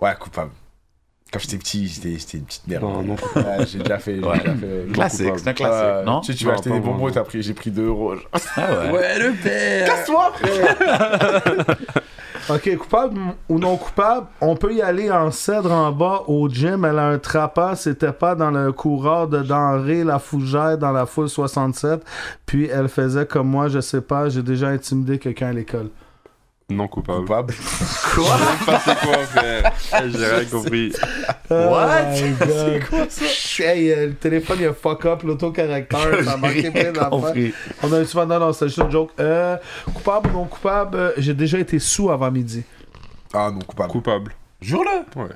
Ouais, coupable. Quand j'étais petit, j'étais j'étais une petite merde. Non, Oh, non, Ouais, J'ai déjà fait. j'ai Ouais. déjà fait- Classique, coupable. c'est un classique, Ouais, non? Tu sais, tu Non, vas acheter pas des moi, bonbons, non. t'as pris, j'ai pris 2 euros. genre. Ah ouais. le père Casse-toi, frère Euh, Ok, coupable ou non coupable, on peut y aller en cèdre en bas au gym. Elle a un trapas, c'était pas dans le coureur de denrées, la fougère dans la foule 67. Puis elle faisait comme moi, je sais pas, j'ai déjà intimidé quelqu'un à l'école. Non, coupable. Coupable. Pas c'est quoi, frère. J'ai rien compris. Oh What? C'est quoi ça? Hey, euh, le téléphone il a fuck up, l'autocaractère, ça a manqué plein d'affaires. Compris. On a eu souvent, non, non, c'était juste une joke. Euh, coupable ou non coupable, euh, j'ai déjà été sous avant midi. Ah non, coupable. Coupable. Jure-le Ouais.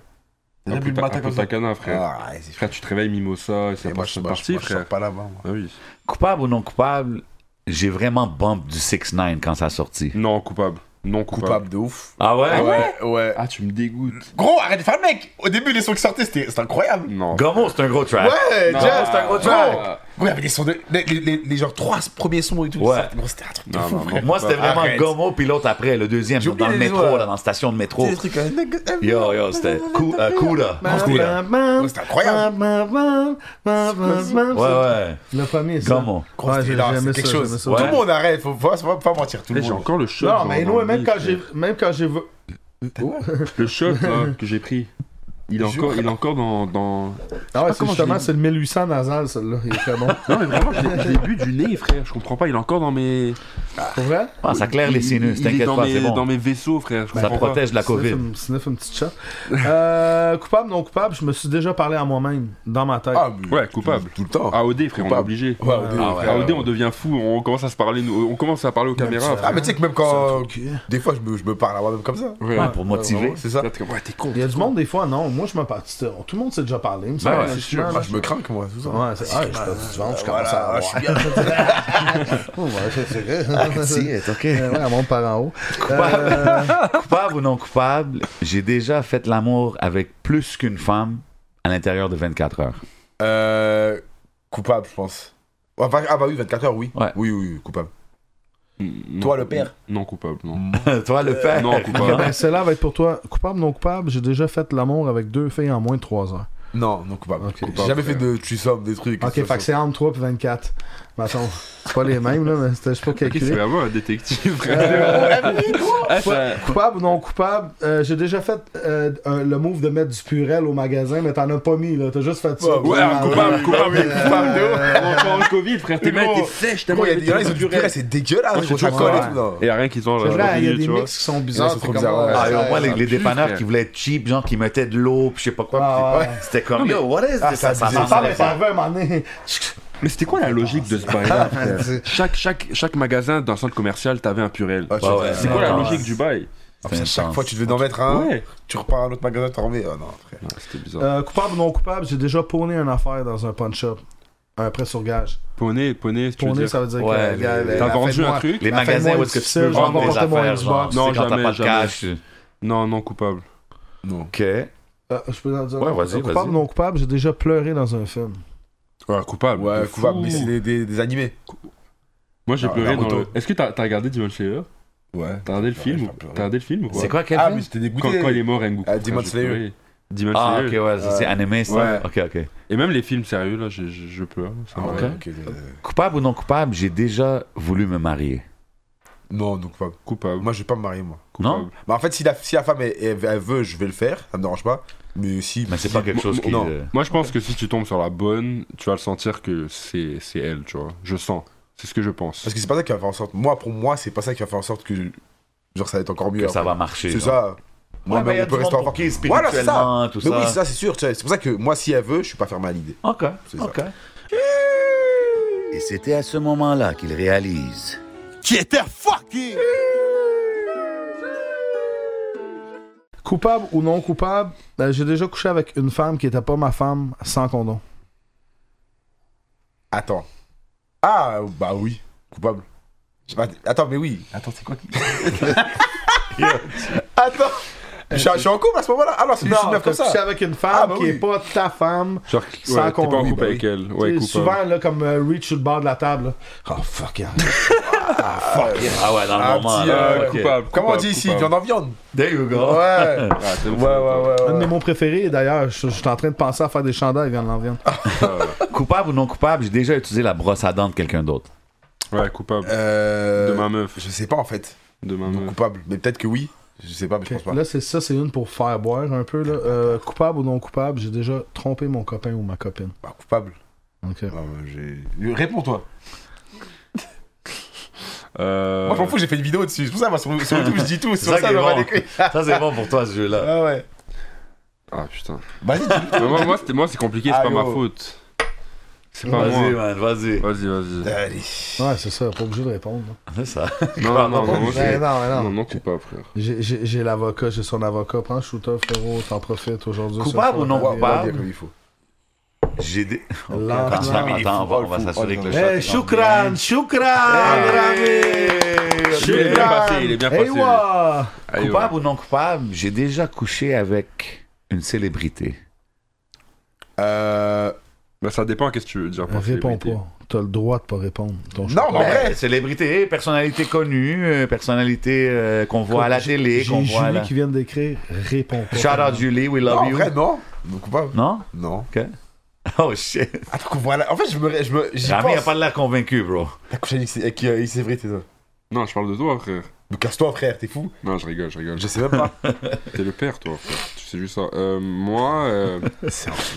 T'as déjà Un bu le puta- matin un comme ça putakana, frère. Ah, ouais, c'est Frère, tu te réveilles mimosa, et c'est Et moi, je suis moi, je- parti, parti, moi, je sors frère. pas là-bas. moi. Ah oui. Coupable ou non coupable, j'ai vraiment bump du 6-9 quand ça a sorti. Non, coupable. Non, coupable. Coupable de ouf. Ah ouais? Ouais, ouais. Ah, tu me dégoûtes. Gros, arrête de faire le mec Au début, les sons qui sortaient, c'était c'était incroyable. Non. Ah. Gomo, c'est un gros track. Ouais, Jeff, c'est un gros track. Gros, il y avait des sons de. Les, les- les- les genre trois premiers sons et tout. Ouais. ça. Gros, c'était un truc de Non, fou, non, non. frère. Moi, c'était vraiment Arrête. Gomo, puis l'autre après, le deuxième, J'ai oublié dans le les métro, noms, là, dans la station de métro. C'est des trucs. euh, Yo, yo, c'était Cou- euh, Kuda. Kuda. Gros, C'était incroyable. Ouais, Ouais, ouais. Le premier, ça. Gomo. Gros, Ouais, c'était j'ai- là, j'ai aimé c'est ça, quelque j'ai aimé chose. ça. Tout le Ouais. monde arrête, faut faut- faut pas mentir, tout le Hey, J'ai monde. encore le shot. Non, genre, mais dans anyway, le même lit, quand frère. j'ai même quand j'ai vu- Le shot là, que j'ai pris, il est encore, il est encore dans, dans. Ah ouais, pas c'est comment justement je l'ai- c'est le 1800 nasal celui-là, il est très bon. Non, mais vraiment, je l'ai- je l'ai bu du nez, frère. Je comprends pas, il est encore dans mes. Pour vrai Ah, ça claire les Il- sinus, il- il est t'inquiète dans pas, mes- c'est Dans bon. mes Bah, vaisseaux, frère. Je Ça comprends pas. protège de la Sniff COVID. un- Sniff une petite chatte. Euh, coupable, non coupable, je me suis déjà parlé à moi-même, dans ma tête. Ah, mais- Ouais, coupable. Ah. Tout le temps. AOD, frère, on est Coupable. obligé. Ouais, au dé, Ah ouais. frère. AOD, on devient fou. On commence à se parler, nous- on commence à parler aux caméras. Ah, frère. mais tu sais que même quand. Des fois, je me, je me parle à moi-même comme ça. Ouais. Ouais, pour motiver. Vraiment, C'est ça. Là, t'es comme, ouais, t'es con. Il y a du monde, des fois, non. Moi, je me parle. Tout le monde s'est déjà parlé, il me semble, ouais, là, c'est justement, Moi, là. Ah, je me crains, moi, tout ça. Ouais, Ah, c'est- ah, je perds du ventre, je commence Voilà, à je avoir. suis bien. Oh, ouais, c'est- c'est vrai. Merci, ok. Euh, Ouais, elle monte par en haut. Coupable ou non coupable, j'ai déjà fait l'amour avec plus qu'une femme à l'intérieur de 24 heures. Euh, coupable, je pense. Enfin, ah bah oui, 24 heures, oui. Ouais. Oui, oui, oui, coupable. Mm, Toi, non, le père. Non, coupable, non. Toi, le père. Euh, Non, coupable. Ben, celle-là va être pour toi. Coupable, non coupable, j'ai déjà fait l'amour avec deux filles en moins de 3 heures. Non, non, coupable. Ok. J'ai jamais fait de threesome, des trucs. Ok, fait que c'est entre 3 et 24. Ben, attends, c'est pas les mêmes, là, mais c'était juste pour Ok, c'est calculer. Euh, vraiment un détective, frère. Ah, ça- Coupable ou non coupable, euh, j'ai déjà fait euh, un- le move de mettre du purel au magasin, mais t'en as pas mis, là. T'as juste fait ça. Ouais, Ah, coupable, coupable, euh, coupable, Léo. Encore le Covid, frère, tes Mais mains gros, étaient sèches, Il tellement y a des gens, avait ils ont du du reste. c'est dégueulasse. je Je trouve ça colle et ouais. tout. non. Et y a rien qu'ils ont C'est vrai, il y a revenus, des tu vois. mix qui sont Ouais, bizarres. c'est c'est trop comme, bizarre, ouais. euh, Ah, yo, moi, les, ça les pue, dépanneurs frère. qui voulaient être cheap, genre qui mettaient de l'eau, puis je sais pas quoi. Ah, puis- C'était comme, yo, what is Ah, this? ça Ça faisait Ça, s'en mais ça arrivait à un moment donné. Mais c'était quoi la logique de ce bail-là, frère chaque, chaque, chaque magasin d'un centre commercial, t'avais un purel. Ah, tu Ouais, vois, ouais. C'est quoi la Ah, logique du bail Ah, putain, Chaque fois, tu devais en mettre un. Ouais. Tu repars à un autre magasin, t'en remets. Ah, non, frère. Ah, C'était bizarre. Euh, coupable ou non coupable, j'ai déjà poney une affaire dans un punch-up. Un prêt sur gage. Poney, poney, tu veux Poney, dire ça veut dire Ouais, que. gars, les- la T'as fin vendu de un mois- truc Les La fin de magasins mois où est-ce que tu difficile, peux je vais vendre des emporter mon affaires, genre, Xbox. tu sais, Non, quand t'as jamais, pas de jamais. cash. tu- Non, non, coupable. Non. Ok. Ah, je peux en dire. Ouais, un? vas-y, Coupable ou vas-y. non coupable, j'ai déjà pleuré dans un film. Ouais, coupable. Ouais, De coupable, fou. mais c'est des- des des animés. Moi, j'ai Ah, pleuré dans le. Naruto. Est-ce que t'as t'as regardé Demon Slayer Ouais. T'as regardé le j'ai film pas pleuré. T'as regardé le film ou quoi C'est quoi, quel Ah, film? mais c'était quand, dégoûté. quand il est mort, Rengoku. Ah, frère, Demon j'ai Slayer. pleuré. Demon Ah, ok, Slayer. ouais, c'est- c'est animé, ça. Ouais. Ok, ok. Et même les films sérieux, là, je, je, je pleure. Ça Ah, me- ouais, Ok. ok, euh, Coupable ou non coupable, j'ai déjà voulu me marier. Non, donc pas. Coupable. Moi, je vais pas me marier, moi. coupable. Non? Bah, en fait, si la, si la femme, elle, elle- elle veut, je vais le faire, ça me dérange pas. Mais si. Mais c'est pas quelque chose qui. Non. euh, Moi, je pense que si tu tombes sur la bonne, tu vas le sentir que c'est c'est elle, tu vois. Je sens. C'est ce que je pense. Parce que c'est pas ça qui va faire en sorte. Moi, pour moi, c'est pas ça qui va faire en sorte que. Genre, ça va être encore mieux. Que ça après. va marcher. C'est genre. ça. Ouais, Moi, mais il y a on du peut monde rester pour encore. qui, Voilà, c'est ça. spirituellement, tout Mais oui, ça. ça, c'est sûr. tu sais. C'est pour ça que moi, si elle veut, je suis pas fermé à l'idée. Ok, C'est ça. ok. Et c'était à ce moment-là qu'il réalise Qui était fucking! Coupable ou non coupable, euh, j'ai déjà couché avec une femme qui était pas ma femme sans condom. Attends. Ah, bah oui. Coupable. Je sais pas, Attends, mais oui. Attends, c'est quoi qui. Attends. Je suis, je suis en couple à ce moment-là. Ah non, c'est juste une meuf comme t'as couché ça. avec une femme Ah, bah qui oui. est pas ta femme. Genre, Sans ouais, t'es pas en qu'on- couple oui, avec bah elle. Ouais, Tu coupable. sais, souvent, là, comme euh, Reach sur le bord de la table. là. Oh fuck, yeah. Ah ouais, dans le Un moment. petit, là, euh, ok. Coupable. Comment on coupable, dit ici coupable. Viande en viande. There you go. Ouais. Ah, c'est Ouais, bon, ouais, ouais. Un ouais. de mes mots préférés, d'ailleurs, je je suis en train de penser à faire des chandails, viande l'en viande. Coupable ou non coupable, j'ai déjà utilisé la brosse à dents de quelqu'un d'autre. Ouais, coupable. Euh, De ma meuf. Je sais pas en fait. De ma Donc meuf. coupable. Mais peut-être que oui. Je sais pas, mais je pense pas. Là, c'est ça, c'est une pour faire boire un peu. Là. Euh, coupable ou non coupable, j'ai déjà trompé mon copain ou ma copine. Bah, coupable. Ok. Bah, euh, j'ai- Euh, Réponds-toi. Euh, Moi, je m'en fous, j'ai fait une vidéo dessus. C'est pour ça, moi, sur, sur YouTube, je dis tout. Sur ça ça, qui est je m'en bon. bats les couilles. Ça, c'est bon pour toi, ce jeu-là. Ah ouais. Ah, putain. Vas-y, dis-le. Mais moi, moi, c'était- moi, c'est compliqué, c'est Ah, pas ma yo. faute. C'est Ah, pas Vas-y, moi. man, vas-y. Vas-y, vas-y. Allez. Ouais, c'est ça, pas obligé de répondre. là. C'est ça. Non, non, non, non, Ben moi, c'est- non, ben non. non, non, coupable, frère. J'ai- J'ai j'ai l'avocat, j'ai son avocat. Prends le shooter, frérot, t'en profites aujourd'hui. Coupable ce ou non soir. Ouais, on va coupable? dire comme il faut. J'ai des. Ok, Lentement. Attends, attends, attends, on va, on va s'assurer que le chat. hein. Hey, Choukran, Ah. Choukran, Il est bien passé, il est Eh, bien passé. Hey, lui. wa! Aïe, ouais. Coupable ou non coupable, j'ai déjà couché avec une célébrité. Euh. Ben, ça dépend qu'est-ce que tu veux dire. par Réponds célébrité. pas. T'as le droit de pas répondre. Ton choix. Non, mais vrai, célébrité, personnalité connue, euh, personnalité euh, qu'on voit à la J'ai- télé, qu'on J'ai voit à Julie la... qui vient d'écrire. Réponds pas. Shout out Julie, we love Non, en you. vrai, non. Beaucoup pas. Non? Non. OK. Oh shit. Attends, qu'on voit là. En fait, je me. Je me j'y Rami a pense. pas l'air convaincu, bro. T'as couché avec- avec euh, X Evry, t'es ça. Non, je parle de toi, frère. Mais casse-toi, frère, t'es fou. Non, je rigole, je rigole. Je sais même pas. T'es le père, toi, frère. Tu sais juste ça. Euh, moi, euh,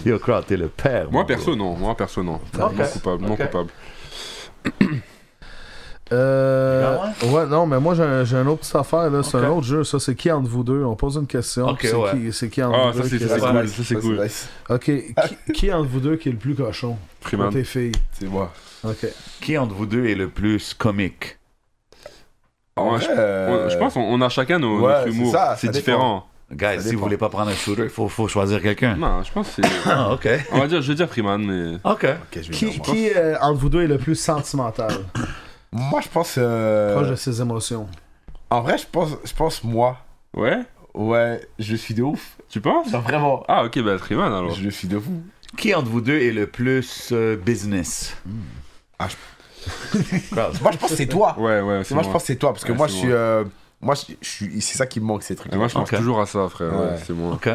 Yo, crowd, t'es le père. mon moi, bro. perso, non. Moi, perso, non. Non coupable, non coupable. Euh, Ah ouais, non, mais moi j'ai un, j'ai un autre petite affaire. là. C'est un autre jeu. Ça, c'est qui entre vous deux On pose une question. Ok, puis c'est ouais. qui, c'est qui entre Ah, vous ça, deux c'est qui- ça, c'est Ouais. cool. Ça, c'est Ça, cool. nice. Ok, qui, qui entre vous deux qui est le plus cochon Pour Freeman. tes filles. C'est moi. Ok. Qui entre vous deux est le plus comique? Ouais, Ouais, je- euh, ouais, Je pense qu'on on a chacun nos Ouais, notre c'est humour. ça, ça C'est dépend. différent. Guys, si vous dépend. voulez pas prendre un shooter, il faut, faut choisir quelqu'un. Non, je pense que c'est. Ah, ok. On va dire, je vais dire Freeman, mais. Ok. Ok, je vais Qui, dire, moi. qui euh, entre vous deux est le plus sentimental Euh. Moi, je pense. euh, Proche de ses émotions. En vrai, je pense, je pense moi. Ouais Ouais, je suis de ouf. Tu penses Non, vraiment. Ah, ok, bah Freeman alors. Je suis de fou. Qui entre vous deux est le plus euh, business? Moi, je pense que c'est toi. Ouais, ouais, C'est moi, je pense que c'est toi. Parce que Ouais, moi, c'est je suis. moi. euh, Moi, je je suis. C'est ça qui me manque, ces trucs. Et moi, je pense Ok. toujours à ça, frère. Ouais, Ouais. c'est moi. Ok.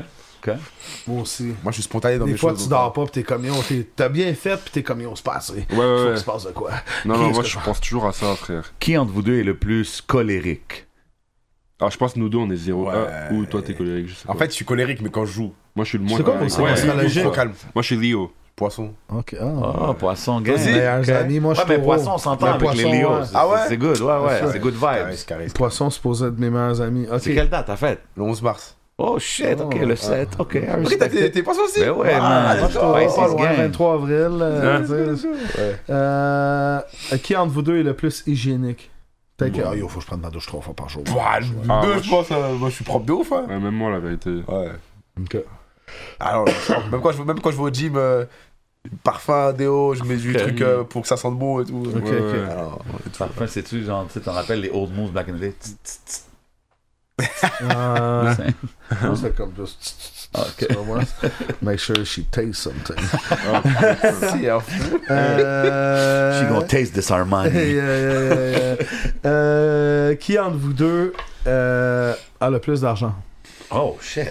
Moi aussi. Moi, je suis spontané dans Des mes fois, choses. tu dors pas, pis t'es comme yo, t'es- t'as bien fait, pis t'es comme yo, c'est pas assez. Ouais, ouais, Faut ouais. qu'il se passe de quoi. Non, non, Qu'est-ce moi, que je je- pense toujours à ça, frère. Qui entre vous deux est le plus colérique? Alors, je pense que nous deux, on est 0 Ouais. ou toi, t'es colérique, je sais pas. En fait, je suis colérique, mais quand je joue, moi, je suis le moins C'est quoi colérique. vos Ouais, séquences je suis allergiques? trop calme. Moi, je suis Léo. Poisson. Ok, ah. Ah, poisson, gars. Vas-y. Meilleurs Ok. amis, moi, je ouais, suis mais taureau. poisson, on s'entend Mais avec poisson, les Léos. ouais. C'est- Ah ouais? C'est good, ouais, ouais. sûr. C'est good vibes. Carré, carré. Poisson supposé être mes meilleurs amis. Ok. C'est quelle date, t'as fait? Le 11 mars. Oh shit, ok, le 7, ok. I Ok, t'as respect tes it. tes poissons aussi Ben ouais, Ah, man. let's go. Ouais, Oh, c'est pas ce loin, game. 23 avril. euh, Hein? tu sais. Ouais. Euh, qui entre vous deux est le plus hygiénique T'as que. Ah yo, faut que je prenne ma douche trois fois par jour. Ouah, Ah, deux, moi, je pense, euh, moi je suis propre de ouf. Hein. Ouais, même moi, la vérité. Ouais. Ok. Alors, je- même, quand je, même quand je vais au gym, euh, parfum, déo, je mets du Ok. truc euh, pour que ça sente bon et tout. Ok, Ouais, ok. ouais. Alors, Parfum, c'est-tu, genre, tu sais, t'en rappelles les old moves back in the day? Tss, tss, tss. Euh, C'est- moi, c'est comme juste. Ok. Tu vas voir. Make sure she tastes something. Ah, si, hein. Euh... She gonna taste this Hey, Armani. euh, euh, euh, euh, qui entre vous deux euh, a le plus d'argent Oh shit.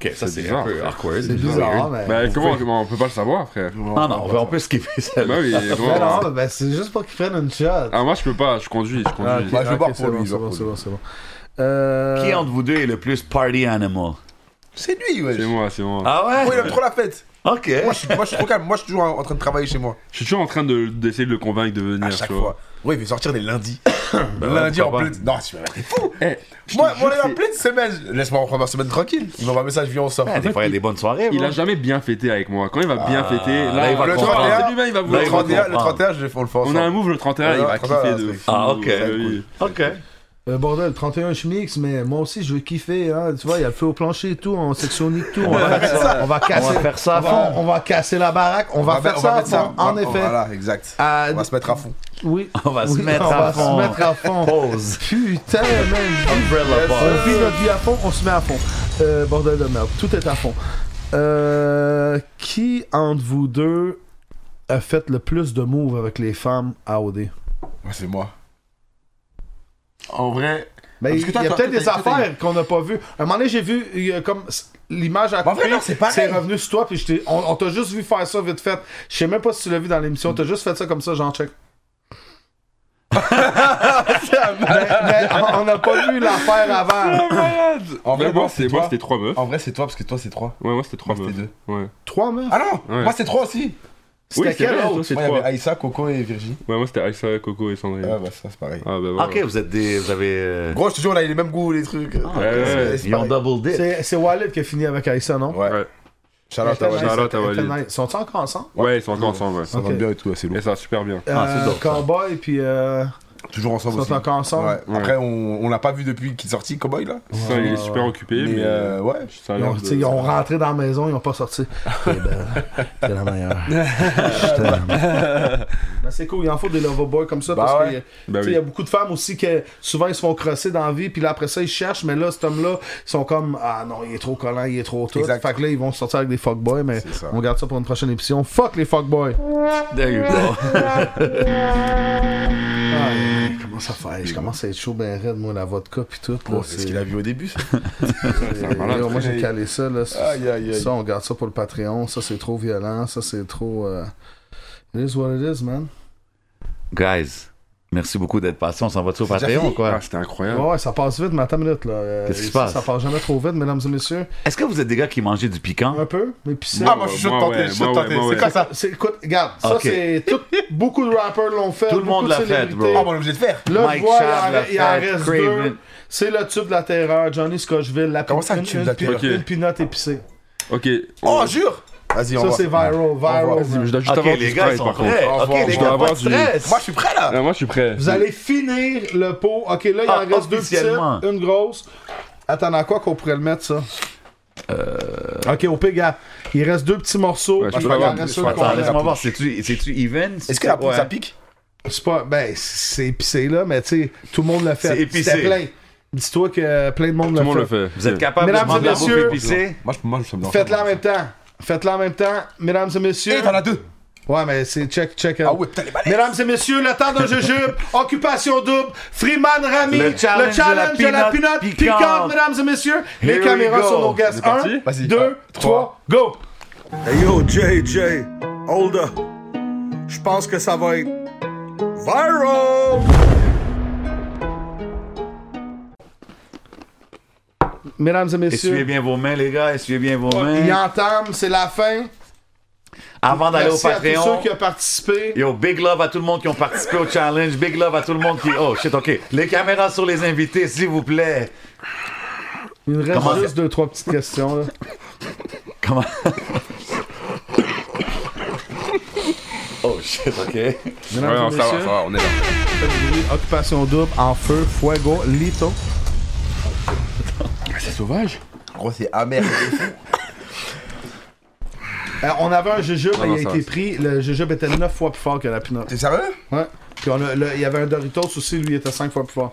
Ok, ça c'est un bizarre, peu frère. awkward. C'est bizarre, mais. Ben, Bah, comment comment on peut pas le savoir, frère Non, non, on peut- on peut skipper ça. Bah oui, Mais vraiment. non, ben, c'est juste pour qu'ils prennent une shot. Ah, moi, je peux pas, je conduis, je Ah, conduis. ok, Bah, je vais ok, boire c'est pour bon, lui, je C'est vais bon, boire c'est pour bon, c'est bon. Euh, Qui entre vous deux est le plus party animal? C'est lui, ouais. C'est moi, c'est moi. Ah Moi, il ouais? aime trop la fête. Ok. Moi, je suis, moi, je suis trop calme. Moi, je suis toujours en en train de travailler chez moi. Je suis toujours en train de- d'essayer de, le convaincre de venir, À chaque tu vois. fois. Ouais, il veut sortir des lundis. Ben, ouais, Lundi en pourquoi pas. pleine. Non, tu m'as t'es fou. Eh, Moi, moi, on est en pleine semaine. Laisse-moi reprendre ma semaine tranquille. Il m'envoie un message, viens, on sort. Ah, Des fois, il y a des bonnes soirées. Il bro. a jamais bien fêté avec moi. Quand il va Ah, bien fêter, là, là, il va le comprendre. 31, c'est lui-même, il va Là, Le il vouloir. va 31, le comprendre. 31, je, on le fait On a un ensemble. move le 31, Ouais, il va le 31, kiffer c'est de cool. fou. Ah, ok. Ouais, oui. Ok. euh, bordel, 31, je suis mix, mais moi aussi, je veux kiffer. Hein. Tu vois, il y a le feu au plancher et tout, on sectionnique tout. On va, faire ça. On va On casser, va faire ça à on va- fond. on va casser la baraque. On va, faire mettre- ça, à mettre fond, On en va- effet. Voilà, exact. Ah, On va se mettre à fond. Oui. On va se Oui, mettre on à va fond. se mettre à fond. Pause. Putain, man. Umbrella On bar. vit notre vie à fond, on se met à fond. Euh, bordel de merde, tout est à fond. Euh, qui entre vous deux a fait le plus de moves avec les femmes à OD Ouais, c'est moi. En vrai. Mais Parce Ben, il que y toi, a t'as- peut-être t'as- des t'as- t'as- affaires qu'on n'a pas vues. À un moment donné, j'ai vu il y a comme s- l'image à Mais en vrai, couper, non, c'est pareil. revenu sur toi, puis je t'ai- on, on t'a juste vu faire ça vite fait. Je sais même pas si tu l'as vu dans l'émission, t'as juste fait ça comme ça, genre check. mais, mais on- on n'a pas vu l'affaire avant. En Ah, Mais vrai, moi, moi, c'est- c'est moi, toi. c'était trois meufs. En vrai, c'est toi parce que toi, c'est trois. Ouais, moi, c'était trois Moi, meufs. c'était Ouais. Trois meufs. Ah non Ouais. Moi, c'est trois aussi. Oui, C'était c'est quel vrai, autre toi, c'est Moi, il y trois. avait Aïssa, Coco et Virginie. Ouais, moi, c'était Aïssa, Coco et Sandrine. Ah, bah, ça, c'est pareil. Ah, bah, voilà. Ok, vous êtes des. Vous avez. euh, Gros, je te jure, on a les mêmes goûts, les trucs. Ah, ouais, ouais. Ils ont double dip. C'est c'est Walid qui a fini avec Aïssa, non? Ouais. Ouais. Charlotte, Était nice, Walid. Shout-out à était Walid. nice. Sont-ils encore ensemble? Ouais, ils sont encore ensemble, ouais. Ça Ok. va bien et tout, c'est Et lourd. ça va super bien. Ah, c'est Euh, dope, ça. Cowboy, puis. euh, Toujours ensemble Ils aussi. sont encore ensemble. Ouais. Après, on, on l'a pas vu depuis qu'il est sorti, Cowboy, là. Ça, il est super occupé, Mais mais. euh, ouais. ça a Ils l'air ont, de- tu sais, ils ont rentré dans la maison, ils ont pas sorti. Eh ben, t'es la meilleure. Je t'aime. Ben, c'est cool, il en faut des loverboys comme ça Bah parce ouais. que Ben tu sais, oui. il y a beaucoup de femmes aussi qui souvent ils se font crosser dans la vie, puis là après ça ils cherchent, mais là cet homme-là, ils sont comme Ah non, il est trop collant, il est trop tout. Exact. Fait que là ils vont sortir avec des fuckboys, mais C'est ça. on garde ça pour une prochaine émission. Fuck les fuckboys! There you go. Ah, je commence à faire, je commence à être chaud ben raide, moi, la vodka puis tout. là, Bon, c'est ce qu'il a vu au début, ça. Euh, yo, moi j'ai calé ça là. Ça, Aïe, aïe, aïe. ça, on garde ça pour le Patreon. Ça c'est trop violent. Ça c'est trop. euh, It is what it is, man. Guys, merci beaucoup d'être passés. On s'en va-tu au déjà Patreon, fini? quoi? Ah, c'était incroyable. Ouais, ouais, ça passe vite, mais attends une minute là. Euh, Qu'est-ce qui se ça- passe? Ça passe jamais trop vite, mesdames et messieurs. Est-ce que vous êtes des gars qui mangez du piquant? Un peu, mais puis c'est. Ah, moi, je suis chaud de Moi, tenter. ouais, Je suis chaud de moi, tenter. ouais, moi, C'est quoi ouais. ça C'est- écoute, regarde, ça Ok. c'est tout- beaucoup de rappers l'ont fait. Tout le beaucoup monde de l'a fait, célébrités. bro. Ah, bon, on est obligé de faire. Là, Mike je vois, il Schaaf en- l'a il en fait, reste Craven. deux. C'est le tube de la terreur, Johnny Scotchville, la Comment ça, une- le tube de une- la terreur? Ok. Une pinotte épicée. Ok. Oh, jure Vas-y, on Ça, va. c'est viral, On viral. voit. man. je dois juste Ok, avoir les du gars, ils Sprite, sont par contre. prêts. Au Ok, revoir. les Je dois gars, pas avoir de du- stress. Moi, je suis prêt, là. Ah, moi, je suis prêt. Vous allez finir le pot. Ok, là, il Ah, en reste deux petites, officiellement. une grosse. Attends, à quoi qu'on pourrait le mettre, ça Ok, au pégat. Il reste deux petits morceaux. Ouais, puis je il peux en avoir- reste je un peux qu'on Attends, laisse. laisse-moi voir. C'est-tu c'est-tu even? Est-ce que la peau, Ouais. ça pique C'est pas. Ben, c'est épicé, là, mais tu sais, tout le monde l'a fait. C'est épicé. C'était plein. Dis-toi que plein de monde Tout l'a le monde fait. le fait. Vous êtes capable de Mesdames et manger la bouffe messieurs. épicée? Moi, je, moi, je suis dans Faites-la en même temps. Faites-la en même temps, mesdames et messieurs. Et t'en as deux Ouais, mais c'est check, check. Ah ouais, putain, les balais Mesdames et messieurs, le temps de jujube, occupation double, Freeman Rami, Le le challenge, de la peanut pinotte piquante. piquante, mesdames et messieurs, les Here we caméras go. sont nos guests. parti? 1, Vas-y. 2, 3, go! Hey yo, JJ, hold up. Je pense que ça va être viral. Mesdames et Essuyez messieurs, Oh, bien vos mains, les gars. Essuyez bien vos il mains. entame, c'est la fin. Avant d'aller au Merci à tous ceux Patreon. qui ont participé. Yo, big love à tout le monde qui ont participé au challenge. Big love à tout le monde qui. Oh shit, ok. Les caméras sur les invités, s'il vous plaît. Il nous reste Comment- juste deux, trois petites questions. Là. Comment. oh shit, ok. Mesdames Ouais, non, et ça va, messieurs, ça va, on est là. occupation double, en feu, fuego, lito. Gros, c'est amer. Euh, on avait un jujube, non, il ça a va, été ça. pris. Le jujube était 9 fois plus fort que la pinotte. T'es sérieux Ouais. Puis on a- le- il y avait un Doritos aussi, lui, il était 5 fois plus fort.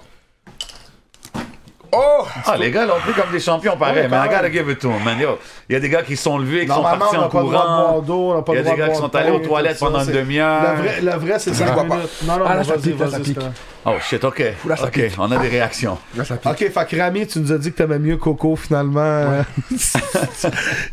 Oh Ah, les gars l'ont pris comme des champions, pareil. mais I gotta give it to 'em, man. Yo, il y a des gars qui sont levés, qui sont Normalement, partis on n'a en pas le droit de boire courant. d'eau, on n'a pas Il y le droit a des de gars qui boire sont de allés aux pain, toilettes tout ça, pendant une c'est- demi-heure. La vraie, la vraie c'est 5 vois pas. minutes. Non, non, Ah, là, mais ça vas-y, pique, là, ça vas-y. c'est pique. correct. Oh shit, ok. Ok, on a des réactions. Ok, fait que Rami, tu nous as dit que t'aimais mieux Coco, finalement. euh,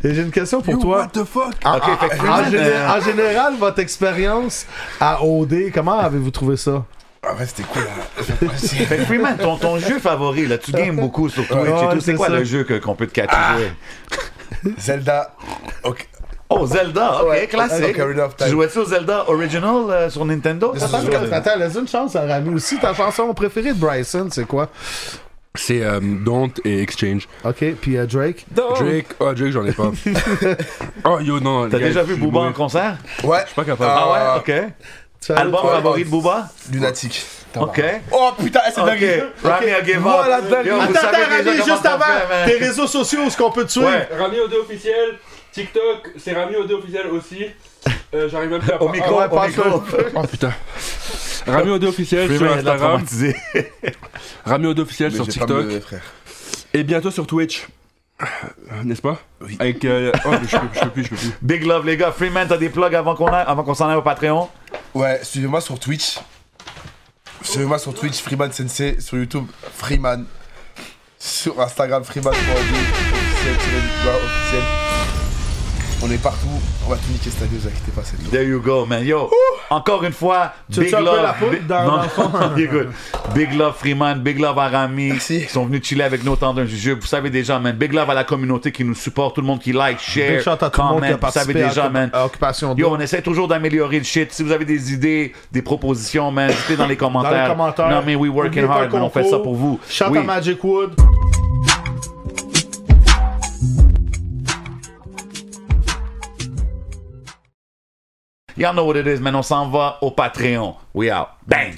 Et J'ai une question pour toi. Ah, the fuck Ok, fait que En, Freeman, géné- euh, Ah, en général, votre expérience à OD, comment avez-vous trouvé ça? Ah ouais, c'était cool, hein. là. fait que Freeman, ton, ton jeu favori, là, tu games beaucoup sur Twitch et Ouais, tout. C'est c'est quoi ça. Ah! le jeu que- qu'on peut te catcher? Zelda. Ok. Oh, Zelda, ok, classique. Ocarina of Tu Time. jouais-tu au Zelda Original euh, sur Nintendo? Attends, attends, attends, laisse une chance à Rami aussi. Ta chanson préférée de Bryson, c'est quoi? C'est euh, Don't et Exchange. Ok, puis euh, Drake. Drake, oh Drake, j'en ai pas. oh yo, non. T'as gars, déjà vu je- Booba ouais. en concert? Ouais. Je suis pas capable. Ah ouais, Tu ok. vas- Album ouais, favori ouais. de Booba? Ah. Lunatique. Ok. Oh putain, eh, c'est Ok, dingue. Rami a give up. Voilà, dingue. Yo, vous Attends, savez attends, déjà Rami, comment juste ça avant, fait, man. tes réseaux sociaux, où est-ce qu'on peut te suivre? Ouais. Rami O2 officiel, TikTok, c'est Rami O2 officiel aussi. Euh, J'arrive même plus à Au micro, ouais, au passe-le. micro. Oh putain. Rami O2 officiel sur Freeman est là Instagram, traumatisé. Rami O2 officiel Mais sur j'ai pas TikTok me- frère. et bientôt sur Twitch. Euh, N'est-ce pas Oui. Avec euh, oh mais je peux, je peux plus, je peux plus. Big love, les gars. Freeman, t'as des plugs avant qu'on aille- avant qu'on s'en aille au Patreon? Ouais, suivez-moi sur Twitch. Suivez-moi sur Twitch, Freeman Sensei. Sur YouTube, Freeman. Sur Instagram, Freeman. officiel, tiré du bas, officiel. On est partout. On va tout niquer cette année, vous inquiétez pas, c'est tout. There you go, man. Yo, encore une fois, Tu big veux-tu un peu love. la poudre Bi- dans- Non, dans le fond? you're good. Big love Freeman, big love à Rami. Merci. Ils sont venus chiller avec nous au temps d'un jeu. Vous savez déjà, man. Big love à la communauté qui nous supporte, tout le monde qui like, Big share, shout à tout le comment. monde qui a Vous savez participé à, déjà, man. à Occupation Yo, Double. on essaie toujours d'améliorer le shit. Si vous avez des idées, des propositions, man, dites dans les commentaires. commentaires. Non, mais we working N'oubliez pas hard, le man. On fait concours. ça pour vous. Shout Oui. à Magic Wood. Y'all know what it is, man. On s'en va au Patreon. We out. Bang!